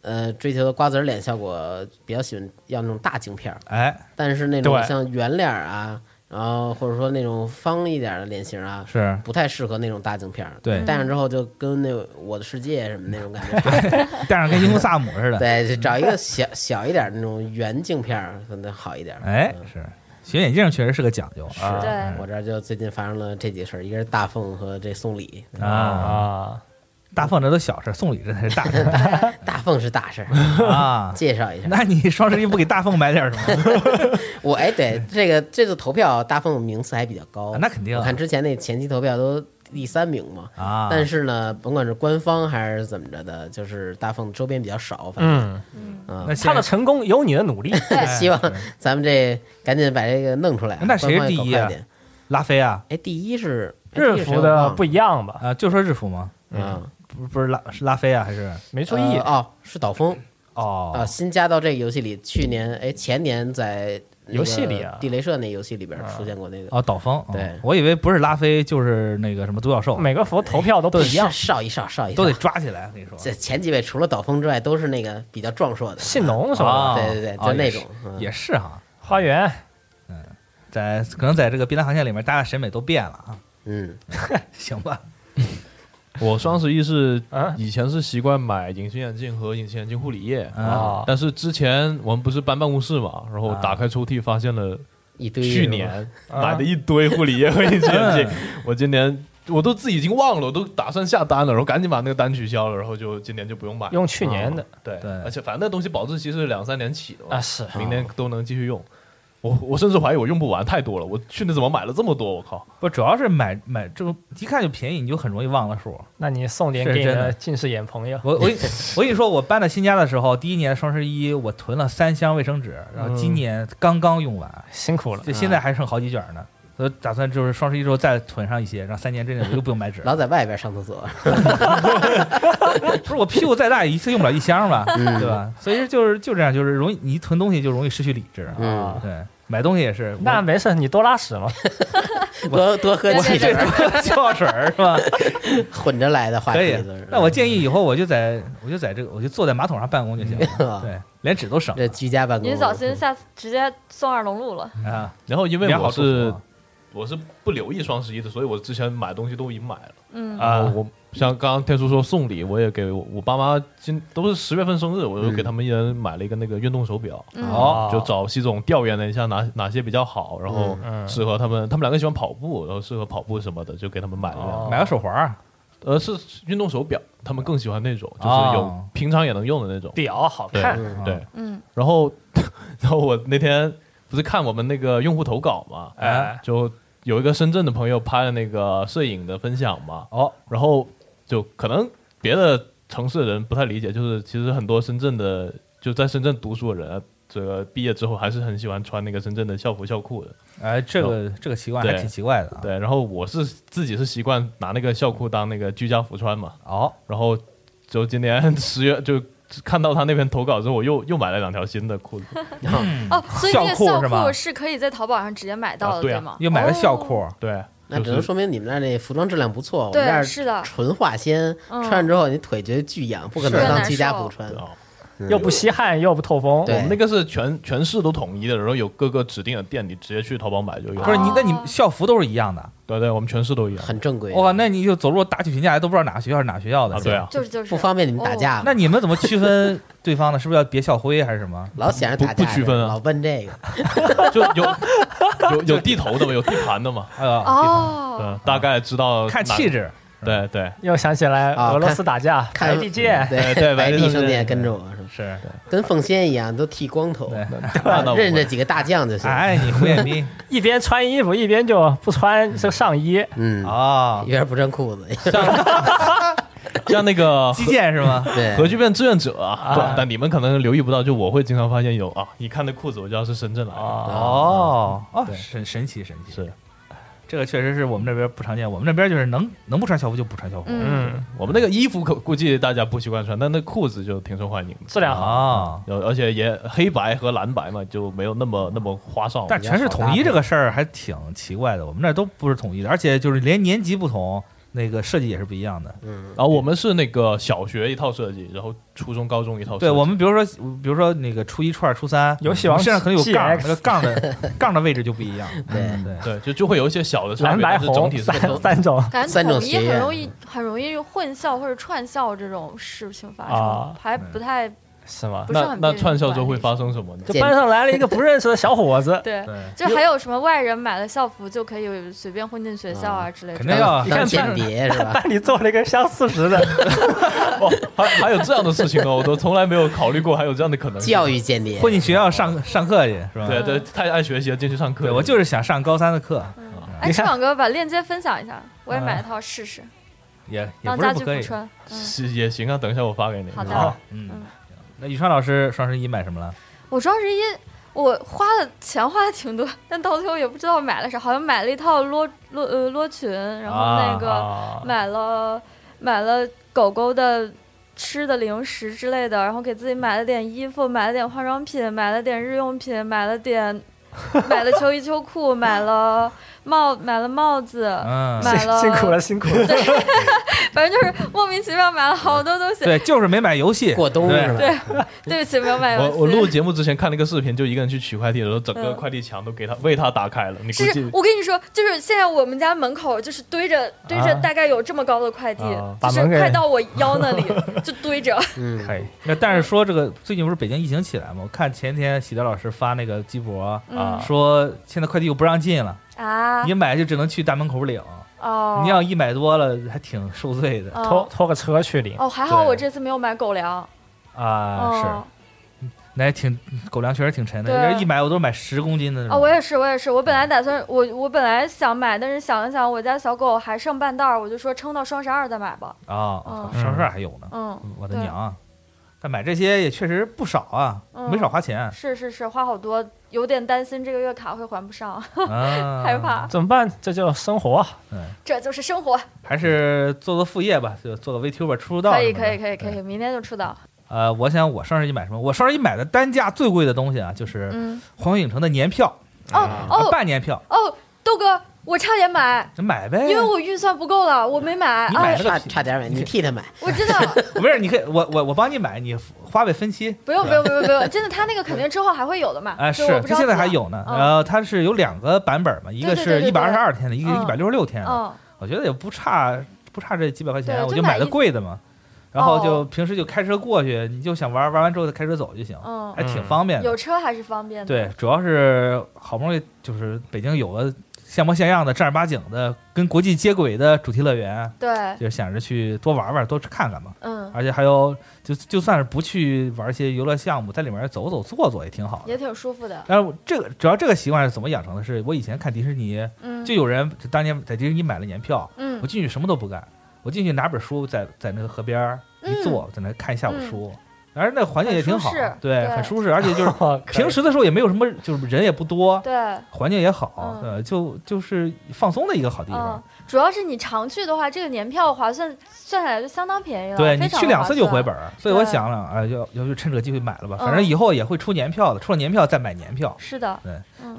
Speaker 4: 呃，追求瓜子儿脸效果，比较喜欢要那种大镜片儿，
Speaker 6: 哎，
Speaker 4: 但是那种
Speaker 8: 对
Speaker 4: 像圆脸儿啊，然后或者说那种方一点儿的脸型啊，
Speaker 6: 是
Speaker 4: 不太适合那种大镜片儿。
Speaker 6: 对
Speaker 4: 戴上之后就跟那《我的世界》什么那种感觉差 不多。
Speaker 6: 戴上跟英雄萨姆似的。
Speaker 4: 对，就找一个小小一点儿那种圆镜片儿可能好一点儿。
Speaker 6: 哎
Speaker 4: 嗯，
Speaker 6: 是学眼镜确实是个讲究啊
Speaker 7: 对
Speaker 4: 我这儿就最近发生了这几个事儿，一个是大凤和这送礼，
Speaker 6: 啊！
Speaker 8: 啊，
Speaker 6: 大凤这都小事儿，送礼这才是大事 儿
Speaker 4: 大凤是大事 儿，
Speaker 6: 啊。
Speaker 4: 介绍一下。
Speaker 6: 那你双十一不给大凤买点儿什么？
Speaker 4: 我哎，对这个这次投票，大凤名次还比较高，
Speaker 6: 啊那肯 定
Speaker 4: 我看之前那前期投票都第三名嘛，
Speaker 6: 啊！
Speaker 4: 但是呢，甭管是官方还是怎么着的，就是大凤周边比较少，反正
Speaker 8: 嗯，
Speaker 4: 啊
Speaker 8: 他
Speaker 6: 那，现
Speaker 8: 的
Speaker 6: 在
Speaker 8: 成功有你的努力，
Speaker 4: 那希望
Speaker 6: 对
Speaker 4: 咱们这赶紧把这个弄出来啊。
Speaker 6: 那谁
Speaker 4: 官方也
Speaker 6: 是第一
Speaker 4: 搞
Speaker 6: 啊
Speaker 4: 快点
Speaker 6: 拉菲啊
Speaker 4: 哎，第一是哎
Speaker 8: 日
Speaker 4: 第一是谁
Speaker 8: 服
Speaker 4: 我忘
Speaker 8: 的
Speaker 4: 了
Speaker 8: 不一样 吧？
Speaker 6: 啊，就说日服吗？
Speaker 4: 啊，
Speaker 6: 不不是拉是拉菲啊，还是
Speaker 8: 没注
Speaker 4: 注
Speaker 8: 意，
Speaker 4: 哦，是岛风啊，
Speaker 6: 哦
Speaker 4: 新加到这个游戏里，去年哎前年在那个
Speaker 8: 游戏里啊
Speaker 4: 地雷社那游戏里边出现过那个，
Speaker 6: 哦，岛风。哦
Speaker 4: 对
Speaker 6: 我以为不是拉菲就是那个什么独角兽，
Speaker 8: 每个服投票都不一样。
Speaker 4: 少一少少一
Speaker 6: 都得
Speaker 4: 少
Speaker 6: 抓起来。我跟你说，
Speaker 4: 这前几位除了岛风之外，都是那个比较壮硕的
Speaker 8: 信农是吧？
Speaker 6: 啊
Speaker 4: 对对对，
Speaker 6: 哦
Speaker 4: 就那
Speaker 6: 也是
Speaker 4: 种嗯
Speaker 6: 也是哈，
Speaker 8: 花园
Speaker 6: 在可能在这个碧蓝航线里面，大家审美都变了啊。
Speaker 4: 嗯，
Speaker 6: 行吧，
Speaker 5: 我双十一是
Speaker 8: 啊
Speaker 5: 以前是习惯买隐形眼镜和隐形眼镜护理液，
Speaker 6: 啊
Speaker 8: 啊，
Speaker 5: 但是之前我们不是搬办公室嘛，然后
Speaker 6: 啊
Speaker 5: 打开抽屉发现了
Speaker 4: 一堆
Speaker 5: 去
Speaker 4: 是吧
Speaker 5: 年买了一堆护理液和隐形眼镜，我今年我都自己已经忘了，我都打算下单了，然后赶紧把那个单取消了，然后就今年就不用买了。哦
Speaker 8: 用去年的
Speaker 5: 对，
Speaker 6: 对
Speaker 5: 而且反正那东西保质期是两三年起的嘛
Speaker 8: 啊，是
Speaker 5: 明年都能继续用。我我甚至怀疑我用不完，太多了。我去那怎么买了这么多？我靠！
Speaker 6: 不主要是买买这种一看就便宜，你就很容易忘了数。
Speaker 8: 那你送点给你的近视眼朋友，
Speaker 6: 我我跟你 我跟你说，我搬到新家的时候，第一年双十一我囤了三箱卫生纸，然后今年刚刚用完，嗯
Speaker 8: 辛苦了
Speaker 6: 就现在还剩好几卷呢。所以打算就是双十一之后再囤上一些，让三年之内我又不用买纸了。
Speaker 4: 老在外边上厕所，
Speaker 6: 不是我屁股再大，一次用不了一箱吧，
Speaker 4: 嗯
Speaker 6: 对吧？所以就是就这样，就是容易你一囤东西就容易失去理智啊。
Speaker 4: 嗯，
Speaker 6: 对，买东西也是，
Speaker 8: 那没事，你多拉屎嘛。
Speaker 4: 多多喝
Speaker 6: 我
Speaker 4: 汽水
Speaker 6: 这多气泡水儿是吧？
Speaker 4: 混着来的话
Speaker 6: 可以
Speaker 4: 题都是，
Speaker 6: 那我建议以后我就在我就在这个我就坐在马桶上办公就行了，
Speaker 4: 啊
Speaker 6: 对，连纸都省
Speaker 4: 这
Speaker 6: 了
Speaker 4: 居家办公，嗯
Speaker 7: 您小心下次直接送二龙路了。
Speaker 6: 啊。
Speaker 5: 然后因为
Speaker 6: 你还好
Speaker 5: 我是
Speaker 6: 舒服啊
Speaker 5: 我是不留意双十一的，所以我之前买东西都已经买了。
Speaker 7: 嗯，
Speaker 5: 啊，我像刚刚天叔说送礼，我也给我我爸妈今都是十月份生日，我就给他们一人买了一个那个运动手表，
Speaker 7: 嗯
Speaker 6: 啊
Speaker 8: 哦
Speaker 5: 就找习总调研了一下哪哪些比较好，然后
Speaker 8: 嗯
Speaker 5: 适合他们，他们两个喜欢跑步，然后适合跑步什么的，就给他们买了两个。
Speaker 8: 哦
Speaker 6: 买个手环儿，
Speaker 5: 呃，是运动手表，他们更喜欢那种，就是
Speaker 8: 啊
Speaker 6: 哦
Speaker 5: 有平常也能用的那种。
Speaker 8: 屌好看，
Speaker 5: 对，
Speaker 7: 嗯，
Speaker 5: 然后 然后我那天不是看我们那个用户投稿嘛，
Speaker 8: 哎，
Speaker 5: 就有一个深圳的朋友拍了那个摄影的分享嘛，
Speaker 6: 哦，
Speaker 5: 然后就可能别的城市的人不太理解，就是其实很多深圳的就在深圳读书的人啊，这个毕业之后还是很喜欢穿那个深圳的校服校裤的。
Speaker 6: 哎，这个这个习惯还
Speaker 5: 对
Speaker 6: 挺奇怪的啊。
Speaker 5: 对，然后我是自己是习惯拿那个校裤当那个居家服穿嘛，
Speaker 6: 哦，
Speaker 5: 然后就今年十月就看到他那篇投稿之后，我又 又买了两条新的裤子。
Speaker 6: 嗯
Speaker 7: 哦， 所以那个
Speaker 6: 校裤
Speaker 7: 校
Speaker 6: 是吧
Speaker 7: 裤是可以在淘宝上直接买到
Speaker 5: 啊
Speaker 7: 的，
Speaker 5: 对啊
Speaker 7: 吗？
Speaker 6: 又买了校
Speaker 7: 哦，
Speaker 6: 裤，
Speaker 5: 对，
Speaker 4: 那只
Speaker 5: 就
Speaker 4: 能
Speaker 5: 是
Speaker 4: 说明你们那儿那服装质量不错，我们这
Speaker 7: 对，
Speaker 4: 儿
Speaker 7: 是的，
Speaker 4: 纯化纤，
Speaker 7: 嗯
Speaker 4: 穿上之后你腿觉得巨痒，不可能
Speaker 7: 是
Speaker 4: 当
Speaker 7: 难
Speaker 4: 居家
Speaker 7: 受
Speaker 4: 服穿。
Speaker 5: 哦
Speaker 8: 又不吸汗又不透风，
Speaker 4: 对
Speaker 5: 我们那个是全全市都统一的，然后有各个指定的店，你直接去淘宝买就有。
Speaker 6: 不是你那你
Speaker 7: 哦
Speaker 6: 校服都是一样的，
Speaker 5: 对对，我们全市都一样。
Speaker 4: 很正规，
Speaker 6: 我靠，那你就走路打起评价来都不知道哪个学校是哪个学校的
Speaker 5: 啊，对啊，
Speaker 7: 就是就是
Speaker 4: 不方便你们打架嘛
Speaker 6: 那你们怎么区分对方呢？是不是要别校徽还是什么？
Speaker 4: 老显着打
Speaker 5: 不
Speaker 4: 架
Speaker 5: 不区分啊
Speaker 4: 老问这个，
Speaker 5: 就有有有地头的嘛，有地盘的嘛，
Speaker 6: 哎呀，
Speaker 7: 哦，
Speaker 5: 嗯，大概知道
Speaker 6: 看
Speaker 5: 哪
Speaker 6: 气。质，
Speaker 5: 对对
Speaker 8: 又想起来俄罗斯打架，
Speaker 4: 看
Speaker 8: 白地界，
Speaker 4: 嗯对
Speaker 5: 对
Speaker 4: 白
Speaker 5: 白
Speaker 4: 帝
Speaker 5: 帝
Speaker 4: 圣
Speaker 5: 圣
Speaker 4: 殿
Speaker 5: 殿
Speaker 4: 跟着我是吧
Speaker 6: 是，
Speaker 4: 跟凤仙一样，都剃光头，
Speaker 6: 对，
Speaker 5: 那倒不
Speaker 4: 认着
Speaker 5: 会
Speaker 4: 几个大将就行。
Speaker 6: 哎，你胡彦 斌
Speaker 8: 一边穿衣服一边就不穿这上衣，
Speaker 4: 嗯，
Speaker 6: 啊
Speaker 4: 一，边不穿裤子，
Speaker 5: 像那 个
Speaker 6: 击剑是吗？
Speaker 4: 对，
Speaker 5: 核聚变志愿者啊，对但你们可能留意不到，就我会经常发现有啊，一看那裤子我就知道是深圳来
Speaker 6: 啊
Speaker 5: 的，
Speaker 6: 哦哦，
Speaker 5: 对
Speaker 6: 神神奇神奇，
Speaker 5: 是
Speaker 6: 这个确实是我们这边不常见，我们这边就是能能不穿校服就不穿校服
Speaker 7: 嗯，
Speaker 8: 嗯，
Speaker 5: 我们那个衣服可估计大家不习惯穿，但那裤子就挺受欢迎的，
Speaker 8: 质量好。
Speaker 6: 啊。
Speaker 5: 有而且也黑白和蓝白嘛，就没有那么那么花哨。
Speaker 6: 但全市统一这个事儿还挺奇怪的，我们那儿都不是统一的，而且就是连年级不同，那个设计也是不一样的。
Speaker 4: 嗯，
Speaker 5: 然后我们是那个小学一套设计，然后初中、高中一套设计。
Speaker 6: 对我们比如说比如说那个初一、初二、初三，
Speaker 8: 游戏王
Speaker 6: 我们身上可能有杠，
Speaker 8: GX
Speaker 6: 那个杠的 杠的位置就不一样。
Speaker 4: 对，
Speaker 6: 嗯对，
Speaker 5: 对就就会有一些小的差别，
Speaker 8: 蓝白
Speaker 5: 但是整
Speaker 8: 红
Speaker 5: 体是
Speaker 8: 三三种
Speaker 7: 感觉
Speaker 4: 三种
Speaker 7: 统一
Speaker 4: 鞋
Speaker 7: 很
Speaker 4: 呀
Speaker 7: 容易很容易混校或者串校这种事情发生，
Speaker 8: 啊
Speaker 7: 还不太
Speaker 6: 嗯
Speaker 8: 是吗？
Speaker 7: 不是
Speaker 5: 那
Speaker 7: 很
Speaker 5: 那
Speaker 7: 被
Speaker 5: 串校
Speaker 7: 管
Speaker 5: 之后会
Speaker 7: 理，
Speaker 5: 发生什么呢？
Speaker 8: 就班上来了一个不认识的小伙子
Speaker 7: 对。
Speaker 6: 对
Speaker 7: 就还有什么外人买了校服就可以随便混进学校啊之类的，
Speaker 6: 肯定
Speaker 4: 当
Speaker 6: 要
Speaker 4: 当
Speaker 8: 看
Speaker 4: 间
Speaker 8: 半
Speaker 4: 谍是 吧？
Speaker 8: 班里坐了一个相四十的，
Speaker 5: 哦， 还还有这样的事情哦，我都从来没有考虑过还有这样的可能性。
Speaker 4: 教育间谍，
Speaker 6: 混进学校上上课去是吧？
Speaker 5: 对对，太爱学习了，进去上课。
Speaker 6: 对，我就是想上高三的课，
Speaker 7: 哎，
Speaker 8: 你
Speaker 7: 翅
Speaker 8: 看
Speaker 7: 膀哥把链接分享一下，我也
Speaker 6: 啊
Speaker 7: 买一套试试，
Speaker 6: 也也
Speaker 7: 当
Speaker 6: 不是
Speaker 7: 家
Speaker 6: 不
Speaker 7: 居
Speaker 6: 可
Speaker 7: 服
Speaker 6: 以。
Speaker 7: 穿。嗯，
Speaker 5: 是也行啊，等一下我发给你。
Speaker 7: 好的。
Speaker 8: 好
Speaker 6: 嗯，那宇川老师双十一买什么了？
Speaker 7: 我双十一我花的钱花的挺多，但到最后也不知道买了啥，好像买了一套罗罗呃罗裙，然后那个、
Speaker 8: 啊
Speaker 7: 买了买了狗狗的吃的零食之类的，然后给自己买了点衣服，买了点化妆品，买了点日用品，买了点买了秋衣秋裤，买了帽买了帽子，
Speaker 6: 嗯，
Speaker 7: 呃买了
Speaker 8: 辛苦了，辛苦了。
Speaker 7: 反正就是莫名其妙买了好多东西。
Speaker 6: 对，就是没买游戏。
Speaker 4: 过冬是吧？
Speaker 7: 对对不起，没有买游
Speaker 5: 我
Speaker 7: 戏。
Speaker 5: 我录节目之前看了一个视频，就一个人去取快递，然后整个
Speaker 7: 嗯
Speaker 5: 快递墙都给他为他打开了。你估
Speaker 7: 是
Speaker 5: 计
Speaker 7: 我跟你说，就是现在我们家门口就是堆着堆着
Speaker 8: 啊
Speaker 7: 大概有这么高的快递，
Speaker 5: 啊
Speaker 8: 把
Speaker 7: 就是
Speaker 8: 门给
Speaker 7: 快到我腰那里就堆着。
Speaker 4: 嗯，
Speaker 6: 可以。那但是说这个最近不是北京疫情起来吗？我看前天喜德老师发那个鸡博，
Speaker 7: 嗯
Speaker 6: 说现在快递又不让进了，
Speaker 7: 啊
Speaker 6: 你买就只能去大门口领。
Speaker 7: 哦，
Speaker 6: 你要一买多了，还挺受罪的
Speaker 7: 哦
Speaker 8: 拖拖个车去领
Speaker 7: 哦，还好
Speaker 6: 对
Speaker 7: 我这次没有买狗粮。
Speaker 6: 啊
Speaker 7: 哦。，
Speaker 6: 是，那还挺狗粮确实挺沉的，
Speaker 7: 对
Speaker 6: 要一买我都买十公斤的那
Speaker 7: 啊，
Speaker 6: 种。
Speaker 7: 我也是，我也是，我本来打算我我本来想买，但是想了想，我家小狗还剩半袋儿，我就说撑到双十二再买吧。
Speaker 6: 啊，
Speaker 7: 哦
Speaker 6: 我操上市还有呢，
Speaker 7: 嗯，
Speaker 6: 我的
Speaker 7: 对
Speaker 6: 娘啊！但买这些也确实不少啊，
Speaker 7: 嗯
Speaker 6: 没少 花钱
Speaker 7: 是是是，花好多，有点担心这个月卡会还不上，
Speaker 6: 啊，
Speaker 7: 害怕。
Speaker 8: 怎么办？这叫生 活。
Speaker 7: 这就是生活，
Speaker 6: 还是做做副业吧，就做个 VTuber 出出道。
Speaker 7: 可以可以。可以可以，明天就出道。
Speaker 6: 呃，我想我双十一买什么？我双十一买的单价最贵的东西啊，就是
Speaker 7: 嗯，
Speaker 6: 环球影城的年票，
Speaker 7: 哦
Speaker 6: 啊
Speaker 7: 哦
Speaker 6: 半年票，
Speaker 7: 哦，豆哥，我差点买，
Speaker 6: 就买呗。
Speaker 7: 因为我预算不够了，我没买。
Speaker 6: 你
Speaker 7: 啊，
Speaker 6: 买那
Speaker 4: 差
Speaker 6: 个
Speaker 4: 差点买，你替他买，
Speaker 7: 我真的
Speaker 6: 不是，你可以，我我我帮你买，你花呗分期。
Speaker 7: 不用不用不用不用，真的，他那个肯定之后还会有的嘛。
Speaker 6: 啊，
Speaker 7: 就我
Speaker 6: 是，
Speaker 7: 不知
Speaker 6: 它
Speaker 7: 道
Speaker 6: 现在还
Speaker 7: 怎么样。
Speaker 6: 有呢。
Speaker 7: 嗯
Speaker 6: 然后它是有两个版本嘛，一个
Speaker 7: 对
Speaker 6: 是
Speaker 7: 对对
Speaker 6: 一百二
Speaker 7: 对
Speaker 6: 十
Speaker 7: 对
Speaker 6: 二天的，一个一
Speaker 7: 嗯
Speaker 6: 百六十六天的。
Speaker 7: 嗯，
Speaker 6: 我觉得也不差，不差这几百块钱，
Speaker 7: 对
Speaker 6: 我
Speaker 7: 就
Speaker 6: 就
Speaker 7: 买
Speaker 6: 买个
Speaker 7: 一
Speaker 6: 贵的嘛。然后就
Speaker 7: 哦
Speaker 6: 平时就开车过去，你就想玩，玩完之后再开车走就行，
Speaker 7: 嗯
Speaker 6: 还挺
Speaker 8: 嗯
Speaker 6: 方便的。
Speaker 7: 有车还是方便的。
Speaker 6: 哎对，主要是好不容易就是北京有个像模像样的、正儿八经的、跟国际接轨的主题乐园，
Speaker 7: 对，
Speaker 6: 就是想着去多玩玩、多看看嘛。
Speaker 7: 嗯，
Speaker 6: 而且还有，就就算是不去玩一些游乐项目，在里面走走、坐坐也挺好
Speaker 7: 也
Speaker 6: 的。
Speaker 7: 挺舒服的。
Speaker 6: 但是我这个主要这个习惯是怎么养成的是？我以前看迪士尼，
Speaker 7: 嗯，
Speaker 6: 就有人就当年在迪士尼买了年票，
Speaker 7: 嗯
Speaker 6: 我进去什么都不干，我进去拿本书在在那个河边儿一坐，在那看一下午
Speaker 7: 嗯
Speaker 6: 书，而那环境也挺好
Speaker 7: 很舒适，
Speaker 6: 对，
Speaker 7: 对
Speaker 6: 很舒适，而且 就是平
Speaker 8: 平时
Speaker 6: 时的时候也没有什么，就是人也不多，
Speaker 7: 对，
Speaker 6: 环境也好
Speaker 7: 嗯，
Speaker 6: 呃，就就是放松的一个好地
Speaker 7: 嗯
Speaker 6: 方。，
Speaker 7: 主要是你常去的话，这个年票划算算下来就相当便宜了，
Speaker 6: 对
Speaker 7: 非
Speaker 6: 你
Speaker 7: 常
Speaker 6: 去两次就回
Speaker 7: 划算。
Speaker 6: 本儿，所以我
Speaker 7: 对
Speaker 6: 想想啊，要要就趁这个机会买了吧，反
Speaker 7: 嗯
Speaker 6: 正以后也会出年票的，出了年票再买年票，
Speaker 7: 是的，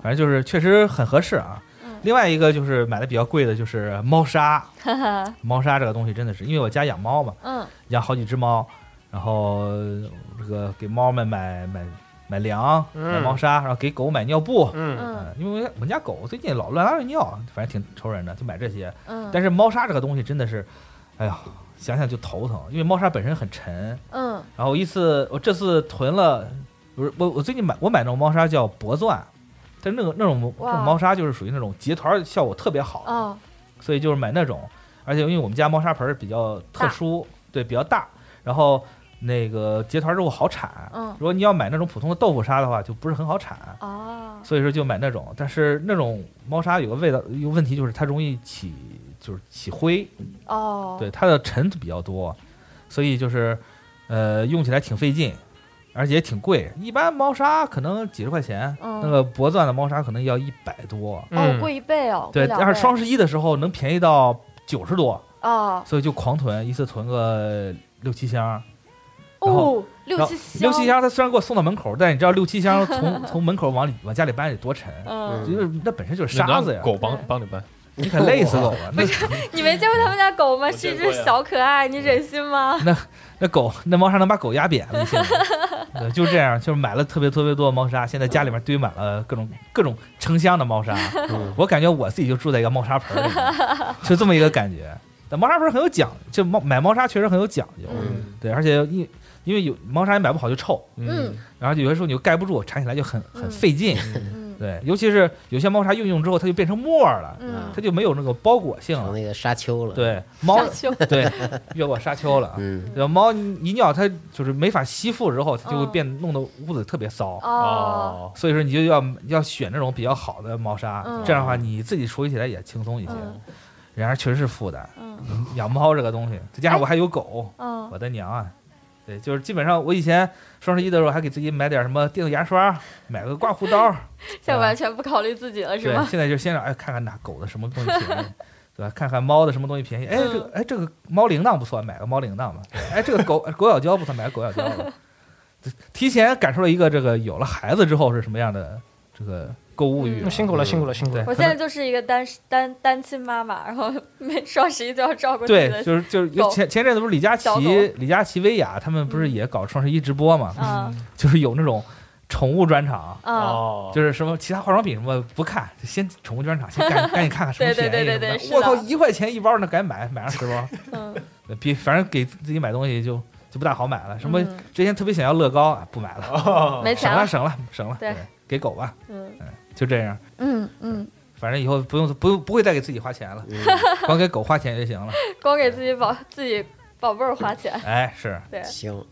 Speaker 6: 反正就是确实很合适啊
Speaker 7: 嗯。
Speaker 6: 另外一个就是买的比较贵的就是 猫砂，
Speaker 7: 哈哈，
Speaker 6: 猫砂这个东西真的是，因为我家养猫嘛，
Speaker 7: 嗯
Speaker 6: 养好几只猫，然后呃这个给猫们买买买粮，买
Speaker 8: 嗯
Speaker 6: 猫砂，然后给狗买尿布。
Speaker 8: 嗯
Speaker 7: 嗯
Speaker 6: 因为我们家狗最近老乱拉乱尿，反正挺愁人的，就买这些。
Speaker 7: 嗯，
Speaker 6: 但是猫砂这个东西真的是，哎呀，想想就头疼，因为猫砂本身很沉。
Speaker 7: 嗯
Speaker 6: 然后我一次，我这次囤了，不是我我最近买我买那种猫砂叫博钻，但是那个那种这
Speaker 7: 哇
Speaker 6: 种猫砂就是属于那种结团儿效果特别好，
Speaker 7: 哦
Speaker 6: 所以就是买那种，而且因为我们家猫砂盆儿比较特
Speaker 7: 大
Speaker 6: 殊，对，比较大，然后那个结团儿之后好铲。
Speaker 7: 嗯
Speaker 6: 如果你要买那种普通的豆腐砂的话，就不是很好铲。
Speaker 7: 哦，
Speaker 6: 所以说就买那种，但是那种猫砂有个味道，有个问题就是它容易起就是起灰，
Speaker 7: 哦，
Speaker 6: 对，它的尘比较多，所以就是呃用起来挺费劲，而且也挺贵。一般猫砂可能几十块钱，
Speaker 7: 嗯
Speaker 6: 那个铂钻的猫砂可能要一百多，
Speaker 7: 哦，贵一倍哦，
Speaker 6: 对，但是双
Speaker 7: 十
Speaker 6: 十一的时候能便宜到九十多，
Speaker 7: 哦
Speaker 6: 所以就狂囤，一次囤个六七箱。然后
Speaker 7: 哦，六
Speaker 6: 然后
Speaker 7: 七箱，
Speaker 6: 六七箱，它虽然给我送到门口，但你知道六七箱从从门口往里往家里搬得多沉，
Speaker 7: 嗯，
Speaker 6: 就是那本身就是
Speaker 5: 你让
Speaker 6: 沙子呀。
Speaker 5: 狗帮帮你搬，
Speaker 6: 你可累死狗了。那
Speaker 7: 你没见过他们家狗吗？
Speaker 5: 我
Speaker 7: 是一
Speaker 5: 见
Speaker 7: 只
Speaker 5: 过呀
Speaker 7: 小可爱，你忍心吗？
Speaker 6: 那狗那猫砂能把狗压扁了，现在对就这样，就是买了特别特别多的猫砂，现在家里面堆满了各种各种成箱的猫砂。
Speaker 4: 嗯
Speaker 6: 我感觉我自己就住在一个猫砂盆里面，就这么一个感觉。但猫砂盆很有讲，就猫买猫砂确实很有讲究，
Speaker 7: 嗯
Speaker 6: 对，而且因因为有猫砂也买不好就臭，
Speaker 7: 嗯
Speaker 6: 然后有些时候你又盖不住，缠起来就很很
Speaker 7: 嗯
Speaker 6: 费劲，
Speaker 7: 嗯
Speaker 6: 对，尤其是有些猫砂运用之后，它就变成沫儿了，
Speaker 7: 嗯
Speaker 6: 它，就没有那个包裹性
Speaker 4: 啊成
Speaker 6: 了，
Speaker 4: 那个沙丘了。，
Speaker 6: 对，猫
Speaker 7: 沙丘
Speaker 6: 对越过沙丘了啊。
Speaker 4: 嗯，
Speaker 6: 然后猫一尿，它就是没法吸附之后，它就会
Speaker 7: 嗯
Speaker 6: 变弄得屋子特别骚。
Speaker 7: 哦，
Speaker 5: 哦，
Speaker 6: 所以说你就要要选那种比较好的猫砂，
Speaker 7: 嗯
Speaker 6: 这样的话你自己处理起来也轻松一些。
Speaker 7: 嗯
Speaker 6: 然而确实是负担，
Speaker 7: 嗯
Speaker 6: 养猫这个东西，再加上
Speaker 7: 哎
Speaker 6: 我还有狗，
Speaker 7: 嗯，
Speaker 6: 我的娘啊！对，就是基本上我以前双十一的时候还给自己买点什么电动牙刷，买个刮胡刀，
Speaker 7: 现在完全不考虑自己了是
Speaker 6: 对，
Speaker 7: 吗？
Speaker 6: 现在就先让哎看看哪狗的什么东西 便宜，对吧？看看猫的什么东西便宜，
Speaker 7: 嗯
Speaker 6: 哎这个哎这个猫铃铛不错，买个猫铃铛吧。 哎这个狗狗咬胶不错，买个狗咬胶吧。 提前感受了一个这个有了孩子之后是什么样的这个购物欲、
Speaker 7: 嗯
Speaker 8: 辛苦了，辛苦了，辛苦了
Speaker 6: 对。
Speaker 7: 我现在就是一个单单单亲妈妈，然后每双十一就要照顾自己
Speaker 6: 对，
Speaker 7: 的
Speaker 6: 就是就是
Speaker 7: 狗
Speaker 6: 前前阵子不是李佳
Speaker 7: 小狗
Speaker 6: 琦、李佳琦、薇娅他们不是
Speaker 7: 嗯
Speaker 6: 也搞双十一直播嘛？
Speaker 7: 啊
Speaker 6: 就是有那种宠物专场，
Speaker 7: 啊，
Speaker 5: 哦，
Speaker 6: 就是什么其他化妆品什么不看，就先宠物专场，先 赶赶紧看看什么
Speaker 7: 对对
Speaker 6: 便宜
Speaker 7: 对
Speaker 6: 什
Speaker 7: 对
Speaker 6: 么
Speaker 7: 对
Speaker 6: 的。我
Speaker 7: 是
Speaker 6: 靠，
Speaker 7: 的
Speaker 6: 一块钱一包呢，赶紧买，买上十包。
Speaker 7: 嗯
Speaker 6: 比反正给自己买东西就就不大好买了。什么
Speaker 7: 嗯
Speaker 6: 之前特别想要乐高啊，不买了，
Speaker 7: 没
Speaker 6: 省
Speaker 7: 钱
Speaker 6: 了
Speaker 7: 了，
Speaker 6: 省了省了，
Speaker 7: 对，
Speaker 6: 给狗吧，
Speaker 7: 嗯
Speaker 6: 就这样。
Speaker 7: 嗯嗯，
Speaker 6: 反正以后不用不用不会再给自己花钱了，光给狗花钱就行了。
Speaker 7: 光给自己宝自己宝贝儿花钱，
Speaker 6: 哎，是
Speaker 7: 对，
Speaker 4: 行，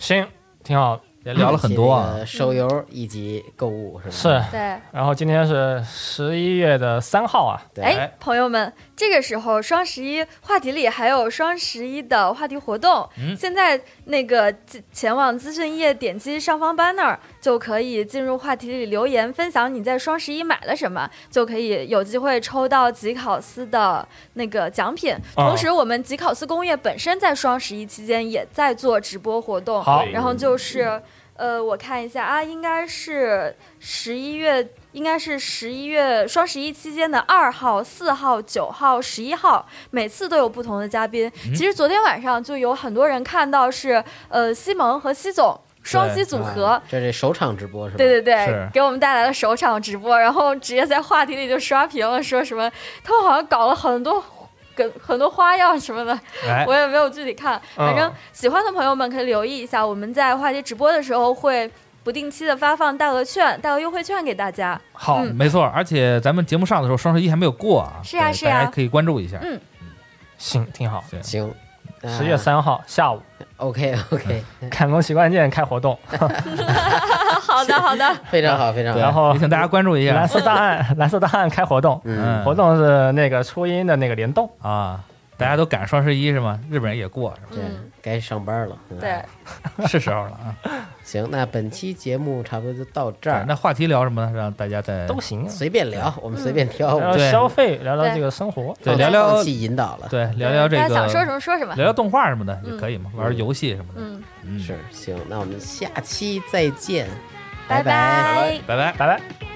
Speaker 8: 行，挺好。
Speaker 6: 也聊了很多啊
Speaker 4: 这，个手游以及购物是吧？
Speaker 8: 是，
Speaker 7: 对。
Speaker 8: 然后今天是十一月的三号啊，
Speaker 4: 对
Speaker 7: 哎，朋友们，这个时候双十一话题里还有双十一的话题活动，
Speaker 6: 嗯
Speaker 7: 现在那个前前往资讯页点击上方 banner 就可以进入话题里留言，分享你在双十一买了什么，就可以有机会抽到吉考斯的那个奖品。
Speaker 8: 哦
Speaker 7: 同时，我们吉考斯工业本身在双十一期间也在做直播活动，
Speaker 8: 好
Speaker 7: 然后就是。呃，我看一下啊，应该是十一月，应该是十一月双十一期间的二号、四号、九号、十一号，每次都有不同的嘉宾。
Speaker 6: 嗯
Speaker 7: 其实昨天晚上就有很多人看到是呃西蒙和西总双
Speaker 6: 对
Speaker 7: 击组合。
Speaker 4: 啊这是首场直播是吧？
Speaker 7: 对对对
Speaker 6: 是，
Speaker 7: 给我们带来了首场直播，然后直接在话题里就刷屏了，说什么他们好像搞了很多跟很多花样什么的，
Speaker 6: 哎
Speaker 7: 我，也没有具体看，
Speaker 8: 嗯
Speaker 7: 反正喜欢的朋友们可以留意一下，我们在话题直播的时候会不定期的发放大额券、大额优惠券给大家。
Speaker 6: 好，
Speaker 7: 嗯
Speaker 6: 没错。而且咱们节目上的时候，双十一还没有过啊，
Speaker 7: 是啊
Speaker 6: 对
Speaker 7: 是啊
Speaker 6: 大家可以关注一下。
Speaker 7: 嗯
Speaker 8: 行，挺好。
Speaker 4: 行，
Speaker 6: 嗯
Speaker 4: 啊
Speaker 8: 十月三号下午，
Speaker 4: ，OK OK，
Speaker 8: 砍龙习惯键开活动，
Speaker 7: 好的，好的，
Speaker 4: 非常好，非常
Speaker 6: 对
Speaker 8: 然
Speaker 4: 好。
Speaker 7: 嗯
Speaker 8: 后
Speaker 6: 也请大家关注一
Speaker 8: 蓝
Speaker 6: 下
Speaker 8: 色档 案，蓝色档案开活动，
Speaker 4: 嗯
Speaker 6: 嗯
Speaker 8: 活动是那个初音的那个联动，
Speaker 6: 啊。大家都赶双十一是吗？日本人也过是
Speaker 4: 对
Speaker 7: 嗯，
Speaker 4: 该上班了。嗯
Speaker 7: 对，
Speaker 6: 吧？是时候了啊。
Speaker 4: 行，那本期节目差不多就到这
Speaker 6: 对
Speaker 4: 儿，
Speaker 6: 那话题聊什么呢？让大家再
Speaker 8: 都行啊。
Speaker 4: 随便聊，我们随便挑，
Speaker 8: 聊
Speaker 4: 我
Speaker 8: 聊
Speaker 6: 哦对
Speaker 8: 消费，聊聊
Speaker 7: 对
Speaker 8: 这个生活，
Speaker 6: 嗯
Speaker 4: 们
Speaker 6: 对聊聊
Speaker 4: 放弃引导了。
Speaker 6: 对聊聊这
Speaker 7: 大
Speaker 6: 个
Speaker 7: 家想说什么说什么。
Speaker 6: 聊聊动画什么的也
Speaker 7: 嗯
Speaker 6: 可以嘛，玩游戏什么的。
Speaker 7: 嗯，
Speaker 6: 嗯
Speaker 4: 是，行，那我们下期再见，
Speaker 7: 拜
Speaker 4: 拜
Speaker 7: 拜
Speaker 6: 拜拜。
Speaker 8: 拜拜。
Speaker 2: 「